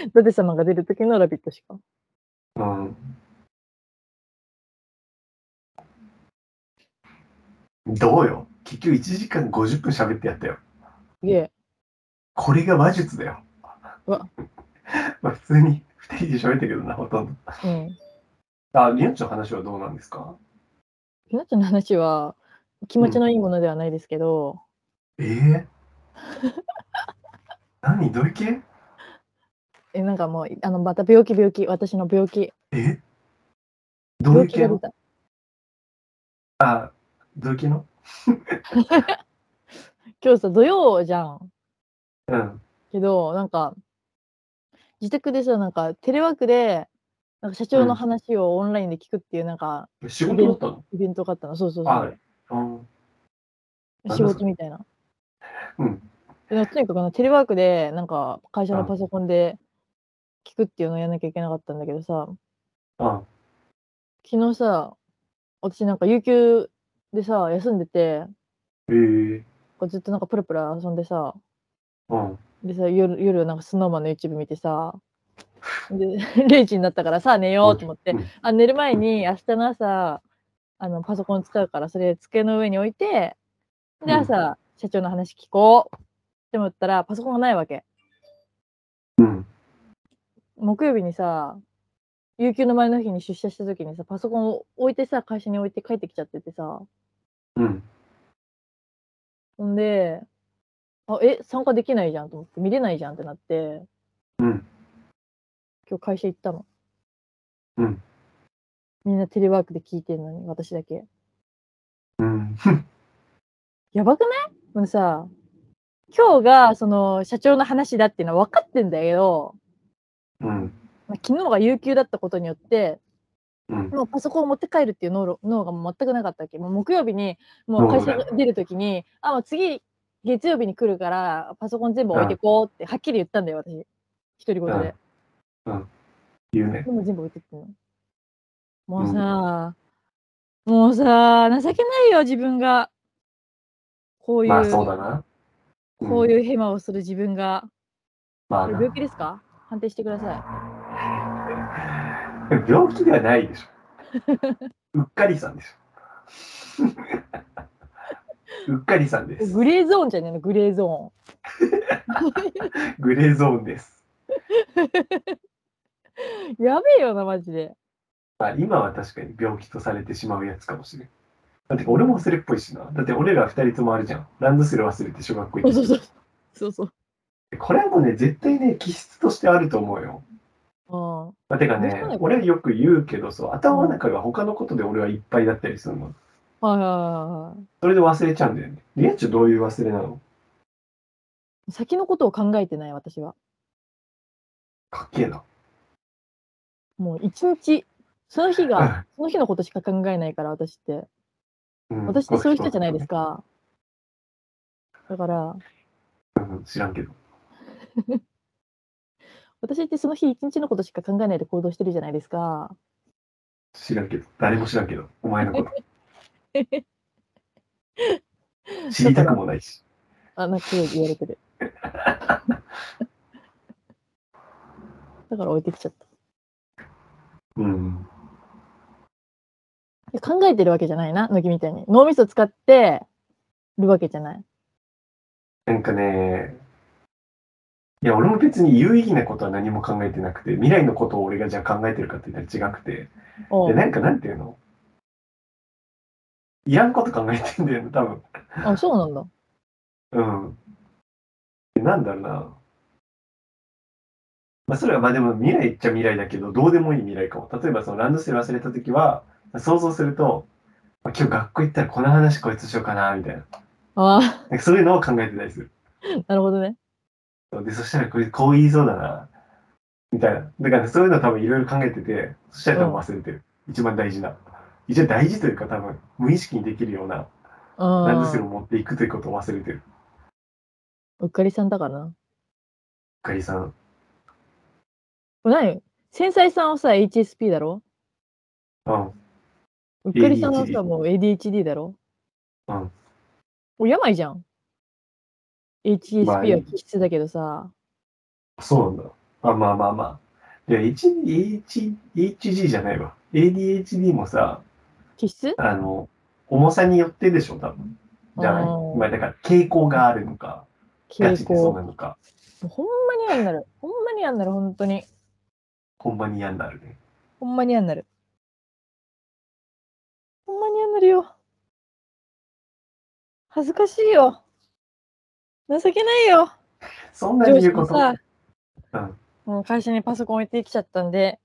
B: 伊達様が出る時の「ラビット!」しか
A: うん。どうよ。結局1時間50分喋ってやったよ。
B: いえ
A: これが話術だよ。
B: うわ
A: まあ普通に2人で喋ったけどな、ほとんど。
B: うん
A: あ、りなちゃんの話はどうなんですか
B: ひなちゃんの話は気持ちのいいものではないですけど、
A: ええ何どういう系
B: えなんかもうあのまた病気病気私の病気
A: えどういう
B: 病気
A: 系
B: が出
A: の
B: た
A: あ、どういう系の
B: 今日さ土曜じゃん
A: うん。
B: けどなんか自宅でさなんかテレワークでなんか社長の話をオンラインで聞くっていうなんか
A: 仕事だったの
B: イベントがあったの、そうそうそ
A: あ
B: う、
A: うん。なんだ
B: 仕
A: それ
B: 事みたいな
A: うん。
B: でなんかとにかくあのテレワークでなんか会社のパソコンで聞くっていうのをやんなきゃいけなかったんだけどさ
A: うん。
B: 昨日さ私なんか有給でさ休んでて
A: ええ
B: こうずっとなんかプラプラ遊んでさ
A: うん。
B: でさ夜夜なんかスノーマンの YouTube 見て さで 0時になったからさ寝ようと思って
A: うん
B: あ寝る前に明日の朝あのパソコン使うからそれ机の上に置いてで
A: うん
B: 朝社長の話聞こうって思ったらパソコンがないわけ
A: うん。
B: 木曜日にさ有給の前の日に出社した時にさパソコンを置いてさ会社に置いて帰ってきちゃっててさ
A: うん。
B: ほんであえ参加できないじゃんと思って見れないじゃんってなって
A: うん。
B: 今日会社行ったの。
A: うん。
B: みんなテレワークで聞いてんのに、私だけ。
A: うん。
B: やばくないもうさ、今日がその社長の話だっていうのは分かってんだけど、
A: うん。
B: まあ昨日が有給だったことによって、
A: うん。
B: もうパソコンを持って帰るっていう脳ろ脳がもう全くなかったわけ。もう木曜日に、もう会社が出るときに、あ、もう次月曜日に来るから、パソコン全部置いてこうって、はっきり言ったんだよ、私。独り言で。
A: 言うね。
B: でも全部置いてってんの。もうさ、もうさ、情けないよ、自分が。こういう、
A: まあそうだな。うん
B: こういうヘマをする自分が。
A: まあ
B: これ
A: な
B: 病気ですか判定してくださ
A: 病気ではないでしょ。うっかりさんでしょ。うっかりさんで
B: い。
A: す。
B: グレーゾーンじゃないの、グレーゾ
A: グレーゾーンです。
B: ーン。やべえよな、マジで。
A: まあ、今は確かに病気とされてしまうやつかもしれん。だって俺もそれっぽいしな。だって俺ら二人ともあるじゃん。ランドセル忘れて小学校行
B: そ
A: っ
B: う
A: て
B: そうそう。そうそう。
A: これはもうね、絶対ね、気質としてあると思うよ。
B: うん
A: まあ、てか
B: そうだ
A: ね
B: よね、
A: 俺はよく言うけど、そう、頭の中が他のことで俺はいっぱいだったりするの。
B: はいはいはいは
A: それで忘れちゃうんだよね。リエッチョどういう忘れなの
B: い。先のことを考えてない、私は。
A: かっけえな。
B: もう一日、その日が、その日のことしか考えないから、私って。
A: うん
B: 私ってそういう人じゃないです。か。だから、
A: うん知らんけど。
B: 私ってその日一日のことしか考えないで行動してるじゃないですか。
A: 知らんけど。誰も知らんけど。お前の こと。知りたくもないし。
B: あ、なんかすごい言われてる。だから置いてきちゃった。い
A: うん。
B: や考えてるわけじゃないな、乃木みたいに。脳みそ使ってるわけじゃない。
A: なんかね、いや、俺も別に有意義なことは何も考えてなくて、未来のことを俺がじゃあ考えてるかって言ったら違くて、
B: お
A: で
B: う
A: なんかなんていうのいらんこと考えてんだよね、多分。
B: あ、そうなんだ。
A: うん。でなんだろうな。まあ、それはまあでも未来っちゃ未来だけど、どうでもいい未来かも。例えばそのランドセル忘れた時は、想像すると、まあ、今日学校行ったらこの話こいつしようかな、みたいな。
B: あ
A: なんかそういうのを考えてたりする。
B: あ、なるほどね。
A: で、そしたらこれこう言いそうだな、みたいな。だからそういうの多分いろいろ考えてて、そしたら多分忘れてる。一番大事な。一番大事というか多分無意識にできるような
B: う
A: ランドセルを
B: ん。
A: 持っていくということを忘れてる。
B: うっかりさんだからな。
A: かりさん。
B: これ何繊細さんはさ、HSP だろ
A: うん。
B: うっかりさんは
A: ADHD
B: さ、もう ADHD だろ
A: うん
B: もう病じゃん。HSP
A: まあ
B: は気質だけどさ、
A: そうなんだ。あ、まあまあまあ。いや、H、H、HG じゃないわ。ADHD もさ、
B: 気質
A: あの、重さによってでしょ、多分。じゃない。
B: あー
A: まあ、だから傾向があるのか、ガ
B: 傾
A: チでそう
B: 向。
A: なのか、
B: もうほんまに嫌になる。ほんまに嫌になる、本当に。
A: ほんまに嫌になるね。
B: ほんまに嫌になる。ほんまに嫌になるよ。恥ずかしいよ。情けないよ。
A: そんなに言うこ
B: も
A: と。
B: さ、
A: うん
B: もう会社にパソコン置いてきちゃったんで、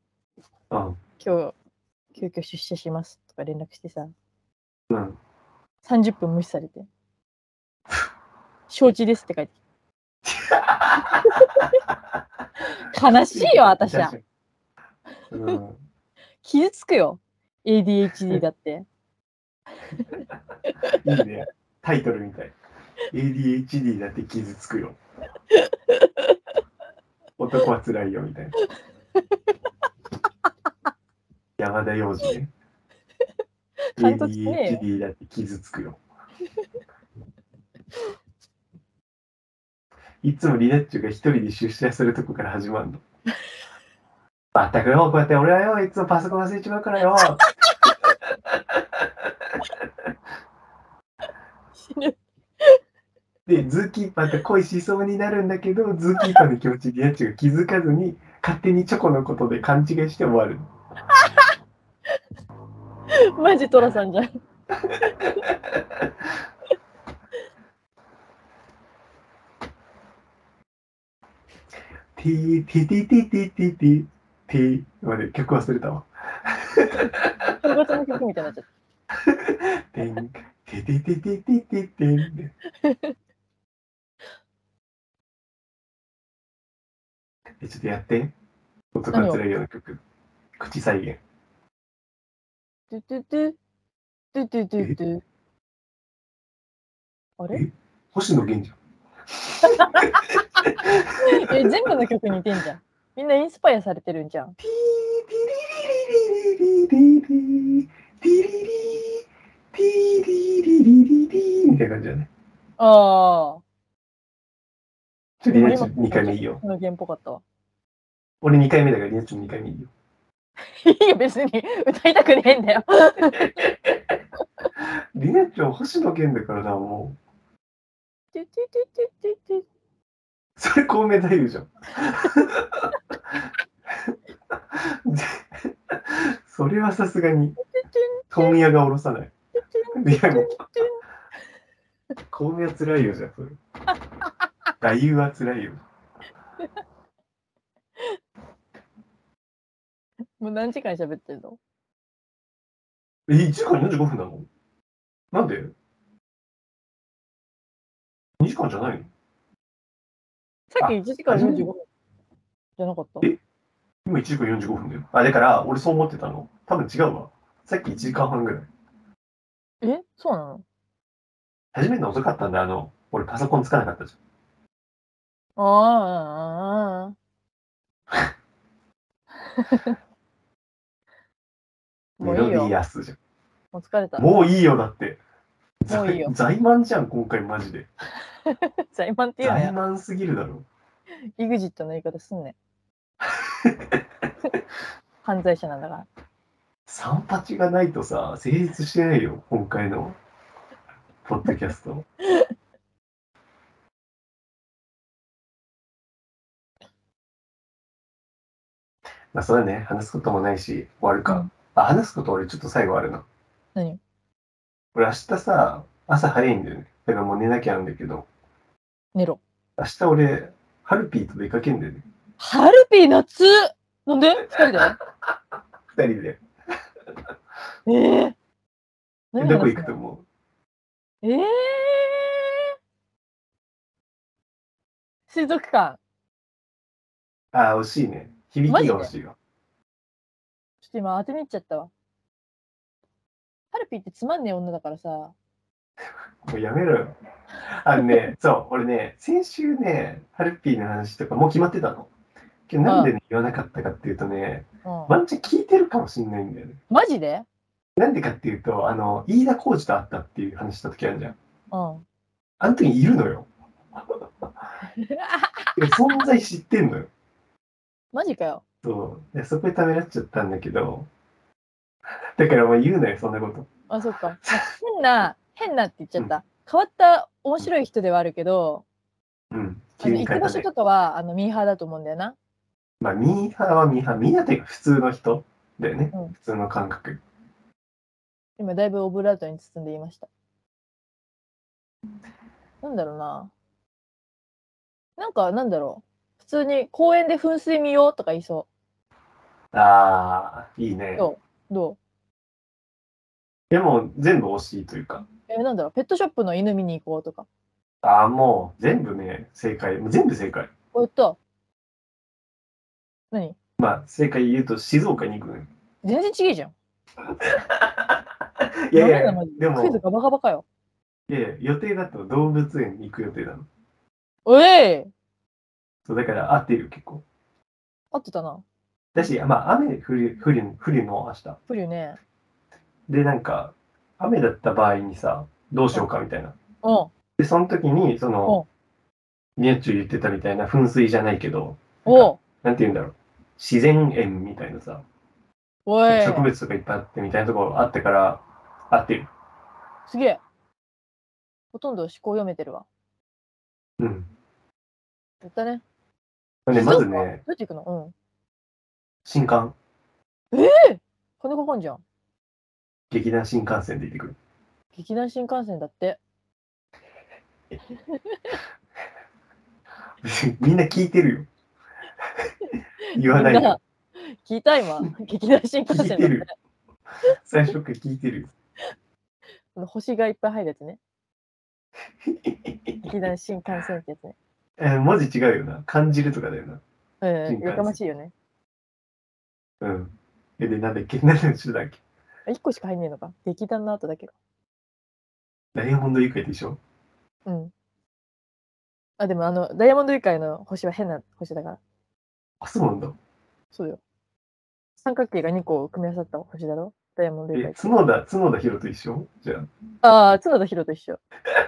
A: うん。
B: 今日、急遽出社しますとか連絡してさ、
A: うん。
B: 30分無視されて。承知ですって書いてきた。悲しいよ、私は。
A: うん。
B: 傷つくよ。ADHD だって。
A: いいね。タイトルみたい。ADHD だって傷つくよ。男は辛いよみたいな。山田洋次ね。
B: ちゃんとつけね
A: ADHD だって傷つくよ。いつもリナッチュが一人で出社するとこから始まるの。まったくよ、こうやって俺はよ、いつもパソコン忘れちまうからよ。
B: 死ぬ。
A: で、ズーキーパーと恋しそうになるんだけど、ズーキーパーの気持ちにやっちが気づかずに、勝手にチョコのことで勘違いして終わる。
B: マジトラさんじゃん。
A: てーてーてーてーてーてーてーてー。待って、曲忘れたわ。
B: 正月の曲みたいになっちゃった。
A: てん、てーてーてーてーてーてーてーん。え、ちょっとやって。音が辛いような曲。口再現。
B: トゥトゥトゥ。トゥトゥトゥトゥ。あれ
A: 星野源じゃん。
B: え全部の曲似てんじゃんみんなインスパイアされてるんじゃん
A: ピーリリリリリリリリピリリピリリリリリみたいな感じだね。
B: ああ
A: ちょっとリナちゃん2回目いいよ。
B: のゲンっぽかったわ
A: 俺2回目だからリナちゃん2回目いいよ。
B: いいよ別に歌いたくねえんだよ
A: リナちゃん星野源だからな、も
B: トゥトゥトゥトゥトゥトゥ
A: う。それ孔明太夫じゃん。それはさすがに、問屋が下ろさない。いやもう小梅は辛いよじゃあそれ。太夫は辛いよ。
B: もう何時間喋ってるの
A: え、1時間45分なのなんで ?2 時間じゃないの
B: さっき1時間45分じゃなかった
A: え今1時間45分だよ。あ、だから俺そう思ってたの。多分違うわ。さっき1時間半ぐらい。
B: えそうなの
A: 始めるの遅かったんで、あの、俺パソコンつかなかったじ
B: ああ
A: ゃん。メ
B: もうい
A: ロ
B: い
A: デ
B: よ
A: ィーアスじゃ
B: もう疲れた
A: ん。もういいよだって。
B: もういいよ
A: 在満じゃん、今回マジで。
B: 在満っていうの
A: 在
B: や
A: 満すぎるだろ。
B: イグジットの言い方すんね 犯罪者なんだから
A: 三八がないとさ、成立してないよ、今回のポッドキャスト。 まあそうだね、話すこともないし、終わるか。あ、話すこと俺ちょっと最後あるな。
B: 何
A: 俺明日さ、朝早いんだよね。だからもう寝なきゃなんだけど、
B: 寝ろ
A: 明日俺、ハルピーと出かけんだよね。
B: ハルピー夏なんで二人で
A: 二人で。
B: ええ
A: え
B: 何
A: どこ
B: 話す
A: 行くと
B: の
A: 思
B: ええ水族館
A: うあ、惜しいね。響
B: マ
A: き
B: ジで
A: が惜しいわ。
B: ちょっと今当てに行っちゃったわハルピーってつまんねえ女だからさ
A: もうやめろよ。あの ね、そう、俺ね、先週ね、ハルピーの話とかもう決まってたの。けどなんでね、言わなかったかっていうとね、
B: うん
A: ワンチャン聞いてるかもしんないんだよね。
B: マジで
A: なんでかっていうと、あの、飯田浩二と会ったっていう話した時あるじゃん。
B: うん
A: あの時いるの よ。いや存在知ってんのよ。
B: マジかよ
A: そう。でそこでためらっちゃったんだけど、だからお前言うなよ、そんなこと。
B: あそっか変な変なって言っちゃった変わった面白い人ではあるけど
A: うん。
B: あ
A: 急
B: の
A: に
B: 行
A: 変えた
B: く場所
A: ね。
B: とかはあのミーハーだと思うんだよな
A: まあ、ミーハーはミーハー。ミーハーっていうか普通の人だよね。
B: うん
A: 普通の感覚。
B: 今だいぶオブラートに包んで言いました。なんだろうな。なんかなんだろう。普通に公園で噴水見ようとか言いそ
A: ああ、いいね。
B: そそう。ど
A: でも、全部惜しいというか。
B: うえなんだろう。ペットショップの犬見に行こうとか。
A: ああ、もう、全部ね、正解。もう全部正解。
B: おっと。何
A: まあ、正解言うと、静岡に行くのよ。
B: 全然ちげえじゃん。
A: いやい
B: ダメだ
A: や
B: マジ、
A: で
B: クイズ
A: も、
B: ガバガバかよ。
A: いやいや予定だと動物園に行く予定なの。
B: おい
A: そう、だから、合ってるよ、結構。
B: 合ってたな。
A: だし、まあ、雨降り、降り、降りの明日。
B: プリュね。
A: で、なんか、雨だった場合にさ、どうしようかみたいな。
B: うん。
A: で、その時に、その、みやちゅう言ってたみたいな、噴水じゃないけど、
B: おう
A: なんて言うんだろう。自然園みたいなさ、
B: おい
A: 植物とかいっぱいあってみたいなところあってから合ってる。
B: すげえ。ほとんど思考読めてるわ。
A: うん。
B: やったね。
A: でまず
B: 静
A: ね、
B: 岡どうやって行くの
A: 新幹、
B: うん。金かかんじゃん。
A: 劇団新幹線で行ってくる。
B: 劇団新幹線だって。
A: みんな聞いてるよ。 言わない
B: みんな
A: よ。
B: 聞いた今。劇団新幹
A: 聞い
B: 線
A: て
B: だっ
A: るよ
B: て。。
A: 最初から聞いてるよ。
B: あの星がいっぱい入るやつ ね。劇団新幹線ってやつね。
A: えー文字違うよな。感じるとかだよな。
B: う
A: 新幹
B: ん。
A: 線
B: やかましいよね。
A: うん。え、で、なんだっけ 何の後ろだっけ
B: あ、1個しか入んねえのか。劇団の後だけか。
A: ダイヤモンドユカイでしょ
B: うん。あ、でもあの、ダイヤモンドユカイの星は変な星だから。
A: あ、そうなんだ。
B: そうよ。三角形が2個組み合わさった星だろダイヤモンドユカイ
A: え
B: っ、て。
A: 角田、角田博と一緒じゃ
B: ああ、角田博と一緒。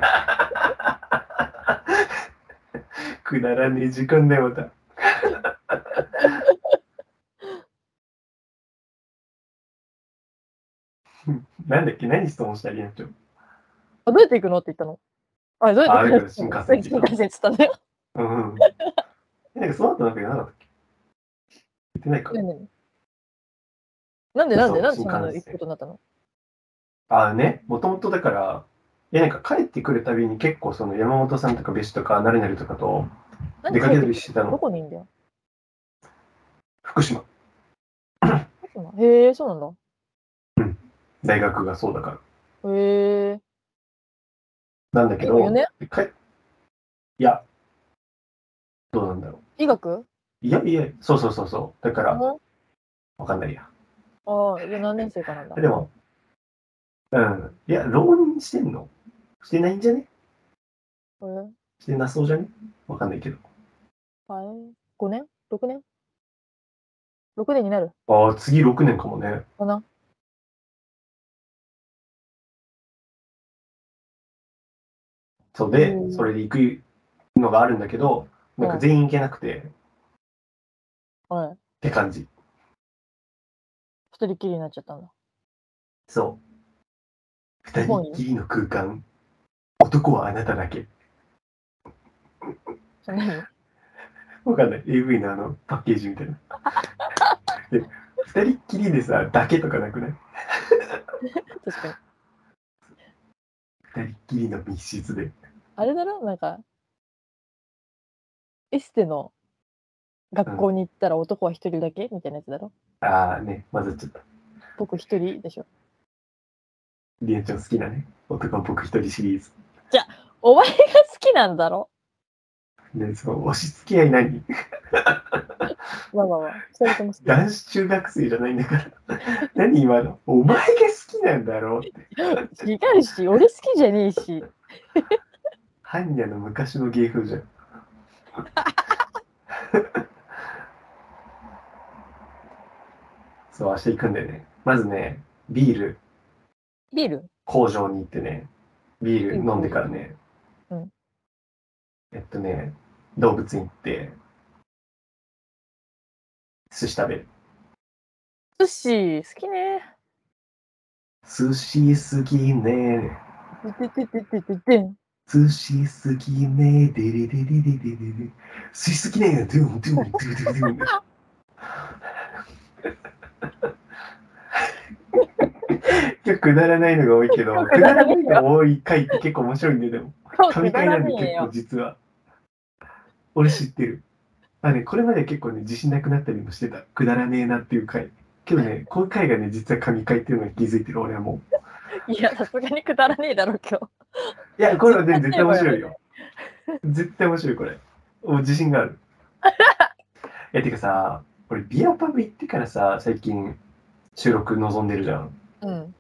A: あ。くだらねえ時間だよ、また。 なんだっけ何質問したらいいのちょ
B: あ、どうやって行くのって言ったの。あ、どうや
A: ああ
B: って
A: れだ
B: 行く
A: よ
B: の
A: 新幹線
B: 新幹線っつったんだよ。
A: うんうん。えなんかその後なんか言わなかったっけ言ってないか。
B: なんでなん
A: そ
B: で
A: う
B: なんでそんなの
A: 新幹線
B: 行くことになったの
A: ああね、もともとだから、いやなんか帰ってくるたびに結構その山本さんとか別紙とかなれなれとかと
B: なん
A: 出
B: で
A: かけ
B: 帰
A: た
B: って
A: りしてた
B: ど
A: の。
B: こにいんだよ。
A: 福島、
B: へえ、そうなん
A: 大学がそうだから。
B: だ。へえ。
A: なんだけ
B: で
A: ど、
B: も4年
A: かいいや、どうなんだろ
B: 医学
A: う。いやいや、そうそうそうそう。だから、
B: も
A: わかんないや。
B: ああ、じゃあ何年生かなんだ。
A: でも、うん。いや、浪人してんのしてないんじゃね
B: へえ
A: してなそうじゃねわかんないけど。
B: はい5年 ?6 年 ?6 年になる
A: ああ、次6年かもね。
B: かな
A: そうで
B: う、ん
A: それで行くのがあるんだけど、なんか全員行けなくて、っ
B: はい。
A: て感じ。
B: 一人きりになっちゃったんだ。
A: そう。二人きりの空間。男はあなただけ。
B: そんなに
A: わかんない。AV のあのパッケージみたいな。 で二人っきりでさ、だけとかなくない
B: 確かに。
A: 二人っきりの密室で。
B: あれだろなんか、エステの学校に行ったら男は一人だけみたいなやつだろ
A: ああね、混ざっちゃった。
B: 僕一人でしょ
A: りえちゃん好きだね。男は僕一人シリーズ。
B: お前が好きなんだろ
A: で、その押し付け合い何
B: わわわ。二人とも好き。
A: 男子中学生じゃないんだから。 何今のお前が好きなんだろうって。
B: 違うし、俺好きじゃねえし。
A: ハンニャの昔の芸風じゃん。そう、明日行くんだよね。まずね、ビール
B: ビール
A: 工場に行ってね、ビール飲んでからね、
B: うん
A: えっとね、動物園行って、寿司食べる。
B: 寿司好きね。
A: 寿司好きね。
B: てててててててん。
A: 寿司好きね。でれでれでれでれで。寿司好きね。ドゥンドゥンドゥンドゥンドゥンドゥン。今日くだらないのが多いけど、くだらないのが多い回って結構面白いんで、でも。
B: 今日
A: 神
B: くだ
A: 回な
B: ら
A: んで
B: ねえ
A: 結構
B: よ。
A: 実は。俺知ってる。あね、これまでは結構ね、自信なくなったりもしてた。くだらねえなっていう回。けどね、今回がね、実は神回っていうのに気づいてる俺はもう。
B: いや、さすがにくだらねえだろ、今日。
A: いや、これはね、絶対面白いよ。絶対面白い、これ。もう自信がある。 え、てかさ、俺、ビアパブ行ってからさ、最近、収録望んでるじゃん。
B: うん。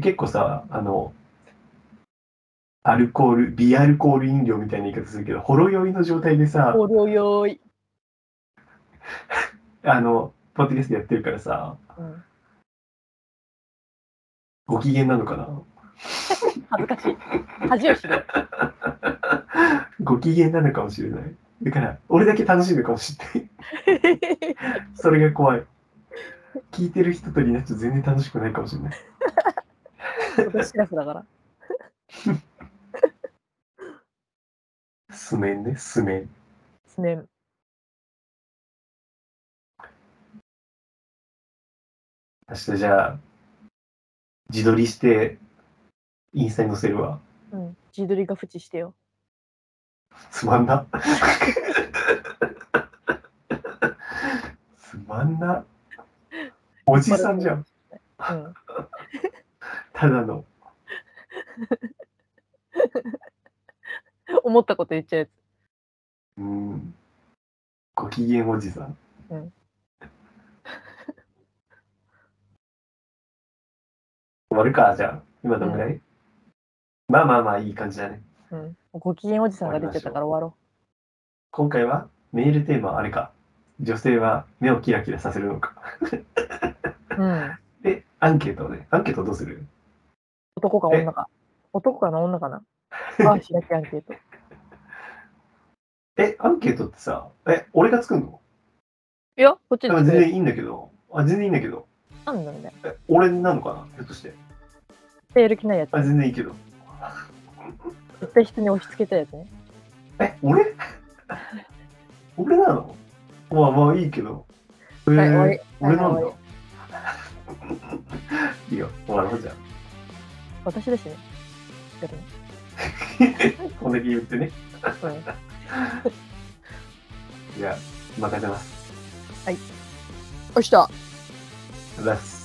A: 結構さ、あの、アルコール、ビアルコール飲料みたいな言い方するけど、ほろ酔いの状態でさ、
B: おろよーい。
A: あの、ポッドキャストやってるからさ、
B: うん。
A: ご機嫌なのかな
B: 恥ずかしい。恥を知る。
A: ご機嫌なのかもしれない。だから、俺だけ楽しむかもしれない。それが怖い。聞いてる人とになっちゃ全然楽しくないかもしれない。
B: 私らふだから。
A: すめんね、すめん。
B: すねん。
A: 明日じゃあ、自撮りして、インスタに載せるわ。
B: うん。自撮りが縁してよ。
A: つまんな。 つまんな。おじさんじゃん。
B: うん。
A: ただの。
B: 思ったこと言っちゃうやつ。
A: うん。ご機嫌おじさん。
B: うん
A: 終わるか、じゃあ。今どのぐらい、まあまあまあ、いい感じだね。
B: うん。ご機嫌おじさんが出ちゃったから終わろ
A: 今回はメールテーマはあれか。女性は目をキラキラさせるのか。
B: うん。
A: で、アンケートをね。アンケートどうする
B: 男か女か。男かな女か な。あ、開きアンケート。
A: え、アンケートってさ、え、俺が作るの
B: いや、こっち
A: あ
B: で
A: 全
B: す。
A: 然いいんだけど。あ、全然いいんだけど。
B: なんだろうね。
A: え、俺なのかなひょっとして。
B: やる気ないやつ。
A: あ、全然いいけど。
B: 絶対人に押し付けたやつね。
A: え、 俺俺なのまあまあいいけど。えー
B: はい、終わり。
A: 俺なん
B: はい
A: だ
B: 終わ。
A: いいよ、終わろうじゃん。
B: 私ですね。やるね
A: こんだけ言ってね。
B: うん
A: いや、任せます。
B: 押した。
A: 出す。